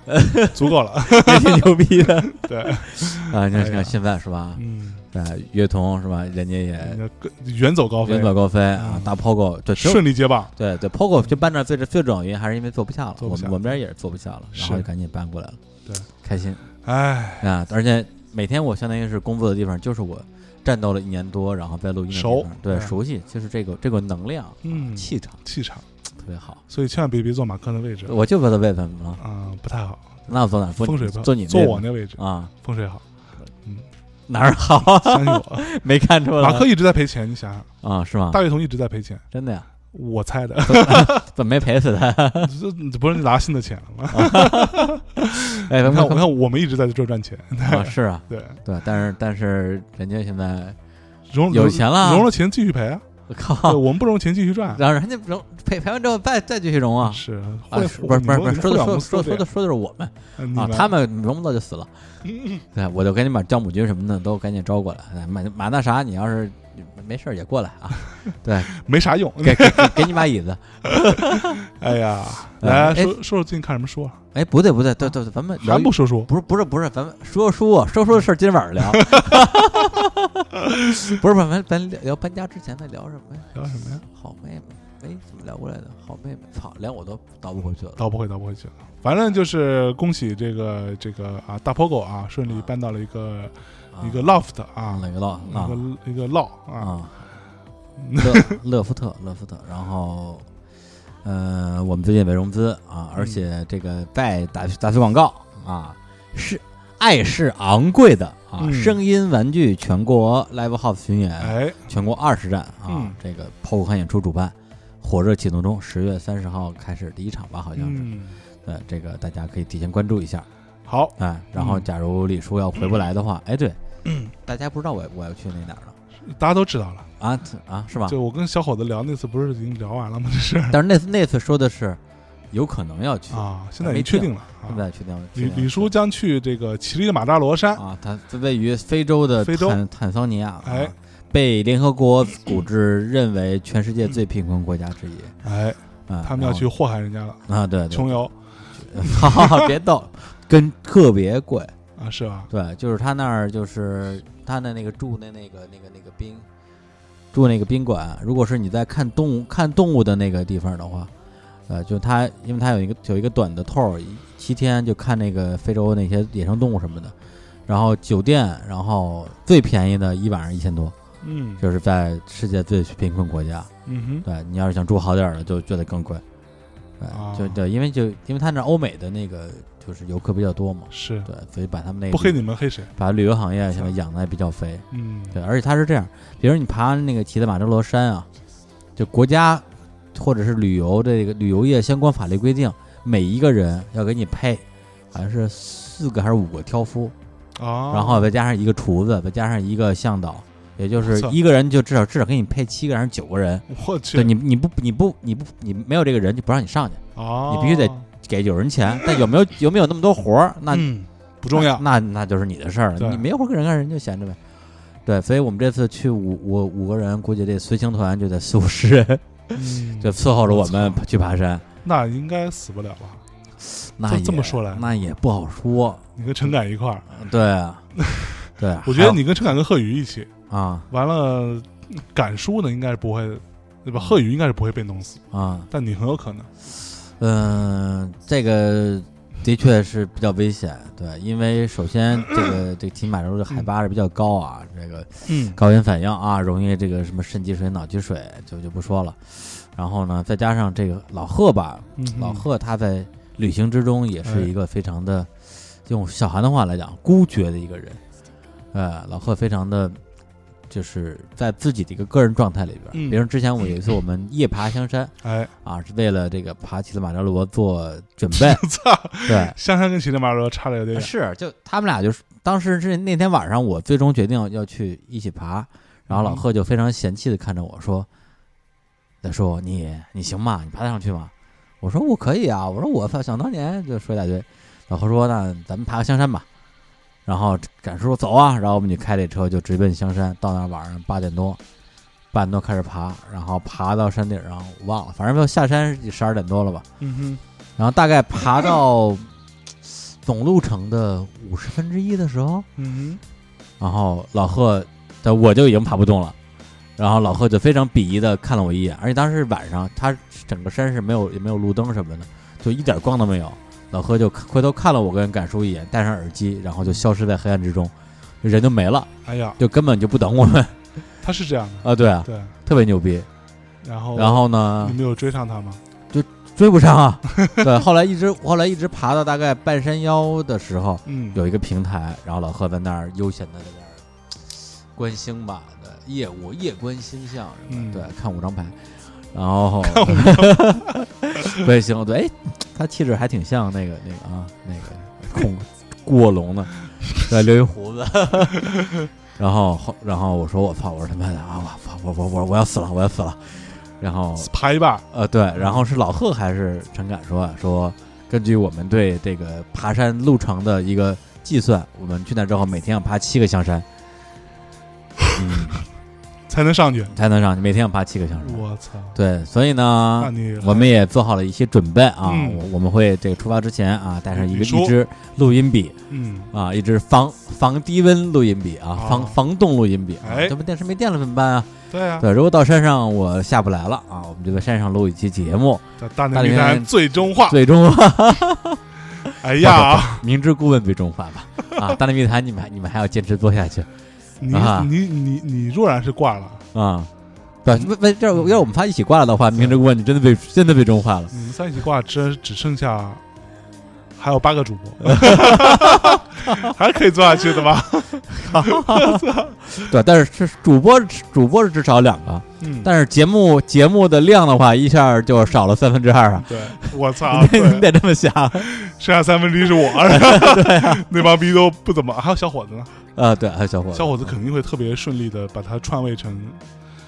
[SPEAKER 1] 足够了，
[SPEAKER 2] 也挺牛逼的
[SPEAKER 1] 对，
[SPEAKER 2] 啊！
[SPEAKER 1] 哎
[SPEAKER 2] 你看你
[SPEAKER 1] 呀
[SPEAKER 2] 看现在是吧？
[SPEAKER 1] 嗯，
[SPEAKER 2] 对，乐童是吧？人家也
[SPEAKER 1] 那个远走高飞
[SPEAKER 2] 哎远，走高飞啊
[SPEAKER 1] 嗯，
[SPEAKER 2] 大 POGO 对，只有
[SPEAKER 1] 顺利接棒，
[SPEAKER 2] 对对 POGO 就搬这儿最最主要原因还是因为做不下了，
[SPEAKER 1] 做
[SPEAKER 2] 我
[SPEAKER 1] 不下
[SPEAKER 2] 们我们这儿也是做不下了，然后
[SPEAKER 1] 是
[SPEAKER 2] 就赶紧搬过来了，
[SPEAKER 1] 对，
[SPEAKER 2] 开心
[SPEAKER 1] 哎。
[SPEAKER 2] 啊！而且每天我相当于是工作的地方就是我。战斗了一年多，然后再录音的地
[SPEAKER 1] 熟
[SPEAKER 2] 方，对，
[SPEAKER 1] 嗯
[SPEAKER 2] 熟悉就是这个这个能量，
[SPEAKER 1] 嗯
[SPEAKER 2] 啊气场
[SPEAKER 1] 气场，
[SPEAKER 2] 特别好。
[SPEAKER 1] 所以千万别别坐马克的位置啊、
[SPEAKER 2] 我就坐在位子上了，
[SPEAKER 1] 不太好，
[SPEAKER 2] 那我坐哪？坐
[SPEAKER 1] 风
[SPEAKER 2] 你
[SPEAKER 1] 水不好
[SPEAKER 2] 坐你
[SPEAKER 1] 坐
[SPEAKER 2] 位
[SPEAKER 1] 我
[SPEAKER 2] 子
[SPEAKER 1] 那位置，
[SPEAKER 2] 啊？
[SPEAKER 1] 风水好，
[SPEAKER 2] 哪儿好啊？
[SPEAKER 1] 相信我。
[SPEAKER 2] 没看出来
[SPEAKER 1] 马克一直在赔钱，你想想，
[SPEAKER 2] 啊？是吗？
[SPEAKER 1] 大卫同一直在赔钱，
[SPEAKER 2] 真的呀？
[SPEAKER 1] 我猜 的，
[SPEAKER 2] 怎么没赔死他？
[SPEAKER 1] 这这不是拿新的钱了吗？
[SPEAKER 2] 哎，
[SPEAKER 1] 你
[SPEAKER 2] 咱
[SPEAKER 1] 看，我
[SPEAKER 2] 们
[SPEAKER 1] 看我们一直在这赚钱，
[SPEAKER 2] 啊，是啊，
[SPEAKER 1] 对，
[SPEAKER 2] 对，但是但是人家现在
[SPEAKER 1] 融
[SPEAKER 2] 有钱了
[SPEAKER 1] 融了钱继续赔啊，
[SPEAKER 2] 我
[SPEAKER 1] 对
[SPEAKER 2] 靠，
[SPEAKER 1] 我们不融钱继续赚啊，
[SPEAKER 2] 然后人家融赔赔完之后再再继续融啊。
[SPEAKER 1] 是
[SPEAKER 2] 啊，
[SPEAKER 1] 会
[SPEAKER 2] 是不是不是不是，说的说说说的
[SPEAKER 1] 的
[SPEAKER 2] 说的是我们啊，
[SPEAKER 1] 啊
[SPEAKER 2] 他们融不到就死了。
[SPEAKER 1] 嗯
[SPEAKER 2] 对，我就赶紧把姜母军什么的都赶紧招过来。哎马马那啥，你要是没事儿也过来 啊，对，
[SPEAKER 1] 没啥用。
[SPEAKER 2] 给给给给你把椅子，
[SPEAKER 1] 哎呀，
[SPEAKER 2] 嗯
[SPEAKER 1] 来
[SPEAKER 2] 哎
[SPEAKER 1] 说说说最近看什么书啊？
[SPEAKER 2] 哎，不对不对，对对，对咱 们聊
[SPEAKER 1] 还不说书？
[SPEAKER 2] 不是不是不是，咱们说书啊说书的事儿今晚上聊， 不是不是，咱咱聊搬家之前在聊什么呀？
[SPEAKER 1] 聊什么呀？
[SPEAKER 2] 好妹妹，哎，怎么聊过来的？好妹妹，操，连我都倒不回去了。
[SPEAKER 1] 倒不会，倒不会去了。反正就是恭喜这个这个啊大 POGO 啊，顺利
[SPEAKER 2] 啊
[SPEAKER 1] 搬到了一个、
[SPEAKER 2] 啊
[SPEAKER 1] 一个 loft 啊，
[SPEAKER 2] 哪个了
[SPEAKER 1] 一
[SPEAKER 2] 啊
[SPEAKER 1] 个一个 l 啊，
[SPEAKER 2] 啊，乐乐福特乐福特，然后。呃，我们最近也融资
[SPEAKER 1] 嗯
[SPEAKER 2] 啊，而且这个再打打出广告啊，是爱是昂贵的啊，
[SPEAKER 1] 嗯
[SPEAKER 2] 声音玩具全国 live house 巡演，
[SPEAKER 1] 哎，
[SPEAKER 2] 全国二十站啊，
[SPEAKER 1] 嗯
[SPEAKER 2] 这个抛看演出主办，火热启动中，十月三十号开始第一场吧，好像是。
[SPEAKER 1] 嗯，
[SPEAKER 2] 呃，这个大家可以提前关注一下，
[SPEAKER 1] 好，
[SPEAKER 2] 哎，然
[SPEAKER 1] 嗯
[SPEAKER 2] 后假如李叔要回不来的话，哎，对，大家不知道我我要去那哪儿了
[SPEAKER 1] 大家都知道了。
[SPEAKER 2] 啊啊，是吧？
[SPEAKER 1] 就我跟小伙子聊那次，不是已经聊完了吗？这是
[SPEAKER 2] 但是那次那次说的是有可能要去，
[SPEAKER 1] 啊，现在已
[SPEAKER 2] 还没
[SPEAKER 1] 经确
[SPEAKER 2] 定
[SPEAKER 1] 定了。
[SPEAKER 2] 现
[SPEAKER 1] 啊
[SPEAKER 2] 在去掉
[SPEAKER 1] 李李叔将去这个乞力马扎罗山，
[SPEAKER 2] 啊，它它位于非洲的
[SPEAKER 1] 非洲
[SPEAKER 2] 坦坦桑尼亚，啊
[SPEAKER 1] 哎，
[SPEAKER 2] 被联合国古至认为全世界最贫困国家之一
[SPEAKER 1] 哎，
[SPEAKER 2] 啊。
[SPEAKER 1] 他们要
[SPEAKER 2] 然后
[SPEAKER 1] 去祸害人家了，
[SPEAKER 2] 啊，对，对
[SPEAKER 1] 穷游
[SPEAKER 2] 哈， 别逗，跟特别贵。
[SPEAKER 1] 啊，是吧？
[SPEAKER 2] 对，就是他那儿就是他的那个住的那个那个那个宾，住那个宾馆，如果是你在看动物看动物的那个地方的话，呃，就他因为他有一个有一个短的 tour，一七天就看那个非洲那些野生动物什么的，然后酒店，然后最便宜的一晚上一千多，
[SPEAKER 1] 嗯
[SPEAKER 2] 就是在世界最贫困国家。
[SPEAKER 1] 嗯
[SPEAKER 2] 对你要是想住好点儿的，就就得更贵。对，
[SPEAKER 1] 哦
[SPEAKER 2] 就对，因为就因为他那儿欧美的那个就是游客比较多嘛
[SPEAKER 1] 哼，，是
[SPEAKER 2] 对，所以把他们那个
[SPEAKER 1] 不黑你们黑谁？
[SPEAKER 2] 把旅游行业现在养的比较肥。
[SPEAKER 1] 嗯，
[SPEAKER 2] 对，而且它是这样，比如你爬那个乞力马扎罗山啊，就国家或者是旅游这个旅游业相关法律规定，每一个人要给你配，好像是四个还是五个挑夫，
[SPEAKER 1] 啊，
[SPEAKER 2] 然后再加上一个厨子，再加上一个向导，也就是
[SPEAKER 1] 我操
[SPEAKER 2] 一个人就至少至少给你配七个还是九个人。
[SPEAKER 1] 我
[SPEAKER 2] 对
[SPEAKER 1] 去，
[SPEAKER 2] 你你不你不你不你没有这个人就不让你上去，
[SPEAKER 1] 啊，
[SPEAKER 2] 你必须得给有人钱，但有没有有没有那么多活儿，那
[SPEAKER 1] 嗯不重要，
[SPEAKER 2] 那那就是你的事儿了。
[SPEAKER 1] 对
[SPEAKER 2] 你没活儿跟人干，人就闲着呗。对，所以我们这次去五我五个人，估计这随行团就得四五十人，
[SPEAKER 1] 嗯
[SPEAKER 2] 就伺候着我们
[SPEAKER 1] 我操
[SPEAKER 2] 去爬山。
[SPEAKER 1] 那应该死不了吧？
[SPEAKER 2] 那也
[SPEAKER 1] 这么说来
[SPEAKER 2] 那也不好说。
[SPEAKER 1] 你跟陈敢一块儿，
[SPEAKER 2] 对啊，对啊，
[SPEAKER 1] 我觉
[SPEAKER 2] 还
[SPEAKER 1] 得
[SPEAKER 2] 有
[SPEAKER 1] 你跟陈敢跟贺宇一起，
[SPEAKER 2] 啊
[SPEAKER 1] 完了，敢叔呢应该是不会，对
[SPEAKER 2] 嗯
[SPEAKER 1] 吧？贺宇应该是不会被弄死，
[SPEAKER 2] 啊，
[SPEAKER 1] 但你很有可能。
[SPEAKER 2] 嗯、这个的确是比较危险。对，因为首先这个这个骑马州的海拔是比较高啊，这个
[SPEAKER 1] 嗯
[SPEAKER 2] 高原反应啊，容易这个什么肾积水、脑积水，就就不说了。然后呢，再加上这个老贺吧，
[SPEAKER 1] 嗯
[SPEAKER 2] 老贺他在旅行之中也是一个非常的，用小韩的话来讲，孤绝的一个人。呃，老贺非常的，就是在自己的一个个人状态里边儿。
[SPEAKER 1] 嗯
[SPEAKER 2] 比如之前我有一次我们夜爬香山
[SPEAKER 1] 哎，。
[SPEAKER 2] 啊，是为了这个爬乞力马扎罗做准备
[SPEAKER 1] 操，哎
[SPEAKER 2] 对，
[SPEAKER 1] 香山跟乞力马扎罗差的有点远。
[SPEAKER 2] 是就他们俩就是当时是那天晚上，我最终决定要去一起爬，然后老
[SPEAKER 1] 嗯
[SPEAKER 2] 贺就非常嫌弃的看着我说：“大叔，你你行吗？你爬得上去吗？”我说：“我可以啊。”我说：“我操，想当年就说一大堆。”老贺说：“那咱们爬个香山吧。”然后赶叔说：“走啊！”然后我们就开这车就直奔香山，到那儿晚上八点多，八点多开始爬，然后爬到山顶上我忘了，反正下山是十二点多了吧。
[SPEAKER 1] 嗯
[SPEAKER 2] 然后大概爬到 总路程的五十分之一的时候
[SPEAKER 1] 哼，，嗯
[SPEAKER 2] 然后老贺，对我就已经爬不动了，然后老贺就非常鄙夷的看了我一眼，而且当时是晚上，他整个山是没有也没有路灯什么的，就一点光都没有。老贺就回头看了我跟敢叔一眼，戴上耳机，然后就消失在黑暗之中，人就没了，
[SPEAKER 1] 哼，哎呀，
[SPEAKER 2] 就根本就不等我们
[SPEAKER 1] 他是这样的，
[SPEAKER 2] 啊！对啊，
[SPEAKER 1] 对。
[SPEAKER 2] 特别牛逼。
[SPEAKER 1] 然后，
[SPEAKER 2] 然后呢
[SPEAKER 1] 你， 们有追上他吗？
[SPEAKER 2] 追不上啊。对，后来一直后来一直爬到大概半山腰的时候，
[SPEAKER 1] 嗯，
[SPEAKER 2] 有一个平台，然后老贺在那儿悠闲的在那儿观星吧，对，夜我夜观星象什么的，
[SPEAKER 1] 嗯
[SPEAKER 2] 对，看五张牌，然 后观星，对，哎，他气质还挺像那个那个啊那个孔顾卧 龙的，对，留一胡子。 然后，后然后我说我操，我说他妈的啊，我操，我我我我要死了，我要死了。然后
[SPEAKER 1] 爬一半，
[SPEAKER 2] 呃，对，然后是老贺还是陈敢说啊？说根据我们对这个爬山路程的一个计算，我们去那之后每天要爬七个 香山，嗯，
[SPEAKER 1] 才能上去。
[SPEAKER 2] 才能上去，每天要爬七个香山。
[SPEAKER 1] 我操！
[SPEAKER 2] 对，所以
[SPEAKER 1] 那
[SPEAKER 2] 呢，
[SPEAKER 1] 你
[SPEAKER 2] 啊我们也做好了一些准备啊，
[SPEAKER 1] 嗯
[SPEAKER 2] 我我们会这个出发之前啊，带上一个
[SPEAKER 1] 你说
[SPEAKER 2] 一支录音笔
[SPEAKER 1] 嗯，
[SPEAKER 2] 啊，一支防防低温录音笔啊，
[SPEAKER 1] 啊
[SPEAKER 2] 防防冻录音笔啊，
[SPEAKER 1] 哎
[SPEAKER 2] 这不电池没电了怎么办啊？
[SPEAKER 1] 对啊，
[SPEAKER 2] 对，如果到山上我下不来了啊，我们就在山上录一期节目，
[SPEAKER 1] 大大内
[SPEAKER 2] 大内
[SPEAKER 1] 密
[SPEAKER 2] 密
[SPEAKER 1] 谈
[SPEAKER 2] 探
[SPEAKER 1] 最终话。
[SPEAKER 2] 最终。
[SPEAKER 1] 哎呀，
[SPEAKER 2] 明知故问最终话吧。 啊，大内密谈，你们还你们还要坚持做下去
[SPEAKER 1] 你
[SPEAKER 2] 啊
[SPEAKER 1] 你你你若然是挂了，
[SPEAKER 2] 啊？对，为为这要是我们仨一起挂了的话，明知故问你真的被真的被中化了。
[SPEAKER 1] 你们在一起挂，只只剩下还有八个主 播，还是可以做下去的吧？
[SPEAKER 2] 对，但是是主播主播是至少两个，
[SPEAKER 1] 嗯，
[SPEAKER 2] 但是节目节目的量的话，一下就少了三分之二啊。
[SPEAKER 1] 嗯对，我 操，
[SPEAKER 2] 你得你
[SPEAKER 1] 对，
[SPEAKER 2] 得这么想，
[SPEAKER 1] 剩下三分之一是 我，是吧？ 那帮逼都不怎么，还有小伙子呢，
[SPEAKER 2] 啊，对，还有小伙子，
[SPEAKER 1] 小伙子肯定会特别顺利的把他篡位成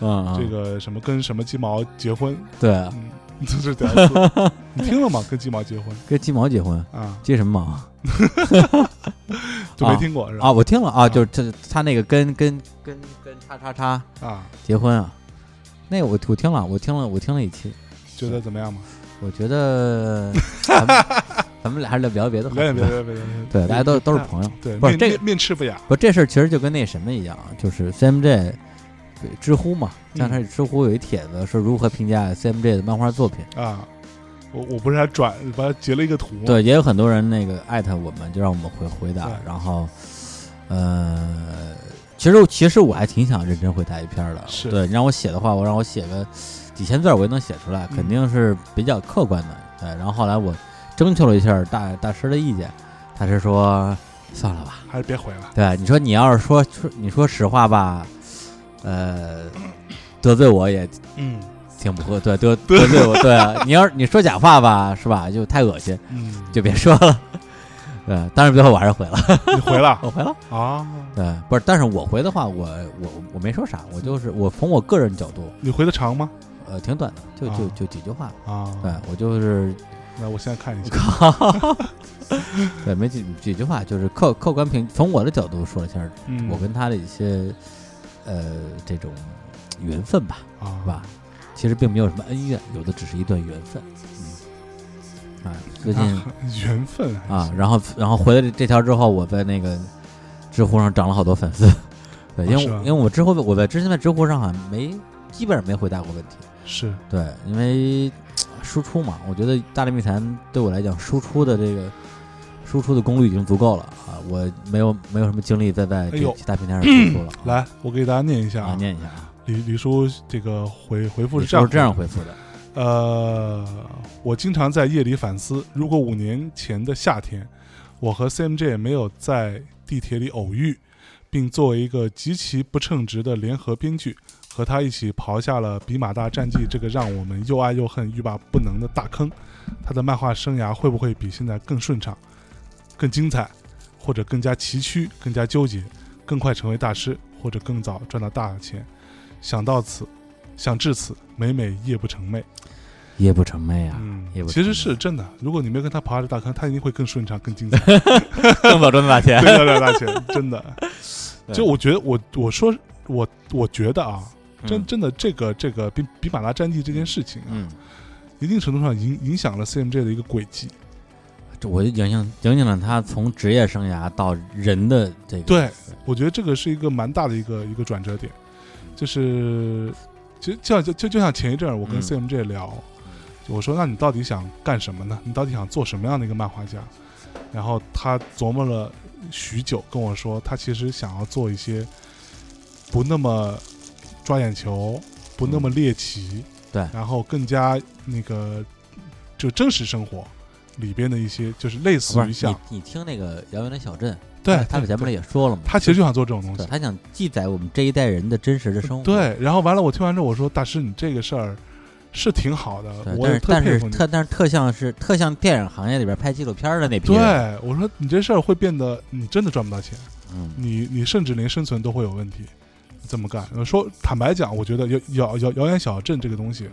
[SPEAKER 2] 嗯，嗯
[SPEAKER 1] 这个什么跟什么鸡毛结婚，
[SPEAKER 2] 对啊，
[SPEAKER 1] 嗯， 这是屌丝， 你听了吗？跟鸡毛结婚
[SPEAKER 2] 跟鸡毛结婚，
[SPEAKER 1] 啊，
[SPEAKER 2] 结什么毛
[SPEAKER 1] 就没听过是吧？
[SPEAKER 2] 啊？我听了啊，
[SPEAKER 1] 啊
[SPEAKER 2] 就是他他那个跟跟跟跟叉叉叉
[SPEAKER 1] 啊，
[SPEAKER 2] 结婚啊，那个我我听了，我听了，我听了一期，
[SPEAKER 1] 觉得怎么样嘛？
[SPEAKER 2] 我觉得咱们咱们俩还是聊别的好
[SPEAKER 1] 别别别嗯
[SPEAKER 2] 吧，
[SPEAKER 1] 别别别， 啊
[SPEAKER 2] 对，大家都都是朋友。
[SPEAKER 1] 对，
[SPEAKER 2] 不是
[SPEAKER 1] 面
[SPEAKER 2] 这个
[SPEAKER 1] 面面吃不雅，
[SPEAKER 2] 不，这事儿其实就跟那什么一样，就是 CMJ 对知乎嘛，
[SPEAKER 1] 嗯
[SPEAKER 2] 前段时间知乎有一帖子说如何评价 CMJ 的漫画作品，
[SPEAKER 1] 啊，我我不是还转把它截了一个图吗？啊
[SPEAKER 2] 对，也有很多人那个艾特我们，就让我们回回答
[SPEAKER 1] 对，
[SPEAKER 2] 然后，呃，其实其实我还挺想认真回答一篇的，
[SPEAKER 1] 是
[SPEAKER 2] 对，你让我写的话，我让我写个几千字儿我也能写出来，肯
[SPEAKER 1] 嗯
[SPEAKER 2] 定是比较客观的，对，然后后来我征求了一下大大师的意见，大师说算了吧。
[SPEAKER 1] 还是别回了。
[SPEAKER 2] 对，你说你要是说说你说实话吧，呃，得罪我也
[SPEAKER 1] 嗯
[SPEAKER 2] 挺不合，对，得得罪我，对啊，你要是你说假话吧，是吧，就太恶心，
[SPEAKER 1] 嗯，
[SPEAKER 2] 就别说了。对，当然最后我还是回了，
[SPEAKER 1] 你回了
[SPEAKER 2] 我回了。
[SPEAKER 1] 啊？
[SPEAKER 2] 对，不是，但是我回的话，我我我没说啥，
[SPEAKER 1] 嗯
[SPEAKER 2] 我就是我从我个人角度，
[SPEAKER 1] 你回的长吗？
[SPEAKER 2] 呃，挺短的，就就
[SPEAKER 1] 啊
[SPEAKER 2] 就几句话。
[SPEAKER 1] 啊，
[SPEAKER 2] 对，我就是，
[SPEAKER 1] 那我现在看一下。
[SPEAKER 2] 对，呃没几几句话，就是客客观评，从我的角度说一下
[SPEAKER 1] 嗯，
[SPEAKER 2] 我跟他的一些，呃，这种缘分吧。
[SPEAKER 1] 啊
[SPEAKER 2] 是吧？其实并没有什么恩怨，有的只是一段缘分。嗯，啊，最近
[SPEAKER 1] 啊缘分还
[SPEAKER 2] 啊
[SPEAKER 1] 行，
[SPEAKER 2] 然后然后回来这条之后，我在那个知乎上涨了好多粉丝。对，因为
[SPEAKER 1] 啊是
[SPEAKER 2] 我
[SPEAKER 1] 吧
[SPEAKER 2] 因为我之后我在之前在知乎上好像没基本上没回答过问题。
[SPEAKER 1] 是
[SPEAKER 2] 对，因为输出嘛，我觉得《大内密谈》对我来讲，输出的这个输出的功率已经足够了啊，我没有没有什么精力再在
[SPEAKER 1] 哎
[SPEAKER 2] 这
[SPEAKER 1] 呦
[SPEAKER 2] 其他平台上输出了。啊
[SPEAKER 1] 来，我给大家念一下
[SPEAKER 2] 啊，
[SPEAKER 1] 啊，
[SPEAKER 2] 念一下啊，
[SPEAKER 1] 李李叔这个回回复
[SPEAKER 2] 我
[SPEAKER 1] 是这样
[SPEAKER 2] 这样
[SPEAKER 1] 回
[SPEAKER 2] 回复的。
[SPEAKER 1] 的，呃，我经常在夜里反思，如果五年前的夏天，我和 CMJ 没有在地铁里偶遇，并作为一个极其不称职的联合编剧，和他一起刨下了《比马大战记》这个让我们又爱又恨、欲罢不能的大坑，他的漫画生涯会不会比现在更顺畅、更精彩，或者更加崎岖、更加纠结，更快成为大师，或者更早赚到大钱？想到此，想至此，每每夜不成寐。
[SPEAKER 2] 夜不成寐啊，
[SPEAKER 1] 嗯
[SPEAKER 2] 夜，不
[SPEAKER 1] 其实
[SPEAKER 2] 成寐
[SPEAKER 1] 是真的。如果你没有跟他爬着大坑，他一定会更顺畅、更精彩。
[SPEAKER 2] 更早赚大 钱。
[SPEAKER 1] 对，要赚大钱，真的。
[SPEAKER 2] 对
[SPEAKER 1] 就我觉得，我我说我我觉得啊，真
[SPEAKER 2] 嗯
[SPEAKER 1] 真的这个这个比比马拉战绩这件事情啊，
[SPEAKER 2] 嗯，
[SPEAKER 1] 一定程度上影影响了 CMJ 的一个轨迹。
[SPEAKER 2] 这我就影响影响了他从职业生涯到人的这个
[SPEAKER 1] 对我觉得这个是一个蛮大的一个一个转折点，就是其实就像就就就像前一阵儿我跟
[SPEAKER 2] 嗯
[SPEAKER 1] CMJ 聊，就我说那你到底想干什么呢？你到底想做什么样的一个漫画家？然后他琢磨了许久，跟我说他其实想要做一些不那么抓眼球，不那么猎奇，
[SPEAKER 2] 嗯对
[SPEAKER 1] 然后更加那个就真实生活里边的一些，就是类似
[SPEAKER 2] 啊不
[SPEAKER 1] 于
[SPEAKER 2] 是
[SPEAKER 1] 像
[SPEAKER 2] 你你听那个《遥远的小镇》，
[SPEAKER 1] 对
[SPEAKER 2] 他在节目里也说了嘛，
[SPEAKER 1] 他其实就想做这种东西
[SPEAKER 2] 对。他想记载我们这一代人的真实的生活。
[SPEAKER 1] 对，然后完了，我听完之后我说：“大师，你这个事儿是挺好的，
[SPEAKER 2] 对，
[SPEAKER 1] 我
[SPEAKER 2] 但
[SPEAKER 1] 也特佩
[SPEAKER 2] 是但是
[SPEAKER 1] 服你。
[SPEAKER 2] 特但是特像是特像电影行业里边拍纪录片的那批
[SPEAKER 1] 对
[SPEAKER 2] 人，，
[SPEAKER 1] 我说你这事儿会变得你真的赚不到钱，
[SPEAKER 2] 嗯，
[SPEAKER 1] 你你甚至连生存都会有问题。你这么干，我说坦白讲，我觉得谣谣谣谣言小镇这个东西，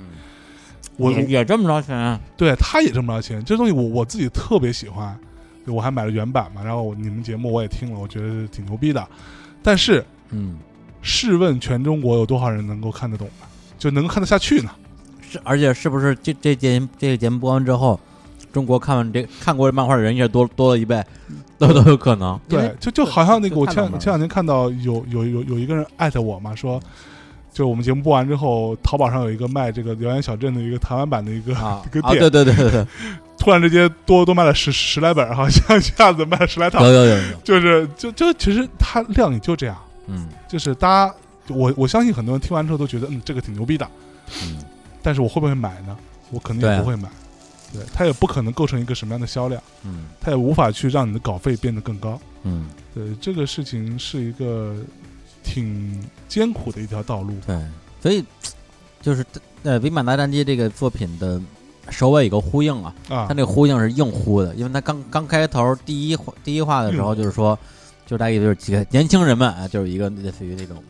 [SPEAKER 1] 我
[SPEAKER 2] 也也这么着啊钱，
[SPEAKER 1] 对他也挣不着钱，这东西我我自己特别喜欢，我还买了原版嘛，然后我你们节目我也听了，我觉得挺牛逼的。但是
[SPEAKER 2] 嗯，
[SPEAKER 1] 试问全中国有多少人能够看得懂呢？就能够看得下去呢？
[SPEAKER 2] 是而且是不是这这节这个节目播完之后，中国看完这看过漫画的人也多多了一倍，都都有可能。因为
[SPEAKER 1] 对，就就好像那个，
[SPEAKER 2] 就
[SPEAKER 1] 我前
[SPEAKER 2] 看到
[SPEAKER 1] 两
[SPEAKER 2] 那儿
[SPEAKER 1] 前两天看到有有有有一个人艾特我嘛，说，就我们节目播完之后，淘宝上有一个卖这个《谣言小镇》的一个台湾版的一个，
[SPEAKER 2] 啊
[SPEAKER 1] 这个
[SPEAKER 2] 啊，
[SPEAKER 1] 店
[SPEAKER 2] 对对对对对，
[SPEAKER 1] 突然之间多多卖了十十来本，好像一下子卖了十来 套
[SPEAKER 2] 有，有有有，
[SPEAKER 1] 就是就就其实它量也就这样，
[SPEAKER 2] 嗯
[SPEAKER 1] 就是大家我我相信很多人听完之后都觉得嗯这个挺牛逼的，
[SPEAKER 2] 嗯。
[SPEAKER 1] 但是我会不会买呢？我肯定
[SPEAKER 2] 对啊
[SPEAKER 1] 也不会买，对，它也不可能构成一个什么样的销量，
[SPEAKER 2] 嗯
[SPEAKER 1] 它也无法去让你的稿费变得更高。
[SPEAKER 2] 嗯，
[SPEAKER 1] 对，这个事情是一个挺艰苦的一条道路。
[SPEAKER 2] 对，所以就是呃，《伪满大战记》这个作品的首尾有个呼应啊，
[SPEAKER 1] 啊
[SPEAKER 2] 它，那个呼应是硬呼的，因为它刚刚开头第一话第一话的时候就是说，就是大概意思就是几个年轻人们啊，就是一个类似于那种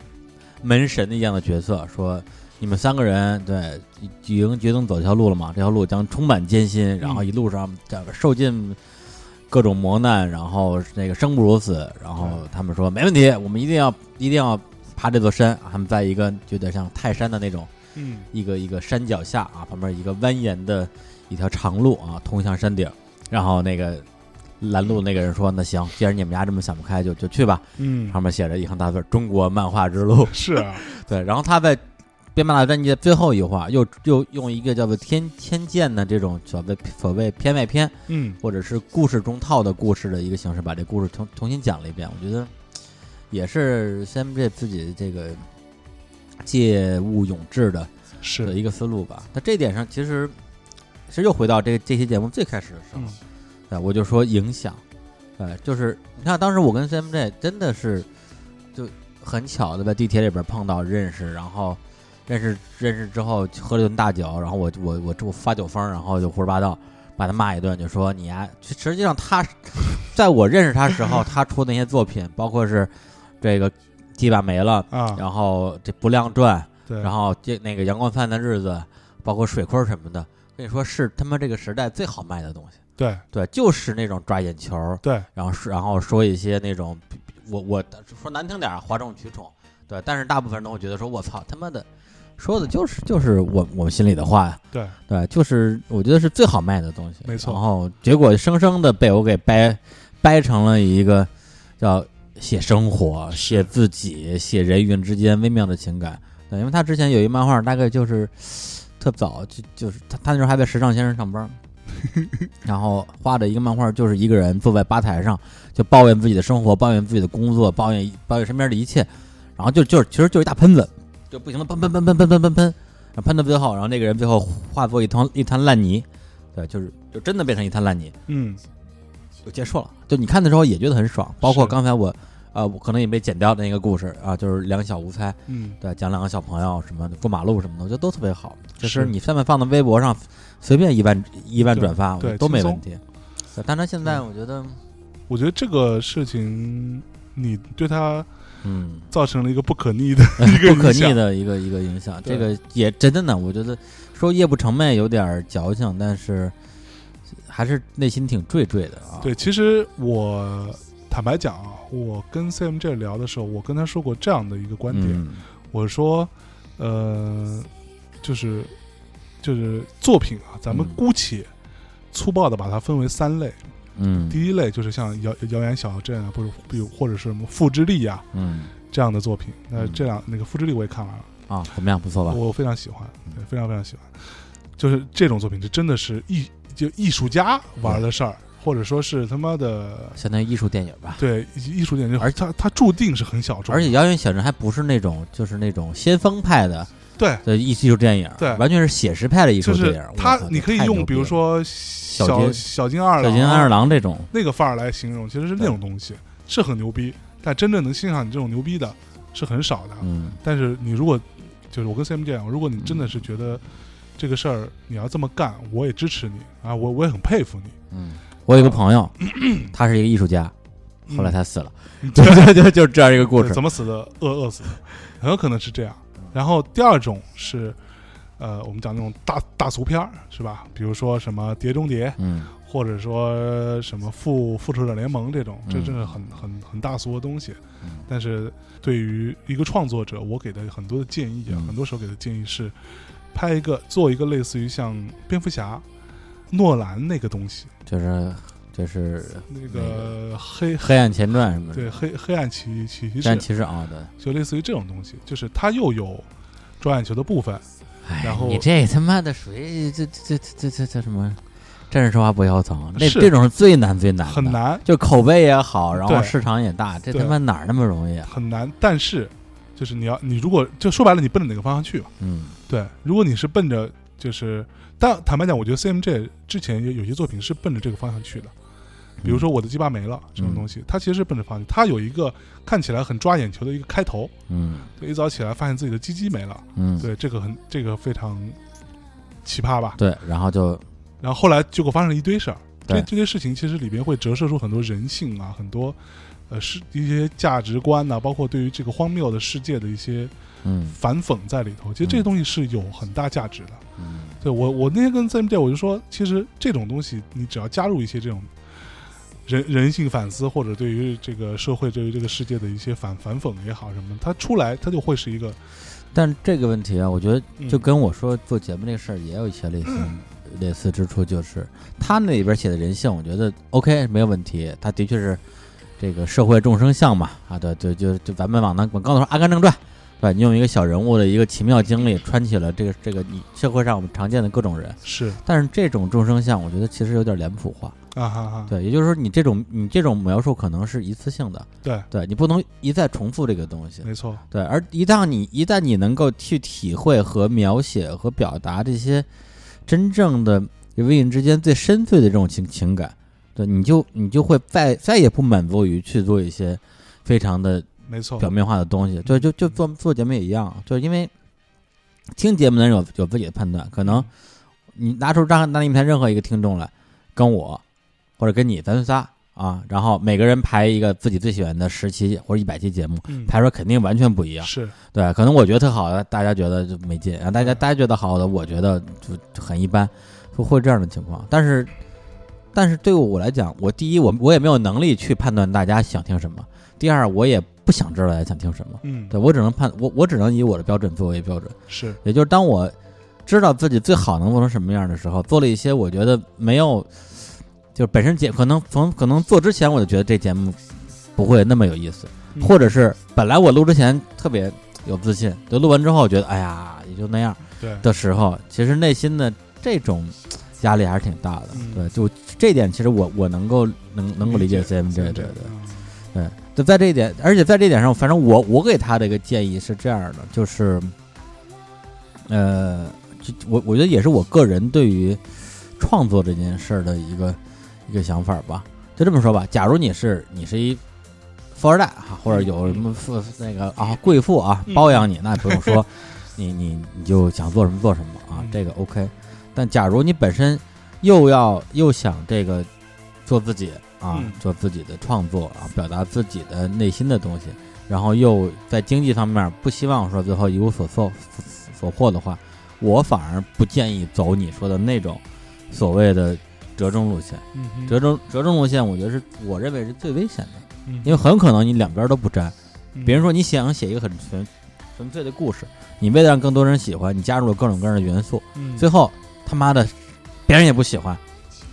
[SPEAKER 2] 门神一样的角色，说你们三个人对已经决定走这条路了嘛？这条路将充满艰辛，然后一路上这个受尽各种磨难，然后那个生不如死。然后他们说没问题，我们一定要一定要爬这座山。啊他们在一个有点像泰山的那种
[SPEAKER 1] 嗯
[SPEAKER 2] 一个一个山脚下啊，旁边一个蜿蜒的一条长路啊，通向山顶。然后那个拦路那个人说：“那行，既然你们家这么想不开，就就去吧。”
[SPEAKER 1] 嗯，
[SPEAKER 2] 上面写着一行大字儿：“中国漫画之路”
[SPEAKER 1] 是啊，
[SPEAKER 2] 对，然后他在《编漫大战记》的最后一话，又又用一个叫做天“天剑”的这种所谓所谓片外篇，
[SPEAKER 1] 嗯
[SPEAKER 2] 或者是故事中套的故事的一个形式，把这故事重重新讲了一遍。我觉得也是 Sam J 自己这个借物咏志的的
[SPEAKER 1] 是，
[SPEAKER 2] 一个思路吧。那这点上，其实其实又回到这个这期节目最开始的时候，
[SPEAKER 1] 嗯
[SPEAKER 2] 对，我就说影响，对，就是你看当时我跟 Sam J 真的是就很巧的在地铁里边碰到认识，然后认识认识之后喝了顿大酒，然后我我我我发酒疯，然后就胡说八道。把他骂一顿，就说你呀、实际上他， 在我认识他时候，他出的那些作品，包括是这个鸡巴没了，
[SPEAKER 1] 啊，
[SPEAKER 2] 然后这不亮传，
[SPEAKER 1] 对，
[SPEAKER 2] 然后这那个阳光灿烂的日子，包括水坤什么的，跟你说是他妈这个时代最好卖的东西。
[SPEAKER 1] 对
[SPEAKER 2] 对，就是那种抓眼球，
[SPEAKER 1] 对，
[SPEAKER 2] 然后是然后说一些那种，我我说难听点儿，哗众取宠。对，但是大部分人都会觉得说，我操他妈的，说的就是就是我我们心里的话呀。
[SPEAKER 1] 对，
[SPEAKER 2] 对，就是我觉得是最好卖的东西。
[SPEAKER 1] 没错
[SPEAKER 2] 然后结果生生的被我给掰掰成了一个叫写生活、写自己、写人与人之间微妙的情感。对，因为他之前有一漫画，大概就是特早就就是他他那时候还在时尚先生上班。然后画的一个漫画，就是一个人坐在吧台上，就抱怨自己的生活，抱怨自己的工作，抱怨抱怨身边的一切，然后就就是其实就是一大喷子，就不停的喷喷喷喷喷喷喷喷，然后喷到最后，然后那个人最后化作一滩一滩烂泥，对，就是就真的变成一滩烂泥，
[SPEAKER 1] 嗯
[SPEAKER 2] 就结束了。就你看的时候也觉得很爽，包括
[SPEAKER 1] 是
[SPEAKER 2] 刚才我，呃，我可能也被剪掉的那个故事啊，就是两小无猜，
[SPEAKER 1] 嗯，
[SPEAKER 2] 对，讲两个小朋友什么的过马路什么的，我觉得都特别好。只是
[SPEAKER 1] 是
[SPEAKER 2] 你上面放到微博上，随便一万一万
[SPEAKER 1] 对
[SPEAKER 2] 转发，我觉得
[SPEAKER 1] 对
[SPEAKER 2] 都没
[SPEAKER 1] 轻松嗯
[SPEAKER 2] 问题。对但他现在我觉得，
[SPEAKER 1] 我觉得这个事情你对他
[SPEAKER 2] 嗯，呃
[SPEAKER 1] 造成了一个不可逆的 一个
[SPEAKER 2] 不可
[SPEAKER 1] 影响
[SPEAKER 2] 逆的一个一个影响。这
[SPEAKER 1] 对
[SPEAKER 2] 个也真的呢，我觉得说夜不成寐有点儿矫情，但是还是内心挺惴惴的啊。
[SPEAKER 1] 对，其实我坦白讲啊，我跟 CM J 聊的时候，我跟他说过这样的一个观点，
[SPEAKER 2] 嗯
[SPEAKER 1] 我说，呃，就是就是作品啊，咱们
[SPEAKER 2] 嗯
[SPEAKER 1] 姑且粗暴的把它分为三类，
[SPEAKER 2] 嗯
[SPEAKER 1] 第一类就是像谣谣言小镇啊，或者比如或者是什么复之力啊
[SPEAKER 2] 嗯
[SPEAKER 1] 这样的作品，那
[SPEAKER 2] 嗯
[SPEAKER 1] 这两那个复之力我也看完了。
[SPEAKER 2] 啊，怎么样？不错吧？嗯
[SPEAKER 1] 我非常喜欢，对，非常非常喜欢。就是这种作品，这真的是艺就艺术家玩的事儿，
[SPEAKER 2] 嗯
[SPEAKER 1] 或者说是他妈的
[SPEAKER 2] 相当于艺术电影吧。
[SPEAKER 1] 对艺艺术点，就
[SPEAKER 2] 而
[SPEAKER 1] 它它注定是很小众的，
[SPEAKER 2] 而且《遥远小镇》还不是那种就是那种先锋派的
[SPEAKER 1] 对，
[SPEAKER 2] 的艺术电影，
[SPEAKER 1] 对
[SPEAKER 2] 完全是写实派的艺
[SPEAKER 1] 就
[SPEAKER 2] 术电
[SPEAKER 1] 是
[SPEAKER 2] 影。我
[SPEAKER 1] 它
[SPEAKER 2] 操
[SPEAKER 1] 你可以用比如，说小
[SPEAKER 2] 小金
[SPEAKER 1] 小金二
[SPEAKER 2] 这太牛逼
[SPEAKER 1] 郎、
[SPEAKER 2] 了小金安二郎这种，
[SPEAKER 1] 那个范儿来形容，其实是那种东西是很牛逼，但真正能欣赏你这种牛逼的是很少的。
[SPEAKER 2] 嗯
[SPEAKER 1] 但是你如果就是我跟 Sam 这样，如果你真的是觉得这个事儿你要这么干，我也支持你啊，我我也很佩服你。
[SPEAKER 2] 嗯。我有一个 朋友，他是一个艺术家，
[SPEAKER 1] 嗯
[SPEAKER 2] 后来他 死了，就
[SPEAKER 1] 对
[SPEAKER 2] 就就就这样一个 故
[SPEAKER 1] 对
[SPEAKER 2] 事。嗯
[SPEAKER 1] 怎么死的？饿饿死的，很有可能是这样。然后第二种是，呃，我们讲那种大大俗片儿是吧？比如说什么《碟中谍》，
[SPEAKER 2] 嗯
[SPEAKER 1] 或者说什么复《复仇者联盟》这种，这
[SPEAKER 2] 嗯
[SPEAKER 1] 真是很很很大俗的东西
[SPEAKER 2] 嗯。
[SPEAKER 1] 但是对于一个创作者，我给的很多的建议啊
[SPEAKER 2] 嗯，
[SPEAKER 1] 很多时候给的建议是，拍一个做一个类似于像蝙蝠侠、诺兰那个东西，
[SPEAKER 2] 就是就是
[SPEAKER 1] 那
[SPEAKER 2] 那
[SPEAKER 1] 个黑
[SPEAKER 2] 《黑暗前传》什么的，
[SPEAKER 1] 对黑黑暗骑骑士
[SPEAKER 2] 但其实啊，对，
[SPEAKER 1] 就类似于这种东西，就是它又有抓眼球的部分，
[SPEAKER 2] 哎，
[SPEAKER 1] 然后
[SPEAKER 2] 你这他妈的属于这这这这这这什么？站着说话不腰疼，那
[SPEAKER 1] 是
[SPEAKER 2] 这种是最难最难的，
[SPEAKER 1] 很难
[SPEAKER 2] 就口碑也好，然后
[SPEAKER 1] 对
[SPEAKER 2] 市场也大，这
[SPEAKER 1] 对
[SPEAKER 2] 他妈哪儿那么容易啊？
[SPEAKER 1] 很难。但是，就是你要你如果就说白了，你奔着哪个方向去嘛？
[SPEAKER 2] 嗯
[SPEAKER 1] 对，如果你是奔着就是，但坦白讲，我觉得 CMJ 之前有有些作品是奔着这个方向去的，比
[SPEAKER 2] 嗯
[SPEAKER 1] 如说《我的鸡巴没了》这种东西，它其实是奔着方向，它有一个看起来很抓眼球的一个开头，
[SPEAKER 2] 嗯
[SPEAKER 1] 就一早起来发现自己的鸡鸡没了，
[SPEAKER 2] 嗯，
[SPEAKER 1] 对，这个很这个非常奇葩吧？
[SPEAKER 2] 对，然后就
[SPEAKER 1] 然后后来结果发生了一堆事儿，这
[SPEAKER 2] 对
[SPEAKER 1] 这些事情其实里边会折射出很多人性啊啊，很多呃是一些价值观呐、包括对于这个荒谬的世界的一些
[SPEAKER 2] 嗯
[SPEAKER 1] 反讽在里头。其实这
[SPEAKER 2] 嗯
[SPEAKER 1] 些东西是有很大价值的。
[SPEAKER 2] 嗯
[SPEAKER 1] 对我，我那天跟 Sam 姐我就说，其实这种东西，你只要加入一些这种人人性反思，或者对于这个社会、对于这个世界的一些反反讽也好什么的，它出来它就会是一个，
[SPEAKER 2] 但这个问题啊，我觉得
[SPEAKER 1] 嗯
[SPEAKER 2] 就跟我说做节目这个事儿也有一些类似、类似之处，就是他那里边写的人性，我觉得 OK 没有问题，他的确是这个社会众生相嘛啊，对，就就就咱们往南往刚才说啊《阿甘正传》，对吧？你用一个小人物的一个奇妙经历，穿起了这个这个 你社会上我们常见的各种人，
[SPEAKER 1] 嗯是
[SPEAKER 2] 但是这种众生相，我觉得其实有点脸谱化，
[SPEAKER 1] 啊哈哈，
[SPEAKER 2] 对，也就是说你这种你这种描述可能是一次性的，
[SPEAKER 1] 对，
[SPEAKER 2] 对你不能一再重复这个东西，
[SPEAKER 1] 没错，
[SPEAKER 2] 对，而一旦你一旦你能够去体会和描写和表达这些真正的人与人之间最深邃的这种情情感，对，你就你就会再再也不满足于去做一些非常的
[SPEAKER 1] 没错，
[SPEAKER 2] 表面化的东西。对，就就做做节目也一样，就是因为听节目的人有有自己的判断，可能你拿出张拿你们台任何一个听众来，跟我或者跟你咱们仨啊，然后每个人排一个自己最喜欢的十期或者一百期节目。
[SPEAKER 1] 嗯，
[SPEAKER 2] 排出来肯定完全不一样，
[SPEAKER 1] 是
[SPEAKER 2] 对，可能我觉得特好的，大家觉得就没劲；然啊后大家
[SPEAKER 1] 嗯
[SPEAKER 2] 大家觉得好的，我觉得就就很一般，会会这样的情况。但是，但是对于我来讲，我第一，我我也没有能力去判断大家想听什么；第二，我也不想知道大家想听什么。
[SPEAKER 1] 嗯，
[SPEAKER 2] 对我只能判我我只能以我的标准作为标准，
[SPEAKER 1] 是
[SPEAKER 2] 也就是当我知道自己最好能做成什么样的时候，做了一些我觉得没有，就是本身节可能从可能做之前我就觉得这节目不会那么有意思，
[SPEAKER 1] 嗯
[SPEAKER 2] 或者是本来我录之前特别有自信，就录完之后觉得哎呀也就那样
[SPEAKER 1] 对，
[SPEAKER 2] 的时候，其实内心的这种压力还是挺大的。
[SPEAKER 1] 嗯
[SPEAKER 2] 对，就这点其实我我能够能能够理解 CM 这
[SPEAKER 1] 对
[SPEAKER 2] 对对对。
[SPEAKER 1] 嗯
[SPEAKER 2] 对，就在这一点，而且在这一点上，反正我我给他的一个建议是这样的，就是，呃，就我我觉得也是我个人对于创作这件事儿的一个一个想法吧。就这么说吧，假如你是你是一富二代哈，或者有什么富那个啊贵妇啊
[SPEAKER 1] 嗯
[SPEAKER 2] 包养你，那也不用说，你你你就想做什么做什么啊
[SPEAKER 1] 嗯，
[SPEAKER 2] 这个 OK。但假如你本身又要又想这个做自己啊
[SPEAKER 1] 嗯，
[SPEAKER 2] 做自己的创作啊，表达自己的内心的东西，然后又在经济方面不希望说最后一无所获所获的话，我反而不建议走你说的那种所谓的折中路线。
[SPEAKER 1] 嗯哼，
[SPEAKER 2] 折中折中路线，我觉得是我认为是最危险的，
[SPEAKER 1] 嗯
[SPEAKER 2] 因为很可能你两边都不沾。
[SPEAKER 1] 嗯
[SPEAKER 2] 别人说你想写一个很纯纯粹的故事，你为了让更多人喜欢，你加入了各种各样的元素，
[SPEAKER 1] 嗯
[SPEAKER 2] 最后他妈的别人也不喜欢，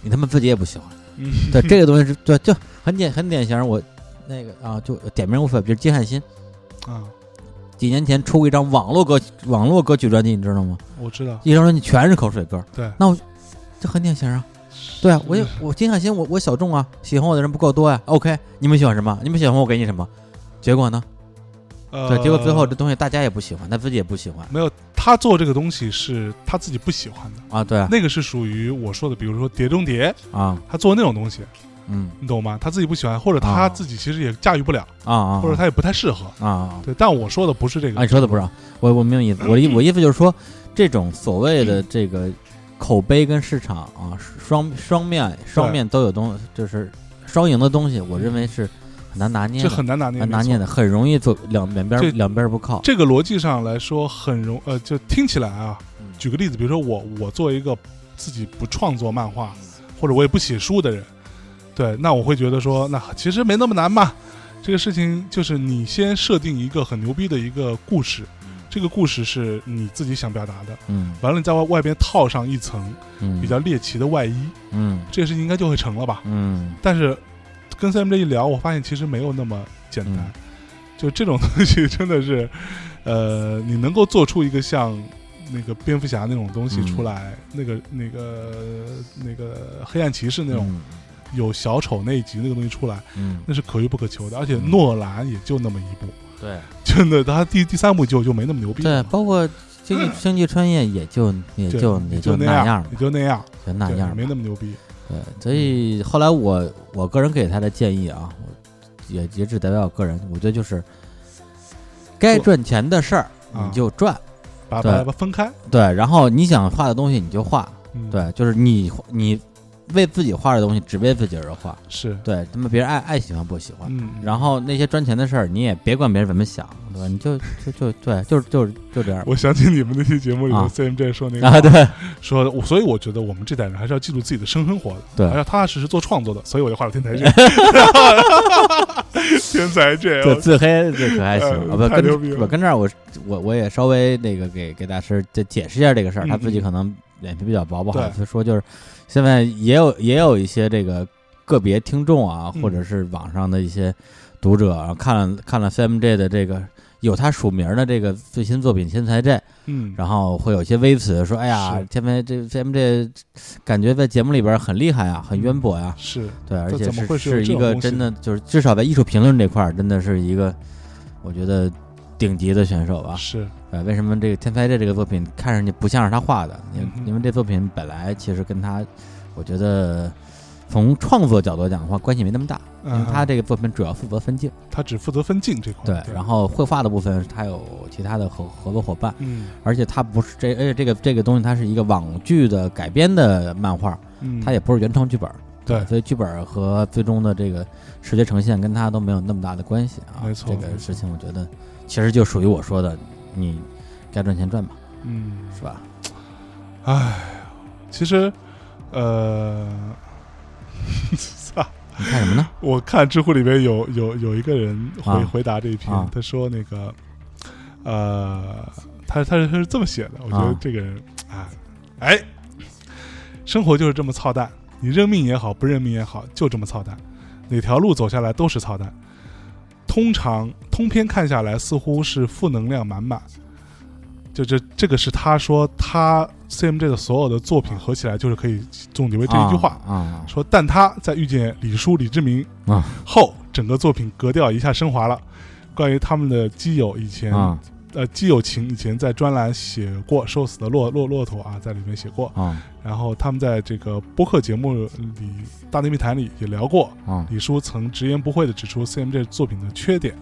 [SPEAKER 2] 你他妈自己也不喜欢。
[SPEAKER 1] 嗯
[SPEAKER 2] 对，这个东西是对，就很典很典型。我那个啊，就点名无非，比如金瀚新
[SPEAKER 1] 啊，
[SPEAKER 2] 几年前出过一张网络歌网络歌曲专辑，你知道吗？
[SPEAKER 1] 我知道，
[SPEAKER 2] 一张专辑全是口水歌，
[SPEAKER 1] 对，
[SPEAKER 2] 这很典型啊。对啊，我也我金瀚新，我我小众啊，喜欢我的人不够多呀、OK，你们喜欢什么？你们喜欢我给你什么？结果呢？对，
[SPEAKER 1] 对
[SPEAKER 2] 结果最后这东西大家也不喜欢，他自己也不喜欢
[SPEAKER 1] 没有呃他做这个东西是他自己不喜欢的，
[SPEAKER 2] 啊。对啊，
[SPEAKER 1] 那个是属于我说的，比如说《碟中谍》，
[SPEAKER 2] 啊，
[SPEAKER 1] 他做那种东西，
[SPEAKER 2] 嗯，
[SPEAKER 1] 你懂吗？他自己不喜欢，或者他
[SPEAKER 2] 啊
[SPEAKER 1] 自己其实也驾驭不了，
[SPEAKER 2] 啊啊，
[SPEAKER 1] 或者他也不太适合。
[SPEAKER 2] 啊啊
[SPEAKER 1] 对，但我说的不是这
[SPEAKER 2] 啊，
[SPEAKER 1] 个
[SPEAKER 2] 你，说的不是啊，我我没有意思，我的意我意思就是说，这种所谓的这个口碑跟市场啊，双双面双面都有东，就是双赢的东西，我认为是很难拿捏
[SPEAKER 1] 这
[SPEAKER 2] 的，
[SPEAKER 1] 很难拿捏，
[SPEAKER 2] 难拿
[SPEAKER 1] 没
[SPEAKER 2] 捏
[SPEAKER 1] 错。
[SPEAKER 2] 的，很容易做两两边
[SPEAKER 1] 这
[SPEAKER 2] 两边不靠。
[SPEAKER 1] 这个逻辑上来说很容，呃，就听起来啊，
[SPEAKER 2] 嗯
[SPEAKER 1] 举个例子，比如说我，我作为一个自己不创作漫画，或者我也不写书的人，对，那我会觉得说，那其实没那么难嘛。这个事情就是你先设定一个很牛逼的一个故事，这个故事是你自己想表达的，
[SPEAKER 2] 嗯
[SPEAKER 1] 完了你在外外边套上一层
[SPEAKER 2] 嗯，
[SPEAKER 1] 比较猎奇的外衣，
[SPEAKER 2] 嗯
[SPEAKER 1] 这个事情应该就会成了吧？
[SPEAKER 2] 嗯
[SPEAKER 1] 但是跟 Sam 这一聊，我发现其实没有那么简单。
[SPEAKER 2] 嗯
[SPEAKER 1] 就这种东西，真的是， 呃，你能够做出一个像那个蝙蝠侠那种东西
[SPEAKER 2] 嗯
[SPEAKER 1] 出来，那个那个那个黑暗骑士那种、
[SPEAKER 2] 嗯
[SPEAKER 1] 有小丑那一集那个东西出来，
[SPEAKER 2] 嗯，
[SPEAKER 1] 那是可遇不可求的。而且
[SPEAKER 2] 嗯
[SPEAKER 1] 诺兰也就那么一部，
[SPEAKER 2] 对
[SPEAKER 1] 真的，他第第三部就就没那么牛逼
[SPEAKER 2] 对
[SPEAKER 1] 了，，
[SPEAKER 2] 包括星际星际穿越也就也
[SPEAKER 1] 对
[SPEAKER 2] 就也
[SPEAKER 1] 也就
[SPEAKER 2] 那样
[SPEAKER 1] 样
[SPEAKER 2] 吧，
[SPEAKER 1] 也，就那样，
[SPEAKER 2] 就那
[SPEAKER 1] 对
[SPEAKER 2] 样吧
[SPEAKER 1] 没。那么牛逼。
[SPEAKER 2] 对，所以后来我我个人给他的建议啊，我也也只代表我个人，我觉得就是该赚钱的事儿
[SPEAKER 1] 啊
[SPEAKER 2] 你就赚，
[SPEAKER 1] 把
[SPEAKER 2] 对
[SPEAKER 1] 把把分开，
[SPEAKER 2] 对，然后你想画的东西你就画，
[SPEAKER 1] 嗯，
[SPEAKER 2] 对，就是你你为自己画的东西只为自己而画，
[SPEAKER 1] 是，
[SPEAKER 2] 对他们别人爱爱喜欢不喜欢。
[SPEAKER 1] 嗯，
[SPEAKER 2] 然后那些赚钱的事儿，你也别管别人怎么想，对吧？你就就就对，就是就是就这样吧
[SPEAKER 1] 我想起你们那期节目里
[SPEAKER 2] 啊
[SPEAKER 1] 头 CMJ 说那个
[SPEAKER 2] 啊，对，
[SPEAKER 1] 说，我所以我觉得我们这代人还是要记住自己的生生活的，
[SPEAKER 2] 对
[SPEAKER 1] 还要踏踏实实做创作的，所以我就画了天 才 J，天才 J，
[SPEAKER 2] 这
[SPEAKER 1] 我
[SPEAKER 2] 自黑这可 还行啊！不
[SPEAKER 1] 哎太牛逼
[SPEAKER 2] 跟
[SPEAKER 1] 了
[SPEAKER 2] 不跟这儿我我我也稍微那个给给大师再解释一下这个事儿，
[SPEAKER 1] 嗯
[SPEAKER 2] 他自己可能脸皮比较薄，不好
[SPEAKER 1] 对
[SPEAKER 2] 意思说。就是现在也有也有一些这个个别听众啊，
[SPEAKER 1] 嗯
[SPEAKER 2] 或者是网上的一些读者啊，看了看了 CMJ 的这个有他署名的这个最新作品《天才 J》，
[SPEAKER 1] 嗯，
[SPEAKER 2] 然后会有一些微词说：“哎呀
[SPEAKER 1] 是，
[SPEAKER 2] 天才这 CMJ 感觉在节目里边很厉害啊，很渊博呀、
[SPEAKER 1] 是
[SPEAKER 2] 对，而
[SPEAKER 1] 这
[SPEAKER 2] 且
[SPEAKER 1] 怎么
[SPEAKER 2] 是
[SPEAKER 1] 会是有
[SPEAKER 2] 是
[SPEAKER 1] 这
[SPEAKER 2] 一
[SPEAKER 1] 种
[SPEAKER 2] 个
[SPEAKER 1] 东西
[SPEAKER 2] 真的，就是至少在艺术评论这块儿，真的是一个我觉得顶级的选手吧。
[SPEAKER 1] 是，
[SPEAKER 2] 呃，为什么这个《天才这》这个作品看上去不像是他画的？因为
[SPEAKER 1] 嗯哼
[SPEAKER 2] 因为这作品本来其实跟他，我觉得从创作角度讲的话，关系没那么大，因为
[SPEAKER 1] 嗯哦
[SPEAKER 2] 他这个作品主要负责分镜，
[SPEAKER 1] 他只负责分镜这块，
[SPEAKER 2] 对，然后绘画的部分他有其他的合合作伙伴，
[SPEAKER 1] 嗯
[SPEAKER 2] 而且他不是这，而且这个这个东西它是一个网剧的改编的漫画，
[SPEAKER 1] 嗯，
[SPEAKER 2] 它也不是原创剧本。
[SPEAKER 1] 对
[SPEAKER 2] 啊所以剧本和最终的这个视觉呈现跟他都没有那么大的关系啊。
[SPEAKER 1] 没错
[SPEAKER 2] 这个
[SPEAKER 1] 没错
[SPEAKER 2] 事情我觉得其实就属于我说的，你该赚钱赚吧，
[SPEAKER 1] 嗯，
[SPEAKER 2] 是吧？
[SPEAKER 1] 唉，其实，呃， 操
[SPEAKER 2] 你看什么呢？
[SPEAKER 1] 我看知乎里面有有有一个人回、
[SPEAKER 2] 啊
[SPEAKER 1] 回答这一篇，
[SPEAKER 2] 啊
[SPEAKER 1] 他说那个，呃，他他是他是这么写的，我觉得
[SPEAKER 2] 啊
[SPEAKER 1] 这个人啊，哎，生活就是这么操蛋，你认命也好，不认命也好，就这么操蛋，哪条路走下来都是操蛋。通常通篇看下来，似乎是负能量满满。就这这个是他说他 CMJ 的所有的作品合起来，就是可以总结为这一句话。
[SPEAKER 2] 啊啊，
[SPEAKER 1] 说，但他在遇见李叔、李志明
[SPEAKER 2] 啊
[SPEAKER 1] 后，整个作品格调一下升华了。关于他们的基友以前，
[SPEAKER 2] 啊
[SPEAKER 1] 呃，基友情以前在专栏写过《瘦死的骆骆骆驼》啊，在里面写过。
[SPEAKER 2] 啊
[SPEAKER 1] 然后他们在这个播客节目里《大内密谈》里也聊过，
[SPEAKER 2] 啊
[SPEAKER 1] 李叔曾直言不讳地指出 CMJ 作品的缺点：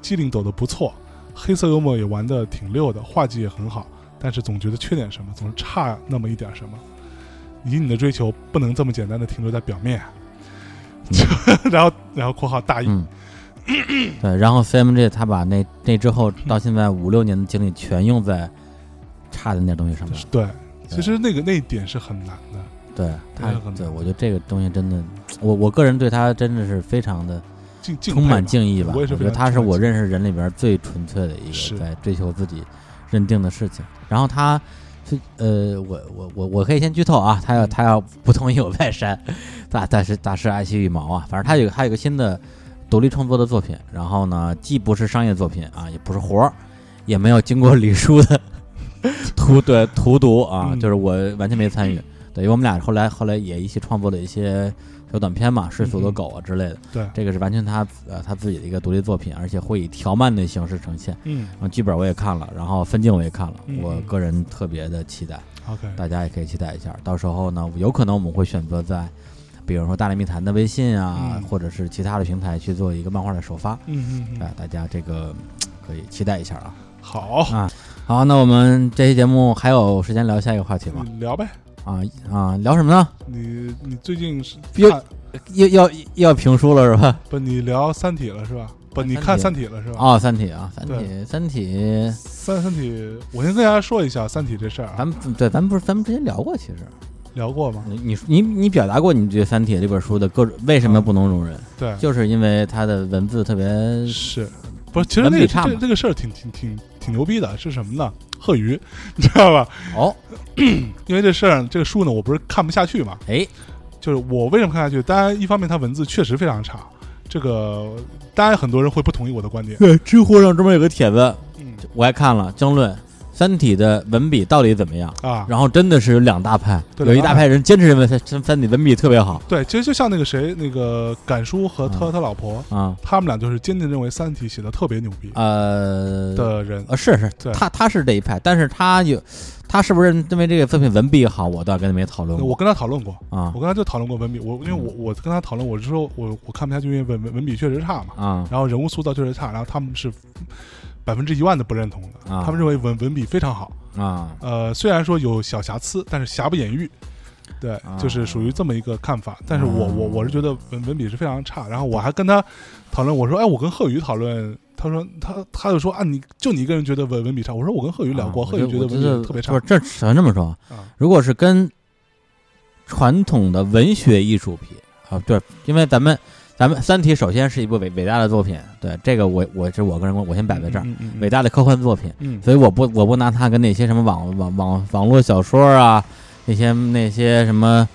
[SPEAKER 1] 机灵走得不错，黑色幽默也玩得挺溜的，画技也很好，但是总觉得缺点什么，总是差那么一点什么。以你的追求不能这么简单的停留在表面啊、 然后，然后（括号大意）
[SPEAKER 2] 嗯。对，然后 CMJ 他把那那之后到现在五六年的精力全用在差的那东西上面
[SPEAKER 1] 就是，对，其实那个那一点是很难的。
[SPEAKER 2] 对他
[SPEAKER 1] 对很，
[SPEAKER 2] 对我觉得这个东西真的，我我个人对他真的是非常的
[SPEAKER 1] 敬敬佩
[SPEAKER 2] 充满
[SPEAKER 1] 吧
[SPEAKER 2] 敬意吧。
[SPEAKER 1] 我
[SPEAKER 2] 我
[SPEAKER 1] 也是
[SPEAKER 2] 觉
[SPEAKER 1] 非
[SPEAKER 2] 得
[SPEAKER 1] 常
[SPEAKER 2] 他是
[SPEAKER 1] 充满
[SPEAKER 2] 我
[SPEAKER 1] 敬
[SPEAKER 2] 认识人里边最纯粹的一
[SPEAKER 1] 是
[SPEAKER 2] 个，在追求自己认定的事情。然后他是呃，我我我我可以先剧透啊，他要
[SPEAKER 1] 嗯
[SPEAKER 2] 他要不同意我再删，大大师大师爱惜羽毛啊，反正他有个还有个新的独立创作的作品，然后呢，既不是商业作品啊，也不是活儿，也没有经过李叔的 荼对荼毒啊，
[SPEAKER 1] 嗯
[SPEAKER 2] 就是我完全没参与。对，因为我们俩后来后来也一起创作了一些小短片嘛，《是所的
[SPEAKER 1] 嗯嗯
[SPEAKER 2] 狗》啊之类的。
[SPEAKER 1] 对，
[SPEAKER 2] 这个是完全他呃他自己的一个独立作品，而且会以条漫的形式呈现。
[SPEAKER 1] 嗯
[SPEAKER 2] 然后剧本我也看了，然后分镜我也看了，
[SPEAKER 1] 嗯
[SPEAKER 2] 我个人特别的期待，
[SPEAKER 1] ，OK，
[SPEAKER 2] 大家也可以期待一下。到时候呢，有可能我们会选择在，比如说大内密谈的微信啊，
[SPEAKER 1] 嗯
[SPEAKER 2] 或者是其他的平台去做一个漫画的首发。啊、
[SPEAKER 1] 嗯嗯嗯，
[SPEAKER 2] 大家这个可以期待一下啊。
[SPEAKER 1] 好，
[SPEAKER 2] 好，那我们这期节目还有时间聊下一个话题吗？
[SPEAKER 1] 你聊呗。
[SPEAKER 2] 啊啊，聊什么呢？
[SPEAKER 1] 你你最近是
[SPEAKER 2] 又
[SPEAKER 1] 看
[SPEAKER 2] 又要又要评书了是吧？
[SPEAKER 1] 不？你聊《三体》了是吧？不，
[SPEAKER 2] 看
[SPEAKER 1] 你
[SPEAKER 2] 哎三
[SPEAKER 1] 看《
[SPEAKER 2] 体
[SPEAKER 1] 三体》了是吧？
[SPEAKER 2] 哦，《三体》啊，《三体》
[SPEAKER 1] 对
[SPEAKER 2] 《三体》
[SPEAKER 1] 三三体，我先跟大家说一下《三体》这事儿啊
[SPEAKER 2] 咱，们对，咱们不是咱们之前聊过，其实
[SPEAKER 1] 聊过吗？
[SPEAKER 2] 你你你你表达过你对《三体》这本书的各种为什么不能容忍，
[SPEAKER 1] 对，
[SPEAKER 2] 就是因为它的文字特别
[SPEAKER 1] 是，不是？其实
[SPEAKER 2] 文
[SPEAKER 1] 那
[SPEAKER 2] 笔
[SPEAKER 1] 个
[SPEAKER 2] 差嘛
[SPEAKER 1] 这这个事儿挺挺挺挺牛逼的，是什么呢？贺鱼， 你知道吧？
[SPEAKER 2] 哦，
[SPEAKER 1] 因为这事儿，这个书呢，我不是看不下去嘛，
[SPEAKER 2] 哎，
[SPEAKER 1] 就是我为什么看下去？当然，一方面它文字确实非常差，这个当然很多人会不同意我的观点，
[SPEAKER 2] 知乎上专门有个帖子，
[SPEAKER 1] 嗯
[SPEAKER 2] 我还看了争论《三体》的文笔到底怎么样，
[SPEAKER 1] 啊，
[SPEAKER 2] 然后真的是有两大派，
[SPEAKER 1] 对
[SPEAKER 2] 有一
[SPEAKER 1] 两大
[SPEAKER 2] 大派人坚持认为《三三体》文笔特别好
[SPEAKER 1] 对，其实就像那个谁，那个敢叔和他他老婆，
[SPEAKER 2] 啊，
[SPEAKER 1] 他们俩就是坚定认为《三体》写的特别牛逼
[SPEAKER 2] 呃，
[SPEAKER 1] 的人，
[SPEAKER 2] 呃，是是，
[SPEAKER 1] 对
[SPEAKER 2] 他他是这一派，但是他有他是不是认为这个作品文笔好，我倒跟他没讨论
[SPEAKER 1] 我
[SPEAKER 2] 过
[SPEAKER 1] 跟他讨论过。
[SPEAKER 2] 啊嗯
[SPEAKER 1] 我跟他就讨论过文笔，我因为我我跟他讨论，我是说我我看不下去，因为文文文笔确实差嘛，
[SPEAKER 2] 啊
[SPEAKER 1] 然后人物塑造确实差，然后他们是百分之一万的不认同的，
[SPEAKER 2] 啊
[SPEAKER 1] 他们认为文文笔非常好，
[SPEAKER 2] 啊
[SPEAKER 1] 呃，虽然说有小瑕疵，但是瑕不掩瑜，对
[SPEAKER 2] 啊，
[SPEAKER 1] 就是属于这么一个看法。但是我
[SPEAKER 2] 啊
[SPEAKER 1] 我我是觉得文文笔是非常差。然后我还跟他讨论，我说，哎，我跟贺宇讨论，他说他他就说啊，你就你一个人觉得文文笔差。我说我跟贺宇聊过，
[SPEAKER 2] 啊
[SPEAKER 1] 贺
[SPEAKER 2] 我
[SPEAKER 1] 宇
[SPEAKER 2] 就
[SPEAKER 1] 觉得
[SPEAKER 2] 我觉
[SPEAKER 1] 文笔特别差
[SPEAKER 2] 不是，这只能这么说啊
[SPEAKER 1] 啊。
[SPEAKER 2] 如果是跟传统的文学艺术比啊，对，因为咱们咱们《三体》首先是一部伟伟大的作品，对这个我我这我个人观我先摆在这儿，
[SPEAKER 1] 嗯嗯嗯
[SPEAKER 2] 伟大的科幻作品，
[SPEAKER 1] 嗯
[SPEAKER 2] 所以我不我不拿它跟那些什么网网网网络小说啊，那些那些什么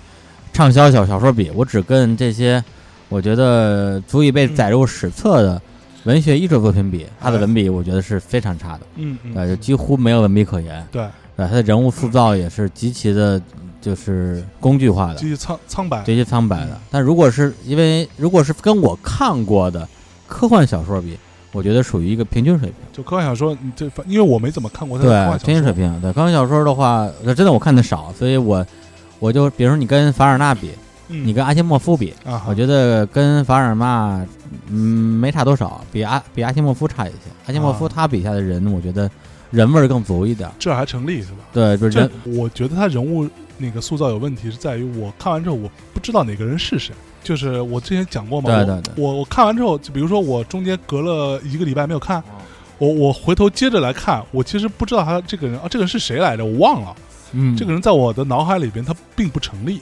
[SPEAKER 2] 畅销小小说比，我只跟这些我觉得足以被载入史册的文学艺术作品比，它的文笔我觉得是非常差的，呃
[SPEAKER 1] 嗯嗯，
[SPEAKER 2] 对，就几乎没有文笔可言，
[SPEAKER 1] 对，
[SPEAKER 2] 对，它的人物塑造也是极其的，就是工具化的
[SPEAKER 1] 继，续苍苍白，
[SPEAKER 2] 极其苍白的。但如果是因为如果是跟我看过的科幻小说比，我觉得属于一个平均水平。
[SPEAKER 1] 就科幻小说，你这反因为我没怎么看过他的科
[SPEAKER 2] 对，
[SPEAKER 1] 幻
[SPEAKER 2] 平均
[SPEAKER 1] 小
[SPEAKER 2] 水
[SPEAKER 1] 说，
[SPEAKER 2] 平。对，科幻小说的话，呃真的我看的少，所以我我就比如说你跟凡尔纳比，
[SPEAKER 1] 嗯
[SPEAKER 2] 你跟阿西莫夫比，
[SPEAKER 1] 啊哈，
[SPEAKER 2] 我觉得跟凡尔纳嗯没差多少，比阿比阿西莫夫差一些。阿西莫夫
[SPEAKER 1] 啊
[SPEAKER 2] 他笔下的人，我觉得人味儿更足一点儿。
[SPEAKER 1] 这还成立是吧？
[SPEAKER 2] 对，就是
[SPEAKER 1] 这
[SPEAKER 2] 人
[SPEAKER 1] 我觉得他人物那个塑造有问题，是在于我看完之后我不知道哪个人是谁。就是我之前讲过嘛，
[SPEAKER 2] 对
[SPEAKER 1] 我
[SPEAKER 2] 对对
[SPEAKER 1] 我我看完之后，就比如说我中间隔了一个礼拜没有看，我我回头接着来看，我其实不知道他这个人啊，这个人是谁来着，我忘了。
[SPEAKER 2] 嗯，
[SPEAKER 1] 这个人在我的脑海里边，他并不成立，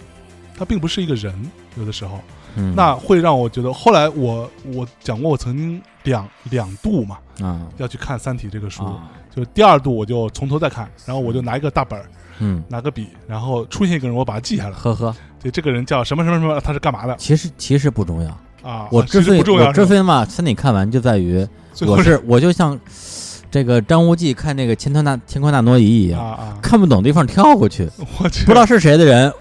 [SPEAKER 1] 他并不是一个人，有的时候。
[SPEAKER 2] 嗯
[SPEAKER 1] 那会让我觉得，后来我我讲过，我曾经两两度嘛
[SPEAKER 2] 啊
[SPEAKER 1] 要去看《三体》这个书，
[SPEAKER 2] 啊
[SPEAKER 1] 就是第二度我就从头再看，然后我就拿一个大本儿，
[SPEAKER 2] 嗯，
[SPEAKER 1] 拿个笔，然后出现一个人，我把他记下来。
[SPEAKER 2] 呵呵，
[SPEAKER 1] 对，这个人叫什么什么什么，他是干嘛的
[SPEAKER 2] 其实其实不重要。
[SPEAKER 1] 啊？
[SPEAKER 2] 我
[SPEAKER 1] 其
[SPEAKER 2] 之
[SPEAKER 1] 实
[SPEAKER 2] 所以
[SPEAKER 1] 不重要
[SPEAKER 2] 我
[SPEAKER 1] 是
[SPEAKER 2] 之
[SPEAKER 1] 吧，
[SPEAKER 2] 所以嘛，三体看完就在于
[SPEAKER 1] 最后
[SPEAKER 2] 我是我就像这个张无忌看那个千川大千川大挪移一
[SPEAKER 1] 啊
[SPEAKER 2] 样，
[SPEAKER 1] 啊，
[SPEAKER 2] 看不懂的地方跳过去，
[SPEAKER 1] 我去，
[SPEAKER 2] 不知道是谁的人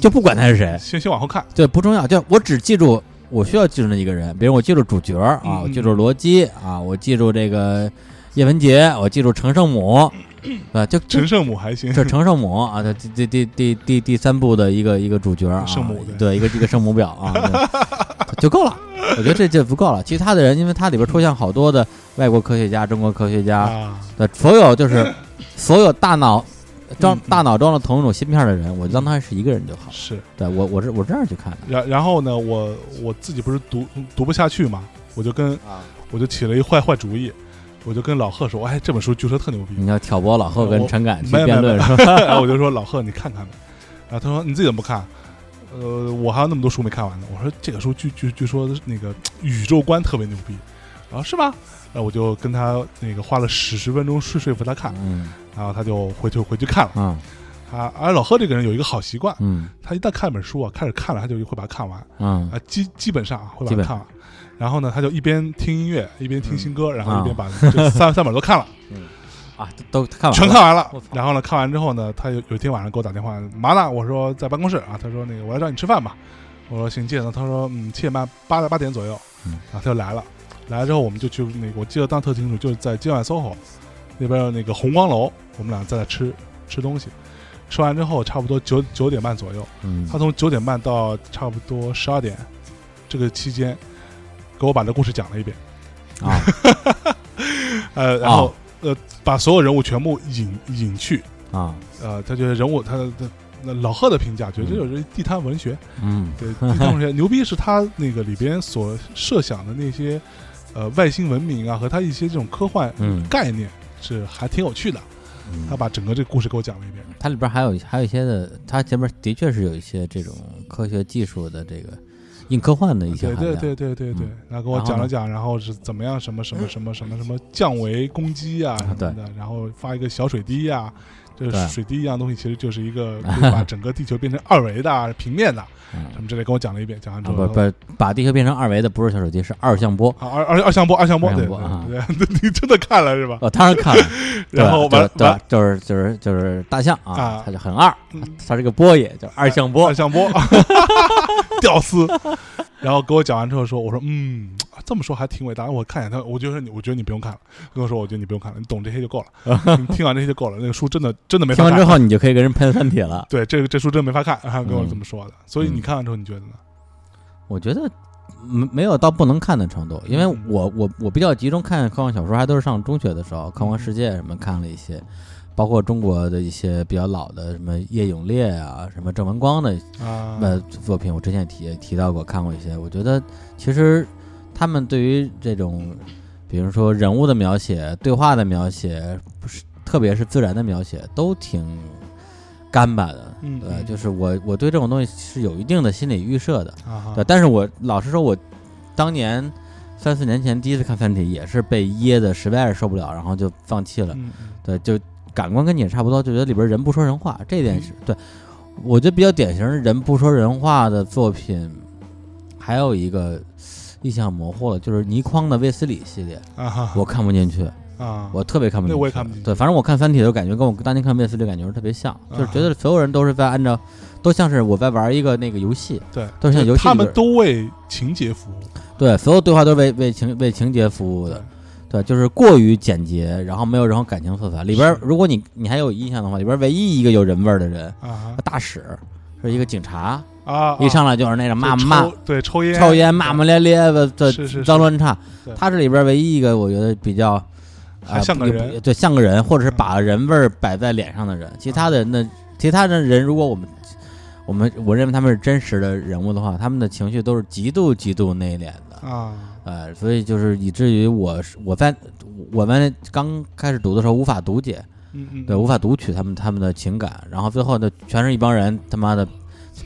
[SPEAKER 2] 就不管他是谁，嗯
[SPEAKER 1] 先先往后看，
[SPEAKER 2] 对，不重要，就我只记住我需要记住那一个人，比如我记住主角儿啊，
[SPEAKER 1] 嗯
[SPEAKER 2] 我记住罗辑啊，我记住这个叶文洁，我记住程 圣母，啊，就就
[SPEAKER 1] 陈圣母还行，
[SPEAKER 2] 这程圣母啊，这第第第第第第三部的一个一个主角啊，
[SPEAKER 1] 圣母对
[SPEAKER 2] 对，一个一个圣母表 啊，对就够了。我觉得这就足够了。其他的人，因为它里边出现好多的外国科学家、中国科学家，
[SPEAKER 1] 啊，
[SPEAKER 2] 对，所有就是所有大脑装
[SPEAKER 1] 嗯嗯
[SPEAKER 2] 大脑装了同一种芯片的人，我就当他是一个人就好。
[SPEAKER 1] 是。
[SPEAKER 2] 对我我是我这样去看的。
[SPEAKER 1] 然然后呢，我我自己不是读读不下去嘛，我就跟
[SPEAKER 2] 啊，
[SPEAKER 1] 我就起了一坏坏主意，我就跟老贺说，哎，这本书据说特牛逼，
[SPEAKER 2] 你要挑拨老贺跟陈敢去
[SPEAKER 1] 没有
[SPEAKER 2] 辩论
[SPEAKER 1] 没
[SPEAKER 2] 是吧？
[SPEAKER 1] 然后我就说老贺你看看呗，然后他说你自己怎么不看？呃，我还有那么多书没看完呢。我说这个书据据据说那个宇宙观特别牛逼，然后是吗？然后我就跟他那个花了十十分钟说说服他看，
[SPEAKER 2] 嗯
[SPEAKER 1] 然后他就回去回去看了。
[SPEAKER 2] 啊
[SPEAKER 1] 啊，而老贺这个人有一个好习惯，
[SPEAKER 2] 嗯
[SPEAKER 1] 他一旦看本书啊，开始看了，他就会把它看完
[SPEAKER 2] 嗯
[SPEAKER 1] 啊，基基本上啊会把
[SPEAKER 2] 基
[SPEAKER 1] 它
[SPEAKER 2] 本
[SPEAKER 1] 看完。然后呢，他就一边听音乐，一边听新歌，然后
[SPEAKER 2] 啊
[SPEAKER 1] 一边把这三三本都看了。
[SPEAKER 2] 啊，都都看完
[SPEAKER 1] 全
[SPEAKER 2] 了
[SPEAKER 1] 看完了
[SPEAKER 2] 我操。
[SPEAKER 1] 然后呢，看完之后呢，他有有一天晚上给我打电话，嘛呢？我说在办公室啊。他说那个我来找你吃饭吧。我说行，几点呢？他说嗯，七点半，八八点左右。
[SPEAKER 2] 嗯
[SPEAKER 1] 然后他就来了，来了之后我们就去那个，我记得当时特清楚，就是在今晚 SOHO 那边有那个红光楼，我们俩在那吃吃东西。吃完之后，差不多九九点半左右，
[SPEAKER 2] 嗯
[SPEAKER 1] 他从九点半到差不多十二点这个期间，给我把这故事讲了一遍。
[SPEAKER 2] 啊
[SPEAKER 1] 呃，然后、呃，把所有人物全部引引去，
[SPEAKER 2] 啊
[SPEAKER 1] 呃，他觉得人物他的那老贺的评价，觉得这就是地摊文 学，
[SPEAKER 2] 嗯
[SPEAKER 1] 对，地摊文学牛逼是他那个里边所设想的那些呃外星文明啊，和他一些这种科幻
[SPEAKER 2] 嗯
[SPEAKER 1] 概念是还挺有趣的。
[SPEAKER 2] 嗯
[SPEAKER 1] 他把整个这个故事给我讲了一遍，
[SPEAKER 2] 它里边还有还有一些的，它前面的确是有一些这种科学技术的这个硬科幻的一些
[SPEAKER 1] 对
[SPEAKER 2] 含
[SPEAKER 1] 对
[SPEAKER 2] 量。
[SPEAKER 1] 对对对对
[SPEAKER 2] 嗯，
[SPEAKER 1] 然后给我
[SPEAKER 2] 然后
[SPEAKER 1] 讲了
[SPEAKER 2] 呢
[SPEAKER 1] 讲，然后是怎么样什么什么什么什么什么降维攻击啊什么
[SPEAKER 2] 对
[SPEAKER 1] 的，然后发一个小水滴啊。就
[SPEAKER 2] 对
[SPEAKER 1] 是水滴一样东西，其实就是一个可以把整个地球变成二维的啊、平面的
[SPEAKER 2] 嗯
[SPEAKER 1] 什么之类，跟我讲了一遍。讲完之
[SPEAKER 2] 啊
[SPEAKER 1] 后，
[SPEAKER 2] 不不，把地球变成二维的不是小手机，是二向波。
[SPEAKER 1] 啊，二二二向波，二向波，
[SPEAKER 2] 二
[SPEAKER 1] 对
[SPEAKER 2] 向波啊
[SPEAKER 1] 对对，对你真的看了是吧？
[SPEAKER 2] 我、当然看了，对
[SPEAKER 1] 然后
[SPEAKER 2] 吧
[SPEAKER 1] 完
[SPEAKER 2] 对
[SPEAKER 1] 完
[SPEAKER 2] 吧就是就是就是大象啊，
[SPEAKER 1] 啊
[SPEAKER 2] 它就很二
[SPEAKER 1] 嗯，
[SPEAKER 2] 它这个波也叫二向波
[SPEAKER 1] 二。向波， 屌丝。然后给我讲完之后说，我说嗯，这么说还挺伟大。我看一眼他，我觉得你，我觉得你不用看了。跟我说，我觉得你不用看了，你懂这些就够了，你听完这些就够了。那个书真的真的没
[SPEAKER 2] 听
[SPEAKER 1] 法
[SPEAKER 2] 完
[SPEAKER 1] 看
[SPEAKER 2] 之。后，你就可以跟人喷三体了。
[SPEAKER 1] 对，这个这书真没法看， 然后跟我
[SPEAKER 2] 嗯
[SPEAKER 1] 这么说的。所以你
[SPEAKER 2] 嗯
[SPEAKER 1] 看完之后，你觉得呢？
[SPEAKER 2] 我觉得没没有到不能看的程度，因为
[SPEAKER 1] 嗯
[SPEAKER 2] 我我我比较集中看科幻小说，还都是上中学的时候，《科幻世界》什么看了一些，包括中国的一些比较老的什么叶永烈啊，什么郑文光的
[SPEAKER 1] 啊，
[SPEAKER 2] 呃作品，我之前也提提到过，看过一些。我觉得其实他们对于这种，比如说人物的描写、对话的描写，不是特别是自然的描写，都挺干巴的。
[SPEAKER 1] 嗯
[SPEAKER 2] 对，
[SPEAKER 1] 嗯
[SPEAKER 2] 呃就是我我对这种东西是有一定的心理预设的。
[SPEAKER 1] 啊
[SPEAKER 2] 对，但是我老实说，我当年三四年前第一次看《三体》，也是被噎的实在是受不了，然后就放弃了。
[SPEAKER 1] 嗯
[SPEAKER 2] 对，就感官跟你也差不多，就觉得里边人不说人话，这一
[SPEAKER 1] 嗯
[SPEAKER 2] 点是、对。我觉得比较典型人不说人话的作品，还有一个印象模糊了，就是倪匡的《卫斯理》系列，
[SPEAKER 1] 啊哈
[SPEAKER 2] 我看不进去，
[SPEAKER 1] 啊，
[SPEAKER 2] 我特别看不进
[SPEAKER 1] 那
[SPEAKER 2] 去。
[SPEAKER 1] 我也看不进去
[SPEAKER 2] 对，反正我看《三体》的时候感觉跟我当年看《卫斯理》感觉是特别像，就是觉
[SPEAKER 1] 啊
[SPEAKER 2] 得所有人都是在按照，都像是我在玩一个那个游戏，
[SPEAKER 1] 对，
[SPEAKER 2] 都是像游戏
[SPEAKER 1] 他
[SPEAKER 2] 里边
[SPEAKER 1] 们都为情节服务，
[SPEAKER 2] 对，所有对话都是为为情为情节服务的，对，就是过于简洁，然后没有任何感情色彩。里边儿
[SPEAKER 1] 是
[SPEAKER 2] 如果你你还有印象的话，里边儿唯一一个有人味儿的人，
[SPEAKER 1] 啊
[SPEAKER 2] 大使是一个警察，
[SPEAKER 1] 哈啊，
[SPEAKER 2] 一
[SPEAKER 1] 啊
[SPEAKER 2] 上来就是那种
[SPEAKER 1] 就
[SPEAKER 2] 骂骂
[SPEAKER 1] 抽对抽烟
[SPEAKER 2] 抽烟骂骂咧咧的，这
[SPEAKER 1] 是是是
[SPEAKER 2] 脏乱差
[SPEAKER 1] 对。
[SPEAKER 2] 他是里边儿唯一一个我觉得比较
[SPEAKER 1] 还
[SPEAKER 2] 啊
[SPEAKER 1] 像个
[SPEAKER 2] 不
[SPEAKER 1] 人啊
[SPEAKER 2] 对，像个人，或者是
[SPEAKER 1] 嗯
[SPEAKER 2] 把人味儿摆在脸上的人。其他的人的其他的人，如果我们我们我认为他们是真实的人物的话，他们的情绪都是极度极度内敛的。
[SPEAKER 1] 啊
[SPEAKER 2] 呃，所以就是以至于我是我在我们刚开始读的时候无法读解，
[SPEAKER 1] 嗯嗯
[SPEAKER 2] 对，无法读取他们他们的情感，然后最后呢，全是一帮人他妈的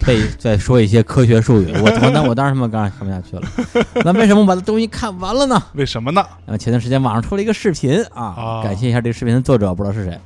[SPEAKER 2] 被在说一些科学术语，我我那我当然他妈刚看不下去了， 那为什么我把这东西看完了呢？
[SPEAKER 1] 为什么呢？
[SPEAKER 2] 呃，前段时间网上出了一个视频啊
[SPEAKER 1] 啊，
[SPEAKER 2] 感谢一下这个视频的作者，不知道是谁。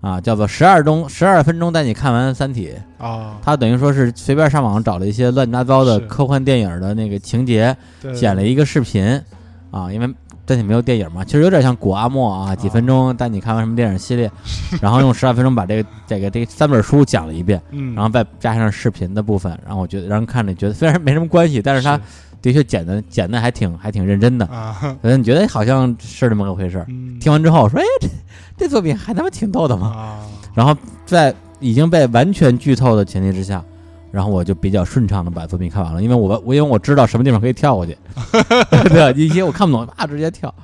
[SPEAKER 2] 啊，叫做十二钟十二分钟带你看完《三体》，
[SPEAKER 1] 啊，
[SPEAKER 2] 他等于说是随便上网找了一些乱七八糟的
[SPEAKER 1] 是
[SPEAKER 2] 科幻电影的那个情节，
[SPEAKER 1] 对
[SPEAKER 2] 剪了一个视频啊，因为但也没有电影嘛，其实有点像古阿莫啊，几分钟带你看完什么电影系 列，然后用十二分钟把这个这个这三本书讲了一遍，
[SPEAKER 1] 嗯，
[SPEAKER 2] 然后再加上视频的部分，然后我觉得让人看着觉得虽然没什么关系，但是他的确剪的剪的还挺还挺认真的，
[SPEAKER 1] 啊，
[SPEAKER 2] 所以你觉得哎好像是这么个回事儿。
[SPEAKER 1] 嗯
[SPEAKER 2] 听完之后我说，哎，这这作品还他妈挺逗的嘛，
[SPEAKER 1] 啊，
[SPEAKER 2] 然后在已经被完全剧透的前提之下，然后我就比较顺畅的把作品看完了，因为我我因为我知道什么地方可以跳过去， 对，一些我看不懂，啪直接跳。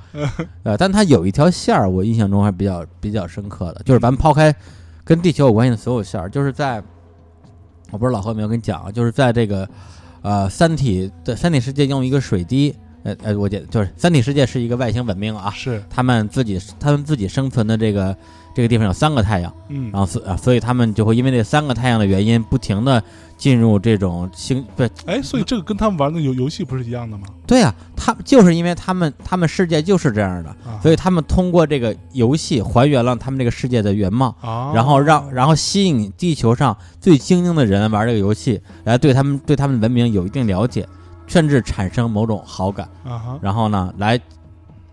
[SPEAKER 2] 呃，但它有一条线儿，我印象中还比较比较深刻的，就是咱们抛开跟地球有关系的所有线儿，就是在我不知道老何有没有跟你讲啊，就是在这个呃《三体》的《三体世界》用一个水滴。呃呃，我觉得就是《三体世界》是一个外星文明啊，
[SPEAKER 1] 是
[SPEAKER 2] 他们自己他们自己生存的这个这个地方有三个太阳，
[SPEAKER 1] 嗯
[SPEAKER 2] 然后所啊，所以他们就会因为这三个太阳的原因，不停的进入这种星对
[SPEAKER 1] 哎，所以这个跟他们玩的游游戏不是一样的吗？
[SPEAKER 2] 对啊，他就是因为他们他们世界就是这样的，
[SPEAKER 1] 啊，
[SPEAKER 2] 所以他们通过这个游戏还原了他们这个世界的原貌，
[SPEAKER 1] 啊，
[SPEAKER 2] 然后让然后吸引地球上最精英的人玩这个游戏，来对他们对他们的文明有一定了解，甚至产生某种好感，
[SPEAKER 1] 啊哈
[SPEAKER 2] 然后呢来。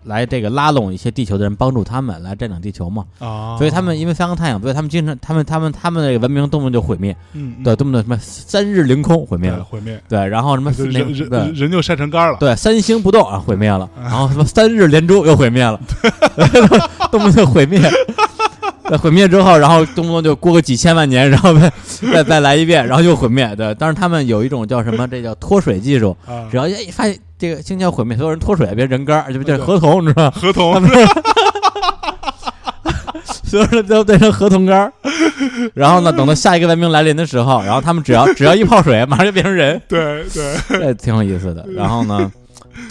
[SPEAKER 2] 来，这个拉拢一些地球的人，帮助他们来占领地球嘛。
[SPEAKER 1] 啊，
[SPEAKER 2] 所以他们因为三个太阳，所以他们经常，他们他们他们的文明动不动就毁灭，
[SPEAKER 1] 嗯嗯
[SPEAKER 2] 对，动不动什么三日凌空毁灭
[SPEAKER 1] 对
[SPEAKER 2] 了，
[SPEAKER 1] 毁灭，
[SPEAKER 2] 对，然后什么
[SPEAKER 1] 就
[SPEAKER 2] 那
[SPEAKER 1] 人
[SPEAKER 2] 个
[SPEAKER 1] 人嗯
[SPEAKER 2] 对
[SPEAKER 1] 人就晒成干了，
[SPEAKER 2] 对三星不动啊毁灭了，然后什么三日连珠又毁 灭了，动不动毁灭。对，毁灭之后，然后动不动就过个几千万年，然后再再再来一遍，然后又毁灭。对，但是他们有一种叫什么，这叫脱水技术，
[SPEAKER 1] 啊
[SPEAKER 2] 只，要一发现这个星球毁灭，所有人脱水，别人干儿，就变
[SPEAKER 1] 对
[SPEAKER 2] 成合同，你知道吗？
[SPEAKER 1] 合同
[SPEAKER 2] 所有人都变成合同杆儿。然后呢，等到下一个文明来临的时候，然后他们只要只要一泡水，马上就变成人。
[SPEAKER 1] 对 对，
[SPEAKER 2] 这挺有意思的。然后呢，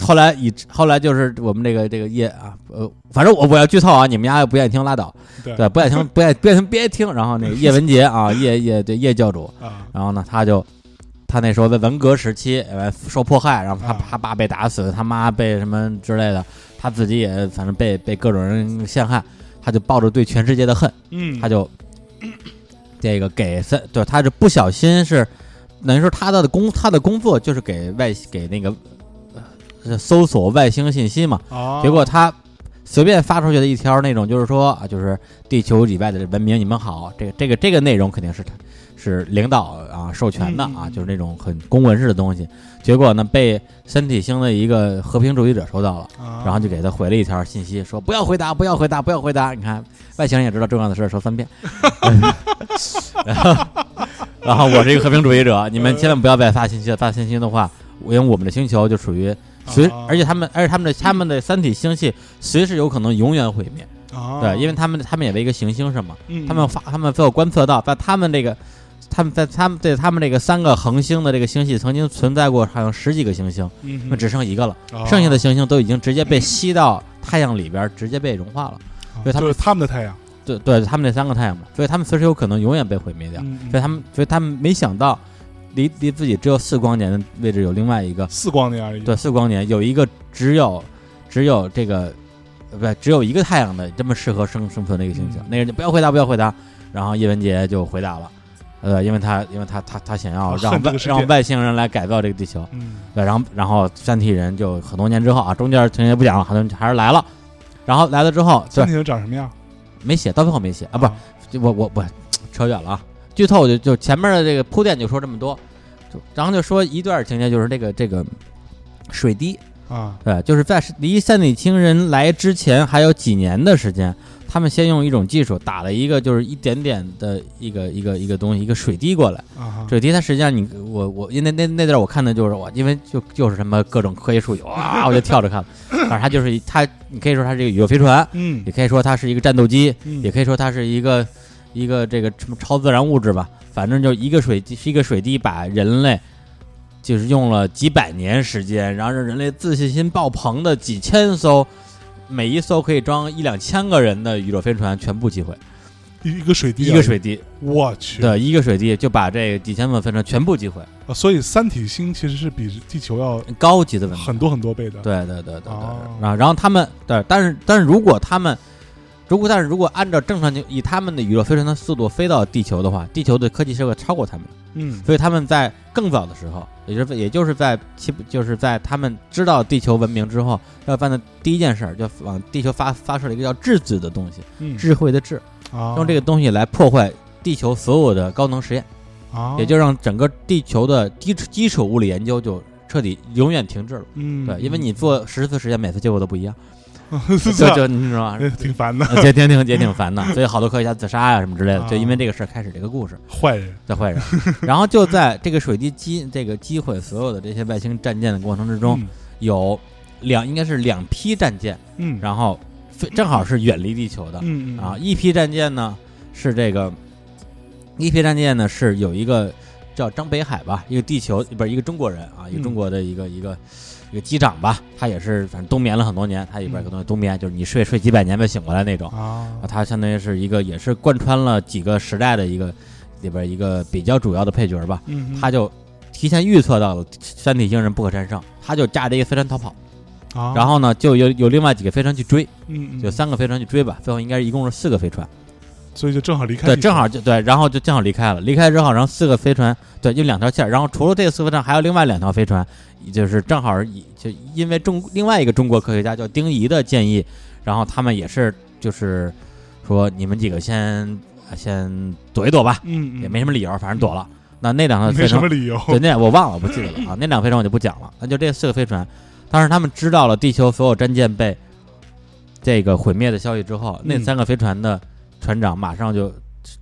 [SPEAKER 2] 后来以后来就是我们这个这个夜啊，呃，反正我我要剧透啊，你们家不愿意听拉倒，
[SPEAKER 1] 对
[SPEAKER 2] 对，不愿意听不愿意别听别听。然后那个叶文洁啊，叶叶对叶教主，
[SPEAKER 1] 啊
[SPEAKER 2] 然后呢，他就他那时候在文革时期呃受迫害，然后他
[SPEAKER 1] 啊
[SPEAKER 2] 他爸被打死，他妈被什么之类的，他自己也反正被被各种人陷害，他就抱着对全世界的恨，
[SPEAKER 1] 嗯，
[SPEAKER 2] 他就这个给三，对，他是不小心是，等于说他的工他的工作就是给外给那个呃搜索外星信息嘛，
[SPEAKER 1] 啊，
[SPEAKER 2] 结果他随便发出去的一条那种就是说啊，就是地球以外的文明你们好，这个这个这个内容肯定是他是领导啊授权的啊
[SPEAKER 1] 嗯嗯，嗯
[SPEAKER 2] 就是那种很公文式的东西，结果呢被三体星的一个和平主义者收到了。
[SPEAKER 1] 啊，
[SPEAKER 2] 然后就给他回了一条信息，说不要回答，不要回答，不要回答。你看，外星人也知道重要的事儿说三遍。 然后，然后我是一个和平主义者，你们千万不要再发信息了，发信息的话，因为我们的星球就属于随，
[SPEAKER 1] 啊
[SPEAKER 2] 而且他们，而且他们的他们的三体星系随时有可能永远毁灭，
[SPEAKER 1] 啊，
[SPEAKER 2] 对，因为他们他们也为一个行星是吗？
[SPEAKER 1] 嗯
[SPEAKER 2] 他们发他们最后观测到，在他们这个，他们在他们对他们这个三个恒星的这个星系曾经存在过好像十几个行星，
[SPEAKER 1] 嗯
[SPEAKER 2] 那
[SPEAKER 1] 哼
[SPEAKER 2] 么只剩一个了，
[SPEAKER 1] 啊
[SPEAKER 2] 剩下的行星都已经直接被吸到太阳里边，直接被融化了。
[SPEAKER 1] 啊
[SPEAKER 2] 对他
[SPEAKER 1] 就
[SPEAKER 2] 们
[SPEAKER 1] 是他们的太阳，
[SPEAKER 2] 对对，他们那三个太阳嘛，所以他们随时有可能永远被毁灭掉。
[SPEAKER 1] 嗯
[SPEAKER 2] 所以他们，所以他们没想到，离离自己只有四光年的位置有另外一个，
[SPEAKER 1] 四光年而已，
[SPEAKER 2] 对，四光年有一个只有只有这个，呃不，只有一个太阳的这么适合生生存的一个星球。
[SPEAKER 1] 嗯
[SPEAKER 2] 那个人就不要回答，不要回答。然后叶文洁就回答了，呃，因为他因为他他他想要
[SPEAKER 1] 啊
[SPEAKER 2] 让
[SPEAKER 1] 恨这
[SPEAKER 2] 外
[SPEAKER 1] 个世界
[SPEAKER 2] 让外星人来改造这个地球，
[SPEAKER 1] 嗯，
[SPEAKER 2] 对，然后然后山体人就很多年之后啊，中间情节不讲了，好像还是来了。然后来了之后，对
[SPEAKER 1] 三，体人长什么样
[SPEAKER 2] 没写，到最后没写啊，不是
[SPEAKER 1] 啊
[SPEAKER 2] 就我我我扯远了啊，剧透就就前面的这个铺垫就说这么多，就然后就说一段情节就是这个这个水滴，
[SPEAKER 1] 啊，
[SPEAKER 2] 对，就是在离三体星人来之前还有几年的时间，他们先用一种技术打了一个就是一点点的一个一个一个东西，一个水滴过来。
[SPEAKER 1] 啊
[SPEAKER 2] 水滴它实际上你我我因为那那那段我看的就是我，因为就就是什么各种科学术语哇，我就跳着看了，反正它就是一它，你可以说它是一个宇宙飞船，
[SPEAKER 1] 嗯
[SPEAKER 2] 也可以说它是一个战斗机，
[SPEAKER 1] 嗯
[SPEAKER 2] 也可以说它是一个一个这个什么超自然物质吧，反正就一个水滴，一个水滴把人类就是用了几百年时间，然后让人类自信心爆棚的几千艘，每一艘可以装一两千个人的宇宙飞船全部击毁，
[SPEAKER 1] 一一个水滴，
[SPEAKER 2] 一个，水滴，
[SPEAKER 1] 我去，
[SPEAKER 2] 对，一个水滴就把这几千个飞船全部击毁，
[SPEAKER 1] 啊所以三体星其实是比地球要
[SPEAKER 2] 高级的文明。
[SPEAKER 1] 很多很多倍的，
[SPEAKER 2] 对对对对对，
[SPEAKER 1] 哦
[SPEAKER 2] 然后然后他们对，但是但是如果他们如果但是如果按照正常就以他们的宇宙飞船的速度飞到地球的话，地球的科技是会超过他们的，
[SPEAKER 1] 嗯
[SPEAKER 2] 所以他们在更早的时候，也就是也就是在七就是在他们知道地球文明之后，要办的第一件事儿，就往地球发发射了一个叫质子的东西，
[SPEAKER 1] 嗯，
[SPEAKER 2] 智慧的智，
[SPEAKER 1] 啊，
[SPEAKER 2] 用这个东西来破坏地球所有的高能实验，
[SPEAKER 1] 啊，
[SPEAKER 2] 也就让整个地球的基础基础物理研究就彻底永远停滞了。
[SPEAKER 1] 嗯，
[SPEAKER 2] 对，因为你做十次实验，每次结果都不一样，
[SPEAKER 1] 是啊
[SPEAKER 2] 就
[SPEAKER 1] 这
[SPEAKER 2] 就你知 道吗？
[SPEAKER 1] 挺烦的，
[SPEAKER 2] 呃也挺挺也挺烦的，所以好多科学家自杀呀、什么之类的，就
[SPEAKER 1] 哦
[SPEAKER 2] 因为这个事儿开始这个故事，
[SPEAKER 1] 坏人，
[SPEAKER 2] 在坏人。然后就在这个水滴击这个击毁所有的这些外星战舰的过程之中，
[SPEAKER 1] 嗯
[SPEAKER 2] 有两应该是两批战舰，
[SPEAKER 1] 嗯，
[SPEAKER 2] 然后非正好是远离地球的，
[SPEAKER 1] 嗯嗯
[SPEAKER 2] 啊，，一批战舰呢是这个，一批战舰呢是有一个叫张北海吧，一个地球不是一个中国人啊，一个中
[SPEAKER 1] 嗯
[SPEAKER 2] 国的一个、一个一个机长吧，他也是反正冬眠了很多年，他里边
[SPEAKER 1] 嗯
[SPEAKER 2] 可能冬眠，就是你睡睡几百年没醒过来那种。
[SPEAKER 1] 啊
[SPEAKER 2] 啊，，他相当于是一个也是贯穿了几个时代的一个里边一个比较主要的配角吧，
[SPEAKER 1] 嗯，
[SPEAKER 2] 他就提前预测到了山体星人不可战胜，他就驾着一个飞船逃跑，
[SPEAKER 1] 啊，
[SPEAKER 2] 然后呢就有有另外几个飞船去追，
[SPEAKER 1] 嗯，嗯
[SPEAKER 2] 就，三个飞船去追吧，最后应该是一共是四个飞船。
[SPEAKER 1] 所以就正好离开地
[SPEAKER 2] 对，
[SPEAKER 1] 球，
[SPEAKER 2] 正好就对，然后就正好离开了。离开之后，然后四个飞船，对，就两条线儿。然后除了这四个飞船，还有另外两条飞船，就是正好以就因为中另外一个中国科学家叫丁仪的建议，然后他们也是就是说你们几个先先躲一躲吧，
[SPEAKER 1] 嗯，嗯，
[SPEAKER 2] 也没什么理由，反正躲了。那那两条飞
[SPEAKER 1] 没什
[SPEAKER 2] 船
[SPEAKER 1] 么，理由，
[SPEAKER 2] 对，那我忘了，我不记得了啊。那两个飞船我就不讲了。那就这四个飞船，当时他们知道了地球所有战舰被这个毁灭的消息之后，那
[SPEAKER 1] 嗯
[SPEAKER 2] 三个飞船的船长马上就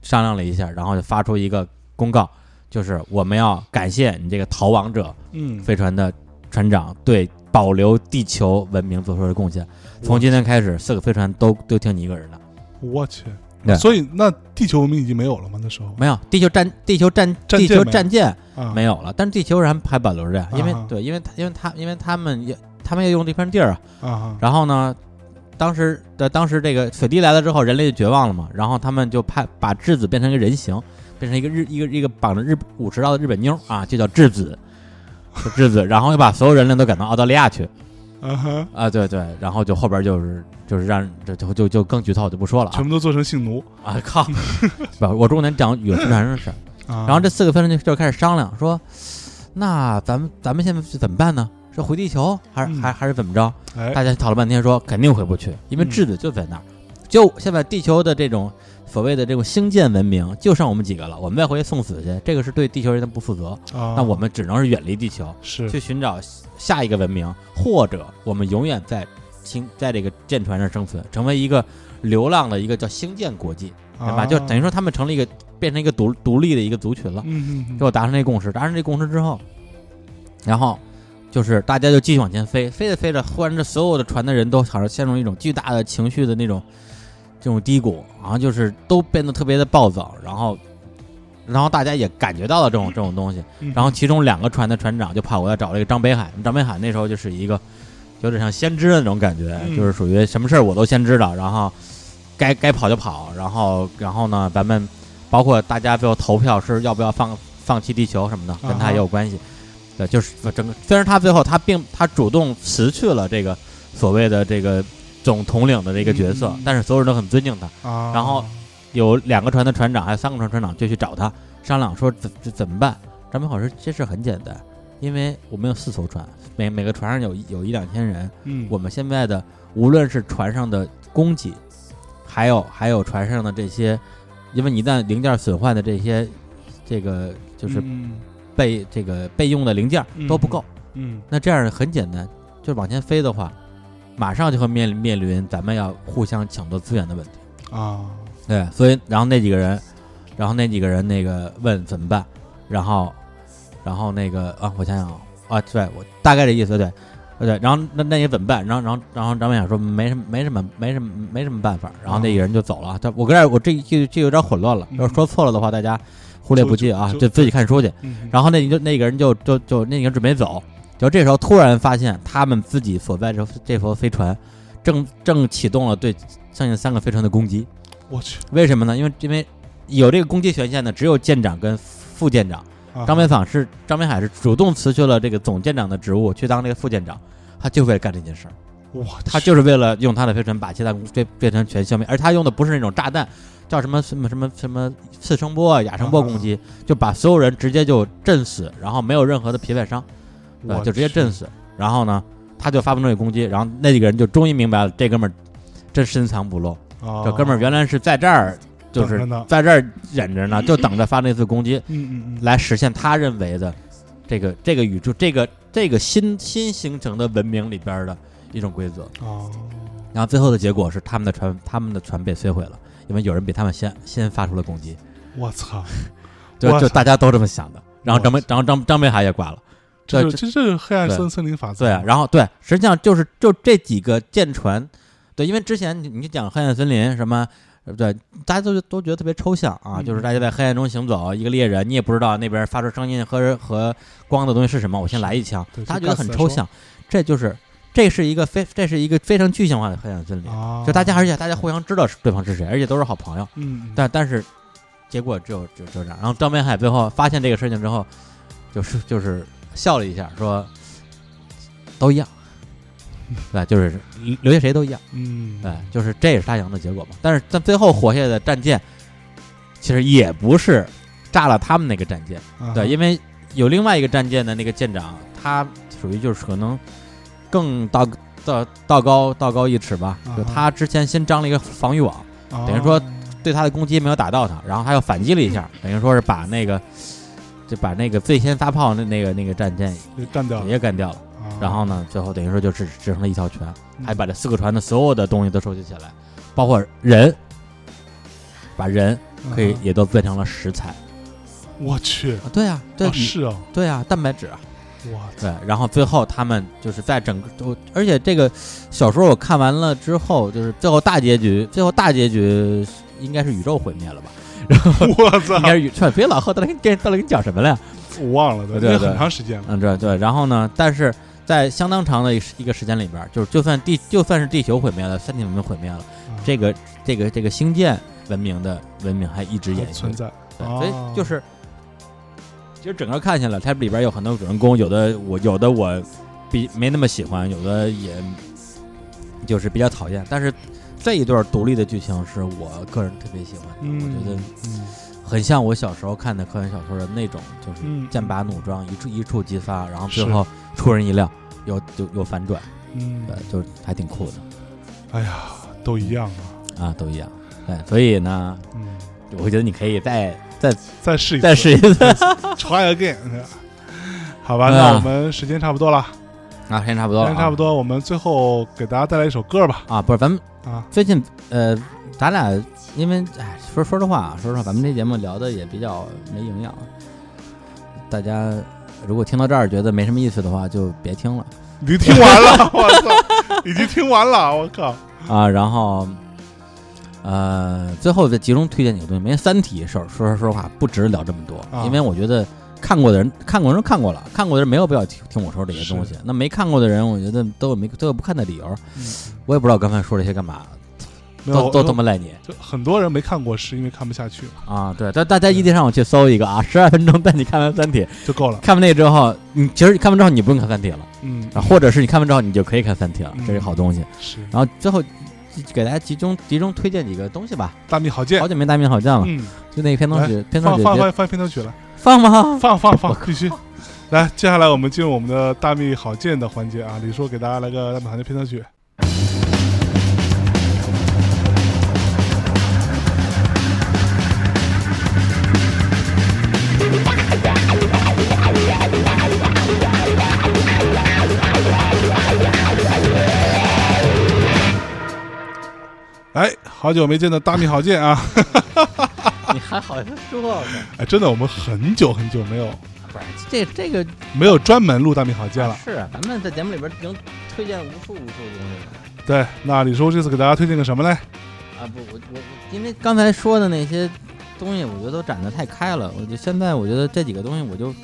[SPEAKER 2] 商量了一下，然后就发出一个公告，就是我们要感谢你这个逃亡者
[SPEAKER 1] 嗯，
[SPEAKER 2] 飞船的船长对保留地球文明做出的贡献。从今天开始，四个飞船都都听你一个人的。
[SPEAKER 1] 我去
[SPEAKER 2] 对，
[SPEAKER 1] 所以那地球文明已经没有了吗？那时候
[SPEAKER 2] 没有，地球战地球战
[SPEAKER 1] 战
[SPEAKER 2] 地
[SPEAKER 1] 舰
[SPEAKER 2] 球
[SPEAKER 1] 没
[SPEAKER 2] 战舰
[SPEAKER 1] 啊，
[SPEAKER 2] 没有了，但是地球人还保留着呀，因为、
[SPEAKER 1] 啊哈
[SPEAKER 2] 对，因为他因为他因为他们也他们要用这片地儿啊，
[SPEAKER 1] 啊，
[SPEAKER 2] 然后呢，当时的当时这个水滴来了之后，人类就绝望了嘛，然后他们就派把质子变成一个人形，变成一个日一个一个绑着日五十刀的日本妞儿啊，就叫质子，就质子，然后又把所有人类都赶到澳大利亚去
[SPEAKER 1] 嗯哼，
[SPEAKER 2] 啊，对对，然后就后边就是就是让这就就就更剧透我就不说了
[SPEAKER 1] 全
[SPEAKER 2] 啊
[SPEAKER 1] 部都做成性奴
[SPEAKER 2] 啊靠， 不，我重点讲远飞船的事儿。
[SPEAKER 1] 啊，
[SPEAKER 2] 然后这四个飞船就就开始商量说，那咱们咱们现在是怎么办呢？是回地球，还是
[SPEAKER 1] 嗯
[SPEAKER 2] 还还是怎么着？
[SPEAKER 1] 哎，
[SPEAKER 2] 大家讨论半天说肯定回不去，因为
[SPEAKER 1] 嗯
[SPEAKER 2] 质子就在那儿。就现在地球的这种所谓的这种星舰文明，就剩我们几个了，我们再回去送死去，这个是对地球人的不负责。
[SPEAKER 1] 啊
[SPEAKER 2] 那我们只能是远离地球，
[SPEAKER 1] 是
[SPEAKER 2] 去寻找下一个文明，或者我们永远在星在这个舰船上生存，成为一个流浪的一个叫星舰国际，对吧？
[SPEAKER 1] 啊
[SPEAKER 2] 就等于说他们成了一个变成一个独独立的一个族群了。
[SPEAKER 1] 嗯嗯
[SPEAKER 2] 最后达成这共识，达成这共识之后，然后就是大家就继续往前飞，飞着飞着，忽然这所有的船的人都好像陷入一种巨大的情绪的那种这种低谷，然后就是都变得特别的暴躁，然后，然后大家也感觉到了这种这种东西，
[SPEAKER 1] 嗯
[SPEAKER 2] 然后其中两个船的船长就跑过来找了一个张北海，张北海那时候就是一个有点像先知的那种感觉，
[SPEAKER 1] 嗯
[SPEAKER 2] 就是属于什么事儿我都先知道，然后该该跑就跑，然后然后呢，咱们包括大家最后投票是要不要放放弃地球什
[SPEAKER 1] 啊
[SPEAKER 2] 么的，跟他也有关系。对，就是整个，虽然他最后他并他主动辞去了这个所谓的这个总统领的这个角色，
[SPEAKER 1] 嗯
[SPEAKER 2] 但是所有人都很尊敬他。
[SPEAKER 1] 啊，
[SPEAKER 2] 然后有两个船的船长，还有三个船船长就去找他商量说怎怎怎么办。张明好说这事很简单，因为我们有四艘船，每每个船上有一有一两千人，
[SPEAKER 1] 嗯，
[SPEAKER 2] 我们现在的无论是船上的供给，还有还有船上的这些，因为你一旦零件损坏的这些，这个就是
[SPEAKER 1] 嗯
[SPEAKER 2] 备这个备用的零件都不够。
[SPEAKER 1] 嗯
[SPEAKER 2] 那这样很简单，就是往前飞的话，马上就会面临面临咱们要互相抢夺资源的问题。
[SPEAKER 1] 啊，
[SPEAKER 2] 对，所以然后那几个人，然后那几个人那个问怎么办，然后，然后那个啊，我想想啊啊，对我大概这意思，对，对，然后那那也怎么办？然后然后然后张文想说没什么没什么没什么没什么办法，然后那几个人就走了。但我跟这儿我这这这有点混乱了，
[SPEAKER 1] 啊嗯
[SPEAKER 2] 要是说错了的话，大家忽略不计啊，
[SPEAKER 1] 就就
[SPEAKER 2] 就自己看书去。
[SPEAKER 1] 嗯
[SPEAKER 2] 然后那就那个人就就就那个人准备走，就这时候突然发现他们自己所在这这艘飞船正正启动了对剩下三个飞船的攻击。
[SPEAKER 1] 我去，
[SPEAKER 2] 为什么呢？因为因为有这个攻击权限的只有舰长跟副舰长。
[SPEAKER 1] 啊
[SPEAKER 2] 张北访是张北海是主动辞去了这个总舰长的职务，去当这个副舰长。他就为了干这件事儿，
[SPEAKER 1] 我去
[SPEAKER 2] 他就是为了用他的飞船把其他飞飞船全消灭，而他用的不是那种炸弹，叫什么什么什么什么次声波啊、亚声波攻击，就把所有人直接就震死，然后没有任何的皮外伤，对吧
[SPEAKER 1] 我
[SPEAKER 2] 就直接
[SPEAKER 1] 去
[SPEAKER 2] 震死。然后呢，他就发动这个攻击，然后那几个人就终于明白了，这哥们儿真深藏不露，
[SPEAKER 1] 啊，
[SPEAKER 2] 这哥们儿原来是在这儿，就是
[SPEAKER 1] 等着呢
[SPEAKER 2] 在这儿忍着呢，就等着发那次攻击，
[SPEAKER 1] 嗯嗯嗯，
[SPEAKER 2] 来实现他认为的这个这个宇宙这个这个新新形成的文明里边的一种规则。
[SPEAKER 1] 哦，
[SPEAKER 2] 然后最后的结果是他们的船他们的船被摧毁了，因为有人比他们先先发出了攻击，
[SPEAKER 1] 我操，
[SPEAKER 2] 就
[SPEAKER 1] 哇
[SPEAKER 2] 就大家都这么想的。然后张
[SPEAKER 1] 哇
[SPEAKER 2] 梅，然后张张北海也挂了，
[SPEAKER 1] 这
[SPEAKER 2] 对
[SPEAKER 1] 这这是黑暗
[SPEAKER 2] 对
[SPEAKER 1] 森森林法则，
[SPEAKER 2] 对啊，然后对，实际上就是就这几个舰船，对，因为之前你你讲黑暗森林什么，呃对，大家都都觉得特别抽象啊，
[SPEAKER 1] 嗯
[SPEAKER 2] 就是大家在黑暗中行走，一个猎人，你也不知道那边发出声音和和光的东西是什么，我先来一枪
[SPEAKER 1] 对，
[SPEAKER 2] 大家
[SPEAKER 1] 就
[SPEAKER 2] 觉
[SPEAKER 1] 干
[SPEAKER 2] 得
[SPEAKER 1] 死
[SPEAKER 2] 很
[SPEAKER 1] 再
[SPEAKER 2] 抽
[SPEAKER 1] 说
[SPEAKER 2] 象，这就是这是一个非这是一个非常具象化的黑暗森林，
[SPEAKER 1] 啊，
[SPEAKER 2] 就大家而且大家互相知道是对方是谁，而且都是好朋友，
[SPEAKER 1] 嗯，
[SPEAKER 2] 但但是结果只有只有只有这样。然后张北海最后发现这个事情之后，就是就是笑了一下，说都一样，对，就是留下谁都一样，
[SPEAKER 1] 嗯，
[SPEAKER 2] 对，就是这也是他赢的结果嘛。但是但最后活下来的战舰，其实也不是炸了他们那个战舰，
[SPEAKER 1] 啊
[SPEAKER 2] 对，因为有另外一个战舰的那个舰长，他属于就是可能更道道道高道高一尺吧，就
[SPEAKER 1] 啊哈
[SPEAKER 2] 他之前先张了一个防御网。
[SPEAKER 1] 啊
[SPEAKER 2] 等于说对他的攻击没有打到他，然后他又反击了一下，等于说是把那个就把那个最先发炮那那个那个战舰
[SPEAKER 1] 给干掉了，
[SPEAKER 2] 也干掉了。
[SPEAKER 1] 啊嗯
[SPEAKER 2] 然后呢，最后等于说就只只剩了一条船，还把这四个船的所有的东西都收集起来，包括人，把人可以
[SPEAKER 1] 啊
[SPEAKER 2] 也都变成了食材啊。
[SPEAKER 1] 我去，
[SPEAKER 2] 嗯对啊，对
[SPEAKER 1] 啊，是啊，
[SPEAKER 2] 对啊，蛋白质啊。
[SPEAKER 1] 我
[SPEAKER 2] 对，然后最后他们就是在整个，我而且这个小说我看完了之后，就是最后大结局，最后大结局应该是宇宙毁灭了吧？
[SPEAKER 1] 我操
[SPEAKER 2] 应，该是宇宙，别老喝，到底跟到底跟你讲什么了呀？
[SPEAKER 1] 我忘了，
[SPEAKER 2] 对
[SPEAKER 1] 因为
[SPEAKER 2] 对
[SPEAKER 1] 很长时间了，
[SPEAKER 2] 嗯，对对。然后呢，但是在相当长的一时一个时间里边儿，就是就算地就算是地球毁灭了，三体文明毁灭了，
[SPEAKER 1] 啊
[SPEAKER 2] 这个这个这个星舰文明的文明还一直
[SPEAKER 1] 还
[SPEAKER 2] 延续
[SPEAKER 1] 存在，
[SPEAKER 2] 对，
[SPEAKER 1] 哦
[SPEAKER 2] 所以就是，其实整个看下来，它里边有很多主人公，有的我有的我比没那么喜欢，有的也就是比较讨厌。但是这一段独立的剧情是我个人特别喜欢的，
[SPEAKER 1] 嗯，
[SPEAKER 2] 我觉得
[SPEAKER 1] 嗯
[SPEAKER 2] 很像我小时候看的科幻小说的那种，就是
[SPEAKER 1] 嗯
[SPEAKER 2] 剑拔弩张，一触一触即发，然后最
[SPEAKER 1] 是
[SPEAKER 2] 后出人意料，有有有反转，
[SPEAKER 1] 嗯
[SPEAKER 2] 对，，就是还挺酷的
[SPEAKER 1] 哎呀，都一样啊，
[SPEAKER 2] 啊，都一样。对，所以呢，
[SPEAKER 1] 嗯，
[SPEAKER 2] 我觉得你可以再
[SPEAKER 1] 再试一次，
[SPEAKER 2] 再试一次
[SPEAKER 1] try again。好吧，
[SPEAKER 2] 哎呀
[SPEAKER 1] 那我们时间差不多了，
[SPEAKER 2] 啊，时间差不多
[SPEAKER 1] 时
[SPEAKER 2] 了、啊，
[SPEAKER 1] 间差不多，我们最后给大家带来一首歌吧。
[SPEAKER 2] 啊，不是咱们
[SPEAKER 1] 啊，
[SPEAKER 2] 最近呃，咱俩因为哎，说说实话啊，说实话，咱们这节目聊的也比较没营养，大家如果听到这儿觉得没什么意思的话，就别听了
[SPEAKER 1] 已经 听完了，我操，已经听完了，我靠，
[SPEAKER 2] 啊。然后呃，最后再集中推荐几个东西。因为《三体》事儿，说实说话不值聊这么多，
[SPEAKER 1] 啊
[SPEAKER 2] 因为我觉得看过的人，看过的人看过了，看过的人没有必要听听我说这些东西。那没看过的人，我觉得都有没都有不看的理由。我也不知道刚才说这些干嘛，
[SPEAKER 1] 嗯没有
[SPEAKER 2] 都都他
[SPEAKER 1] 我
[SPEAKER 2] 妈赖你
[SPEAKER 1] 就很多人没看过，是因为看不下去
[SPEAKER 2] 啊！对，但大家一定上网去搜一个啊，十二分钟带你看完《三体》，
[SPEAKER 1] 就够了。
[SPEAKER 2] 看完那之后，你其实看完之后你不用看《三体》了
[SPEAKER 1] 嗯，
[SPEAKER 2] 啊，或者是你看完之后你就可以看《三体》了，
[SPEAKER 1] 嗯
[SPEAKER 2] 这是好东西。
[SPEAKER 1] 是
[SPEAKER 2] 然后最后给大家集中集中推荐几个东西吧。
[SPEAKER 1] 大米好见
[SPEAKER 2] 好。久没大面好酱了，
[SPEAKER 1] 嗯，
[SPEAKER 2] 就那个片头曲，片头
[SPEAKER 1] 放
[SPEAKER 2] 曲
[SPEAKER 1] 放
[SPEAKER 2] 别
[SPEAKER 1] 放放片头曲来，
[SPEAKER 2] 放吗？
[SPEAKER 1] 放放放，必须。来，接下来我们进入我们的大蜜好见的环节啊，李叔给大家来个大蜜好见片头曲。哎，好久没见的大蜜好见啊！
[SPEAKER 2] 你还好意思说？
[SPEAKER 1] 哎，真的，我们很久很久没有
[SPEAKER 2] 不是，这这个
[SPEAKER 1] 没有专门录大米好见了。
[SPEAKER 2] 是啊，咱们在节目里边已经推荐无数无数东
[SPEAKER 1] 对，那李叔这次给大家推荐个什么嘞？
[SPEAKER 2] 西了啊！不，我我我因为刚才说的那些东西，我觉得都展得太开了，我就现在我觉得这几个东西我就。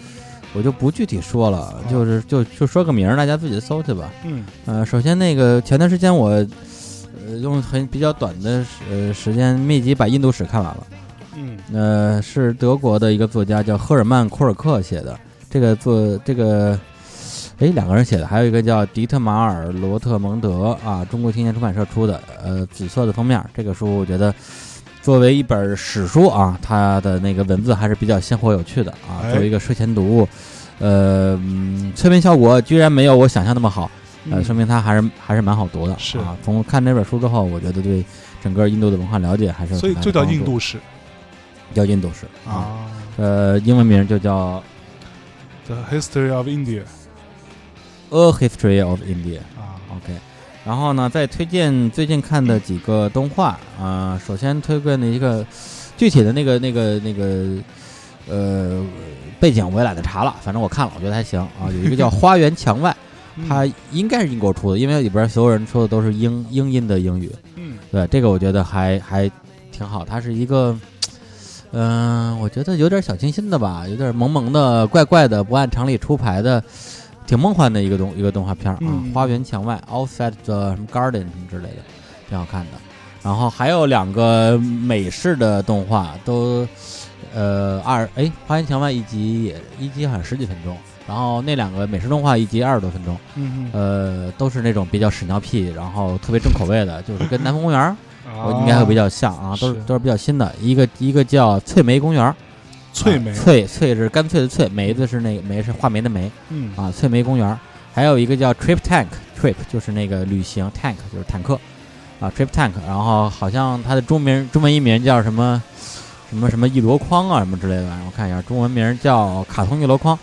[SPEAKER 2] 我就不具体说了，就是就就说个名儿，大家自己搜去吧。
[SPEAKER 1] 嗯
[SPEAKER 2] 呃，首先那个前段时间我，呃，用很比较短的时呃时间密集把《印度史》看完了。
[SPEAKER 1] 嗯
[SPEAKER 2] 呃，是德国的一个作家叫赫尔曼·库尔克写的。这个作这个，哎，两个人写的，还有一个叫迪特马尔·罗特蒙德啊，中国青年出版社出的，呃，紫色的封面。这个书我觉得呃作为一本史书啊，它的那个文字还是比较鲜活有趣的啊，
[SPEAKER 1] 哎
[SPEAKER 2] 作为一个睡前读物，呃，嗯催眠效果居然没有我想象那么好。呃，说明它还是还是蛮好读的。
[SPEAKER 1] 嗯是
[SPEAKER 2] 啊，从看这本书之后，我觉得对整个印度的文化了解还是有
[SPEAKER 1] 所以
[SPEAKER 2] 很大
[SPEAKER 1] 就
[SPEAKER 2] 的
[SPEAKER 1] 叫
[SPEAKER 2] 帮
[SPEAKER 1] 印
[SPEAKER 2] 助，
[SPEAKER 1] 度史
[SPEAKER 2] 叫印度史啊。
[SPEAKER 1] 啊
[SPEAKER 2] 呃，英文名就叫
[SPEAKER 1] ，The History of India
[SPEAKER 2] 《A History of India》。
[SPEAKER 1] 啊，
[SPEAKER 2] OK，然后呢，再推荐最近看的几个动画啊、首先推荐的一个具体的那个那个那个呃背景我也懒得查了，反正我看了，我觉得还行啊。有一个叫《花园墙外》，嗯它
[SPEAKER 1] 嗯
[SPEAKER 2] 应该是英国出的，因为里边所有人说的都是英英音的英语。
[SPEAKER 1] 嗯
[SPEAKER 2] 对，这个我觉得还还挺好，它是一个，嗯、我觉得有点小清新的吧，有点萌萌的、怪怪的、不按常理出牌的，挺梦幻的一个动一个动画片儿啊，
[SPEAKER 1] 嗯
[SPEAKER 2] 花园墙外 （Outside the 什么 Garden） 什么之类的，挺好看的。然后还有两个美式的动画都，呃，二哎，花园墙外一集也一集好像十几分钟，然后那两个美式动画一集二十多分钟。
[SPEAKER 1] 嗯嗯
[SPEAKER 2] 呃，都是那种比较屎尿屁，然后特别重口味的，就是跟南方公园儿
[SPEAKER 1] 嗯，
[SPEAKER 2] 我应该会比
[SPEAKER 1] 较
[SPEAKER 2] 较像啊，都是
[SPEAKER 1] 哦是
[SPEAKER 2] 都是比较新的。一个一个叫翠梅公园儿，
[SPEAKER 1] 翠梅
[SPEAKER 2] 啊， 翠翠是干脆的翠，梅子是那个梅是画梅的梅
[SPEAKER 1] 嗯
[SPEAKER 2] 啊，翠梅公园儿。还有一个叫 Trip Tank，Trip 就是那个旅行，Tank 就是坦克啊，Trip Tank。然后好像它的中名中文译名叫什么什么什么一箩筐啊什么之类的，我看一下，中文名叫卡通一箩筐。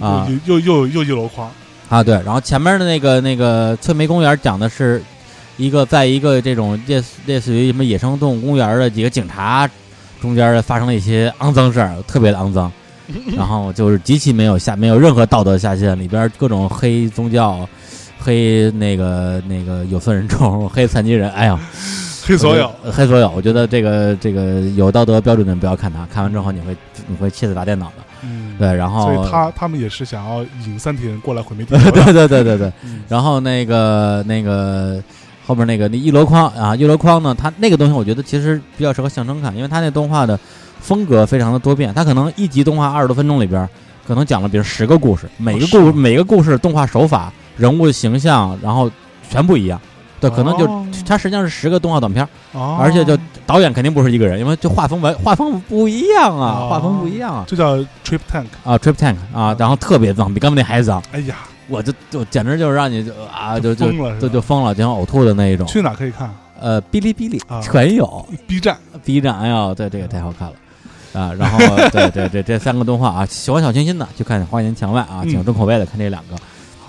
[SPEAKER 2] 啊
[SPEAKER 1] 又又又又一箩筐，
[SPEAKER 2] 啊，对，然后前面的那个那个翠梅公园讲的是一个在一个这种类似类似于什么野生动物公园的几个警察中间发生了一些肮脏事儿，特别的 肮脏，然后就是极其没有下没有任何道德下限，里边各种黑宗教、黑那个那个有色人种、 黑残疾人，哎呀，
[SPEAKER 1] 黑所有
[SPEAKER 2] 我觉得，黑所有，我觉得这个这个有道德标准的人不要看它，看完之后你会你会气得砸电脑的，
[SPEAKER 1] 嗯，
[SPEAKER 2] 对，然后
[SPEAKER 1] 所以他他们也是想要引三体人过来毁灭地球的，
[SPEAKER 2] 对对对对对。
[SPEAKER 1] 嗯
[SPEAKER 2] 然后那个那个后面那个那一箩筐啊，一箩筐呢，它那个东西我觉得其实比较适合象征看，因为它那动画的风格非常的多变，它可能一集动画二十多分钟里边儿，可能讲了比如十个故事，每个
[SPEAKER 1] 哦是
[SPEAKER 2] 故
[SPEAKER 1] 吗
[SPEAKER 2] 每个故事动画手法、人物形象，然后全不一样。对，可能就、
[SPEAKER 1] 哦
[SPEAKER 2] 它实际上是十个动画短片儿，
[SPEAKER 1] 哦
[SPEAKER 2] 而且就导演肯定不是一个人，因为就画风完 画风不一样啊，
[SPEAKER 1] 哦
[SPEAKER 2] 画风不一样啊。
[SPEAKER 1] 就叫 Trip Tank，
[SPEAKER 2] 啊，Trip Tank 啊，然后特别脏，比刚才那还脏，
[SPEAKER 1] 哎呀，
[SPEAKER 2] 我就就简直就是让你就啊就就
[SPEAKER 1] 疯了
[SPEAKER 2] 就是
[SPEAKER 1] 吧？
[SPEAKER 2] 就疯了，就像呕吐的那一种。
[SPEAKER 1] 去哪可以看
[SPEAKER 2] 呃，哔哩哔哩
[SPEAKER 1] 啊
[SPEAKER 2] 全有
[SPEAKER 1] ？B 站，
[SPEAKER 2] ，B 站，哎呦，对，这个太好看了。啊，然后 对对对，这三个动画啊，喜欢小清新的就看《花园墙外》啊，
[SPEAKER 1] 嗯
[SPEAKER 2] 挺重口味的看这两个。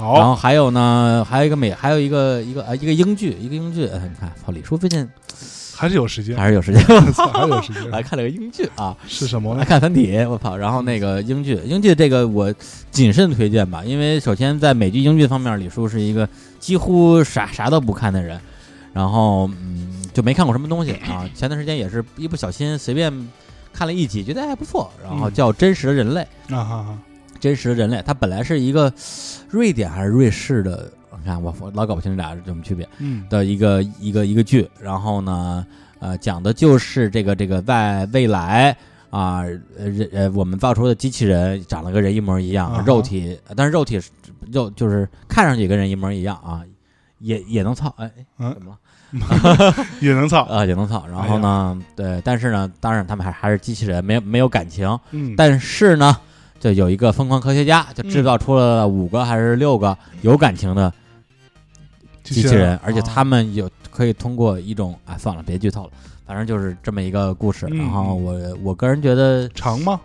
[SPEAKER 2] 然
[SPEAKER 1] 好，
[SPEAKER 2] 后还有呢，还有一个美，还有一个一个啊，一个英剧，一个英剧。哎你看，操，李叔最近
[SPEAKER 1] 还是有时间，
[SPEAKER 2] 还是有时间，
[SPEAKER 1] 还是有时
[SPEAKER 2] 我还
[SPEAKER 1] 间，
[SPEAKER 2] 看了个英剧啊，
[SPEAKER 1] 是什么
[SPEAKER 2] 来
[SPEAKER 1] 呢？
[SPEAKER 2] 看《三体》，我操！然后那个英剧，英剧这个我谨慎推荐吧，因为首先在美剧、英剧方面，李叔是一个几乎啥啥都不看的人，然后嗯，就没看过什么东西啊。前段时间也是一不小心随便看了一集，觉得还不错，然后
[SPEAKER 1] 嗯
[SPEAKER 2] 叫《真实的人类》。
[SPEAKER 1] 啊哈哈，
[SPEAKER 2] 真实的人类，它本来是一个瑞典还是瑞士的，你看我我老搞不清这俩是什么区别
[SPEAKER 1] 嗯，
[SPEAKER 2] 的一个一个一个剧。然后呢，呃，讲的就是这个这个外未来啊，呃人呃我们造出的机器人长得跟人一模一样，
[SPEAKER 1] 啊哈
[SPEAKER 2] 肉体，但是肉体是肉就是看上去跟人一模一样啊，也也能操，哎，哎
[SPEAKER 1] 嗯
[SPEAKER 2] 怎么了？
[SPEAKER 1] 也能操，
[SPEAKER 2] 啊，也能操。然后呢，
[SPEAKER 1] 哎
[SPEAKER 2] 对，但是呢，当然他们还还是机器人，没有没有感情。
[SPEAKER 1] 嗯，
[SPEAKER 2] 但是呢，就有一个疯狂科学家就制造
[SPEAKER 1] 嗯
[SPEAKER 2] 出了五个还是六个有感情的机器人，啊
[SPEAKER 1] 啊
[SPEAKER 2] 而且他们有可以通过一种啊，算了，别剧透了，反正就是这么一个故事。
[SPEAKER 1] 嗯
[SPEAKER 2] 然后我我个人觉得，
[SPEAKER 1] 长吗？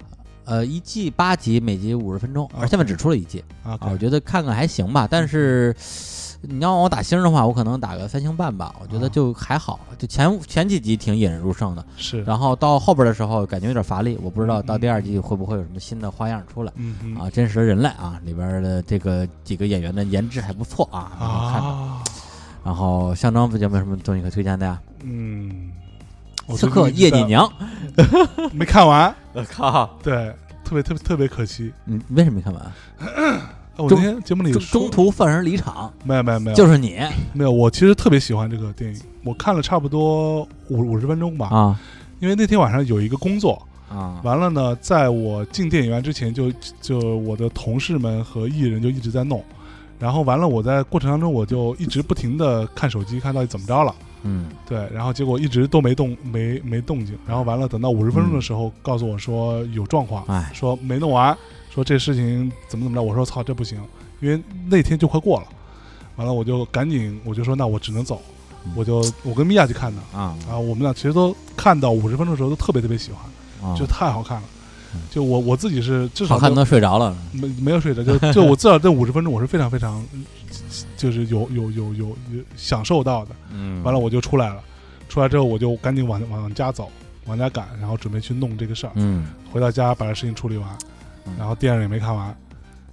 [SPEAKER 2] 呃，一季八集，每集五十分钟，而
[SPEAKER 1] OK
[SPEAKER 2] 现在只出了一季
[SPEAKER 1] 啊
[SPEAKER 2] 啊，我觉得看看还行吧，但是。你要让我打星的话，我可能打个三星半吧，我觉得
[SPEAKER 1] 啊
[SPEAKER 2] 就还好。就前前几集挺引人入胜的，
[SPEAKER 1] 是，
[SPEAKER 2] 然后到后边的时候感觉有点乏力，我不知道到第二季会不会有什么新的花样出来。
[SPEAKER 1] 嗯嗯
[SPEAKER 2] 啊，真实的人类啊，里边的这个几个演员的颜值还不错啊，很好看的。
[SPEAKER 1] 啊，
[SPEAKER 2] 然后象征不就没什么东西可推荐的呀？
[SPEAKER 1] 嗯，我
[SPEAKER 2] 刺
[SPEAKER 1] 最
[SPEAKER 2] 客
[SPEAKER 1] 近一直
[SPEAKER 2] 叶
[SPEAKER 1] 在呃
[SPEAKER 2] 锦娘，
[SPEAKER 1] 没看完，
[SPEAKER 2] 我靠，
[SPEAKER 1] 对，特别特别特别可惜。
[SPEAKER 2] 你为什么没看完？
[SPEAKER 1] 哎我
[SPEAKER 2] 中
[SPEAKER 1] 那天节目里
[SPEAKER 2] 中
[SPEAKER 1] 说
[SPEAKER 2] 中途放人离场，
[SPEAKER 1] 没有没有没有，
[SPEAKER 2] 就是你
[SPEAKER 1] 没有。我其实特别喜欢这个电影，我看了差不多五五十分钟吧，
[SPEAKER 2] 啊
[SPEAKER 1] 因为那天晚上有一个工作，
[SPEAKER 2] 啊
[SPEAKER 1] 完了呢，在我进电影院之前就，就我的同事们和艺人就一直在弄，然后完了，我在过程当中我就一直不停的看手机，看到底怎么着了，
[SPEAKER 2] 嗯
[SPEAKER 1] 对，然后结果一直都没动，没没动静，然后完了，等到五十分
[SPEAKER 2] 嗯
[SPEAKER 1] 钟的时候，告诉我说有状况，
[SPEAKER 2] 哎
[SPEAKER 1] 说没弄完，说这事情怎么怎么着，我说操，这不行，因为那天就快过了，完了我就赶紧我就说那我只能走
[SPEAKER 2] 嗯，
[SPEAKER 1] 我就我跟米娅去看的，
[SPEAKER 2] 啊
[SPEAKER 1] 啊，我们俩其实都看到五十分钟的时候都特别特别喜欢。
[SPEAKER 2] 啊
[SPEAKER 1] 就太好看了
[SPEAKER 2] 嗯。
[SPEAKER 1] 就我我自己是至
[SPEAKER 2] 好
[SPEAKER 1] 少
[SPEAKER 2] 看
[SPEAKER 1] 就
[SPEAKER 2] 都睡着了，
[SPEAKER 1] 没没有睡着，就就我至少这五十分钟我是非常非常，就是有有有有有享受到的。
[SPEAKER 2] 嗯，
[SPEAKER 1] 完了我就出来了，出来之后我就赶紧往往家走，往家赶，然后准备去弄这个事儿。
[SPEAKER 2] 嗯
[SPEAKER 1] 回到家把这事情处理完
[SPEAKER 2] 嗯，
[SPEAKER 1] 然后电影也没看完，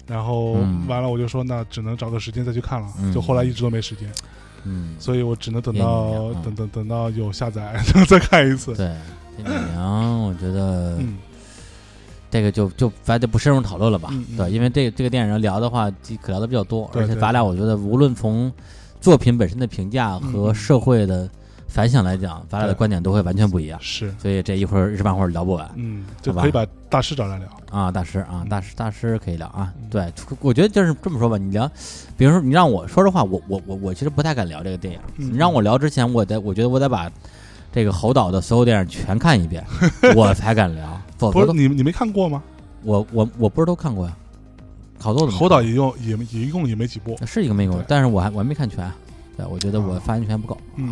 [SPEAKER 1] 然后
[SPEAKER 2] 嗯
[SPEAKER 1] 完了我就说那只能找个时间再去看了
[SPEAKER 2] 嗯。
[SPEAKER 1] 就后来一直都没时间，
[SPEAKER 2] 嗯，
[SPEAKER 1] 所以我只能等
[SPEAKER 2] 电影
[SPEAKER 1] 到
[SPEAKER 2] 啊
[SPEAKER 1] 等等等到有下载再看一次。
[SPEAKER 2] 对，叶锦娘，我觉得
[SPEAKER 1] 嗯，
[SPEAKER 2] 这个就就咱就不深入讨论了吧？
[SPEAKER 1] 嗯嗯
[SPEAKER 2] 对，因为这这个电影聊的话，就可聊的比较多，
[SPEAKER 1] 对
[SPEAKER 2] 而且
[SPEAKER 1] 对
[SPEAKER 2] 咱俩我觉得无论从作品本身的评价和
[SPEAKER 1] 嗯
[SPEAKER 2] 社会的反响来讲，咱俩的
[SPEAKER 1] 对
[SPEAKER 2] 观点都会完全不一样，
[SPEAKER 1] 是，
[SPEAKER 2] 所以这一会儿一时半会儿聊不完
[SPEAKER 1] 嗯，就
[SPEAKER 2] 好吧
[SPEAKER 1] 可以把大师找来聊。
[SPEAKER 2] 啊，大师啊，大师大师可以聊啊，
[SPEAKER 1] 嗯
[SPEAKER 2] 对，我觉得就是这么说吧，你聊，比如说你让我说实话，我我我我其实不太敢聊这个电影，
[SPEAKER 1] 嗯
[SPEAKER 2] 你让我聊之前，我得我觉得我得把这个侯导的所有电影全看一 遍，我才敢聊，否
[SPEAKER 1] 不
[SPEAKER 2] 则
[SPEAKER 1] 是
[SPEAKER 2] 都
[SPEAKER 1] 你你没看过吗？
[SPEAKER 2] 我我我不是都看过呀，好多怎么
[SPEAKER 1] 侯导一共也也一共也没几部。
[SPEAKER 2] 是一个美国，
[SPEAKER 1] 对
[SPEAKER 2] 但是我还我还没看全。啊对，我觉得我
[SPEAKER 1] 啊
[SPEAKER 2] 发言权不够啊
[SPEAKER 1] 嗯，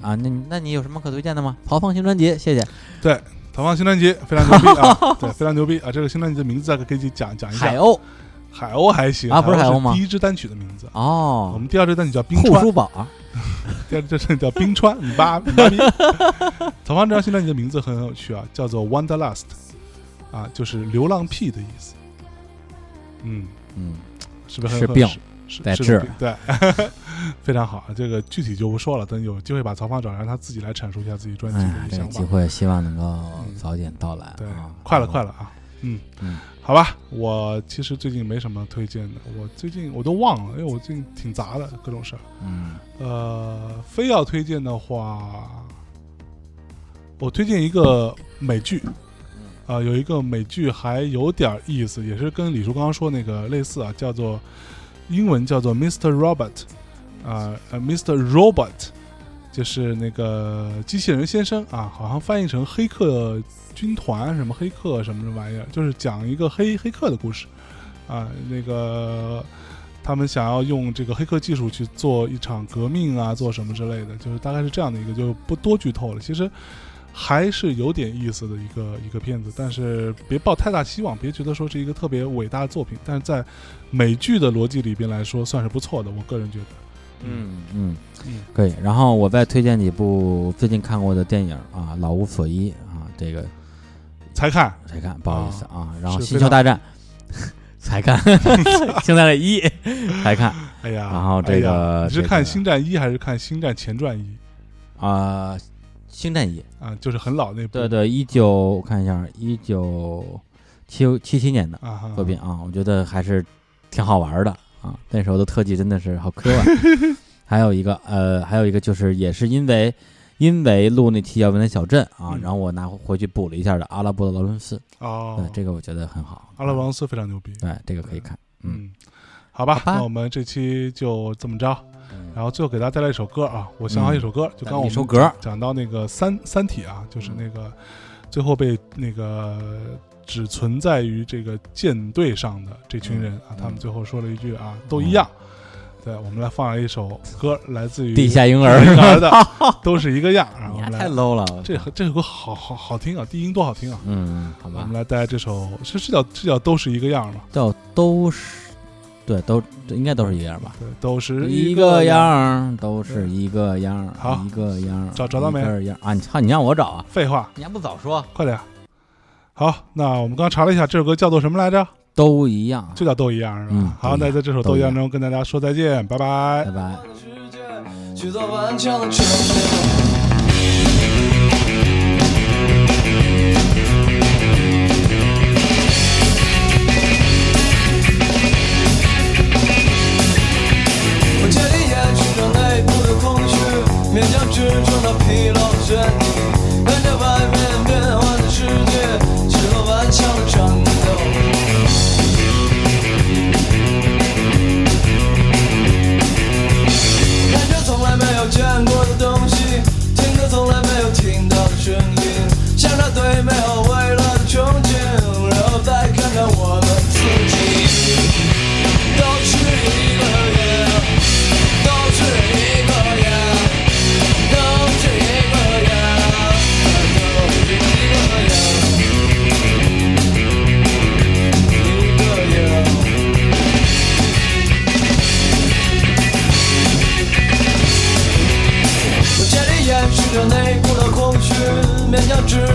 [SPEAKER 2] 啊！那你那你有什么可推荐的吗？豪放新专辑，谢谢。
[SPEAKER 1] 逃放新专辑非常牛逼 啊，对，非常牛逼啊！这个新专辑的名字再给你讲讲一
[SPEAKER 2] 海
[SPEAKER 1] 下。
[SPEAKER 2] 鸥
[SPEAKER 1] 海鸥还行
[SPEAKER 2] 啊不是海鸥
[SPEAKER 1] 鸥
[SPEAKER 2] 吗
[SPEAKER 1] 第一支单曲的名字，我
[SPEAKER 2] 哦，
[SPEAKER 1] 们第二支单曲叫冰
[SPEAKER 2] 酷
[SPEAKER 1] 川，
[SPEAKER 2] 书宝啊，
[SPEAKER 1] 第二支单曲叫冰川，你妈你 妈逼！逃放这张新专辑的名字很有趣啊，叫做 Wanderlust，啊，就是流浪屁的意思。嗯，
[SPEAKER 2] 嗯，
[SPEAKER 1] 是不是很
[SPEAKER 2] 是
[SPEAKER 1] 很
[SPEAKER 2] 病
[SPEAKER 1] 是是
[SPEAKER 2] 在
[SPEAKER 1] 是
[SPEAKER 2] 治
[SPEAKER 1] 个病对， 非常好啊。这个具体就不说了，等有机会把曹芳找来，让他自己来阐述一下自己专辑
[SPEAKER 2] 哎呀，
[SPEAKER 1] 的
[SPEAKER 2] 这个
[SPEAKER 1] 想
[SPEAKER 2] 机
[SPEAKER 1] 法。
[SPEAKER 2] 会希望能够
[SPEAKER 1] 嗯
[SPEAKER 2] 早点到来
[SPEAKER 1] 对
[SPEAKER 2] 啊！，
[SPEAKER 1] 快了，快了啊！嗯
[SPEAKER 2] 嗯，
[SPEAKER 1] 好吧，我其实最近没什么推荐的，我最近我都忘了，因为我最近挺杂的各种事儿。
[SPEAKER 2] 嗯
[SPEAKER 1] 呃，非要推荐的话，我推荐一个美剧，啊、有一个美剧还有点意思，也是跟李叔刚刚说那个类似啊，叫做英文叫做 Mr. Robot，啊、呃、，Mr. Robot，就是那个机器人先生啊，好像翻译成黑客军团什么黑客什么这玩意儿，就是讲一个黑黑客的故事，啊、那个他们想要用这个黑客技术去做一场革命啊，做什么之类的，就是大概是这样的一个，就不多剧透了。其实还是有点意思的一个一个片子，但是别抱太大希望，别觉得说是一个特别伟大的作品，但是在美剧的逻辑里边来说，算是不错的，我个人觉得。
[SPEAKER 2] 嗯嗯
[SPEAKER 1] 嗯，
[SPEAKER 2] 可以。然后我再推荐几部最近看过的电影啊，《老无所依》啊，这个
[SPEAKER 1] 才看
[SPEAKER 2] 才看，不好意思啊。然后《
[SPEAKER 1] 是
[SPEAKER 2] 星
[SPEAKER 1] 非
[SPEAKER 2] 球
[SPEAKER 1] 常
[SPEAKER 2] 大战》 才看，《星球大战一》 才看
[SPEAKER 1] 哎呀，
[SPEAKER 2] 然后这个
[SPEAKER 1] 哎呀你是
[SPEAKER 2] 这
[SPEAKER 1] 看
[SPEAKER 2] 个
[SPEAKER 1] 《星战一》还是看《星战前传一》？
[SPEAKER 2] 啊、星战一，
[SPEAKER 1] 啊，就是很老那部
[SPEAKER 2] 对对，一九我看一下，一九七七七年的
[SPEAKER 1] 啊哈
[SPEAKER 2] 作品啊，我觉得还是挺好玩的啊。那时候的特技真的是好科 幻。还有一个呃，还有一个就是也是因为因为录那期《遥远的小镇》啊，
[SPEAKER 1] 嗯
[SPEAKER 2] 然后我拿回去补了一下的《阿拉伯的劳伦斯》，
[SPEAKER 1] 哦
[SPEAKER 2] 对，这个我觉得很好。
[SPEAKER 1] 阿拉伯王斯非常牛逼，
[SPEAKER 2] 对这个可以看，嗯
[SPEAKER 1] 嗯，好吧，
[SPEAKER 2] 好吧
[SPEAKER 1] 那我们这期就这么着，
[SPEAKER 2] 嗯
[SPEAKER 1] 然后最后给大家带来一首歌啊，我想好一首歌，就刚我
[SPEAKER 2] 一
[SPEAKER 1] 们
[SPEAKER 2] 首歌
[SPEAKER 1] 讲到那个三三体啊，就是那个最后被那个只存在于这个舰队上的这群人啊，
[SPEAKER 2] 嗯
[SPEAKER 1] 他们最后说了一句啊，都一样。对，我们来放一首歌，来自于
[SPEAKER 2] 地下婴
[SPEAKER 1] 儿
[SPEAKER 2] 儿，
[SPEAKER 1] 的，都是一个样。然后
[SPEAKER 2] 你
[SPEAKER 1] 我
[SPEAKER 2] 还
[SPEAKER 1] 们
[SPEAKER 2] 太
[SPEAKER 1] 来，
[SPEAKER 2] low 了。
[SPEAKER 1] 这这首歌好好好听啊，低音多好听啊！
[SPEAKER 2] 嗯，好
[SPEAKER 1] 我
[SPEAKER 2] 吧
[SPEAKER 1] 们，来带来这首，是是叫是叫都是一个样吗？
[SPEAKER 2] 叫都是，对，都这应该都是一个样吧。
[SPEAKER 1] 对，都是
[SPEAKER 2] 一
[SPEAKER 1] 个
[SPEAKER 2] 个样儿都是一个样儿，
[SPEAKER 1] 好
[SPEAKER 2] 一个样儿，
[SPEAKER 1] 找找到没
[SPEAKER 2] 一个样儿啊，你操，你让我找啊，
[SPEAKER 1] 废话，
[SPEAKER 2] 你还不早说，
[SPEAKER 1] 快点。好，那我们刚查了一下，这首歌叫做什么来着？
[SPEAKER 2] 都一样，
[SPEAKER 1] 就叫《都一样》是吧？
[SPEAKER 2] 嗯
[SPEAKER 1] 好，
[SPEAKER 2] 都一
[SPEAKER 1] 那
[SPEAKER 2] 样
[SPEAKER 1] 在这首《
[SPEAKER 2] 都
[SPEAKER 1] 都
[SPEAKER 2] 一
[SPEAKER 1] 一样》
[SPEAKER 2] 样
[SPEAKER 1] 中跟大家说再见，拜拜
[SPEAKER 2] 拜。拜。
[SPEAKER 4] 世界去做顽强的全身。我借力掩去着内部的空虚，勉强支撑着疲劳的身体，看着外面变幻的世界，去做顽强的战斗。看着从来没有见过的东西，听着从来没有听到的声音，想着对美好未来的憧憬，然后再看看我们自己，都是一个人，都是一个人，都是一个人，都是一个人，一个人。我竭力掩饰着内部的空虚，勉强支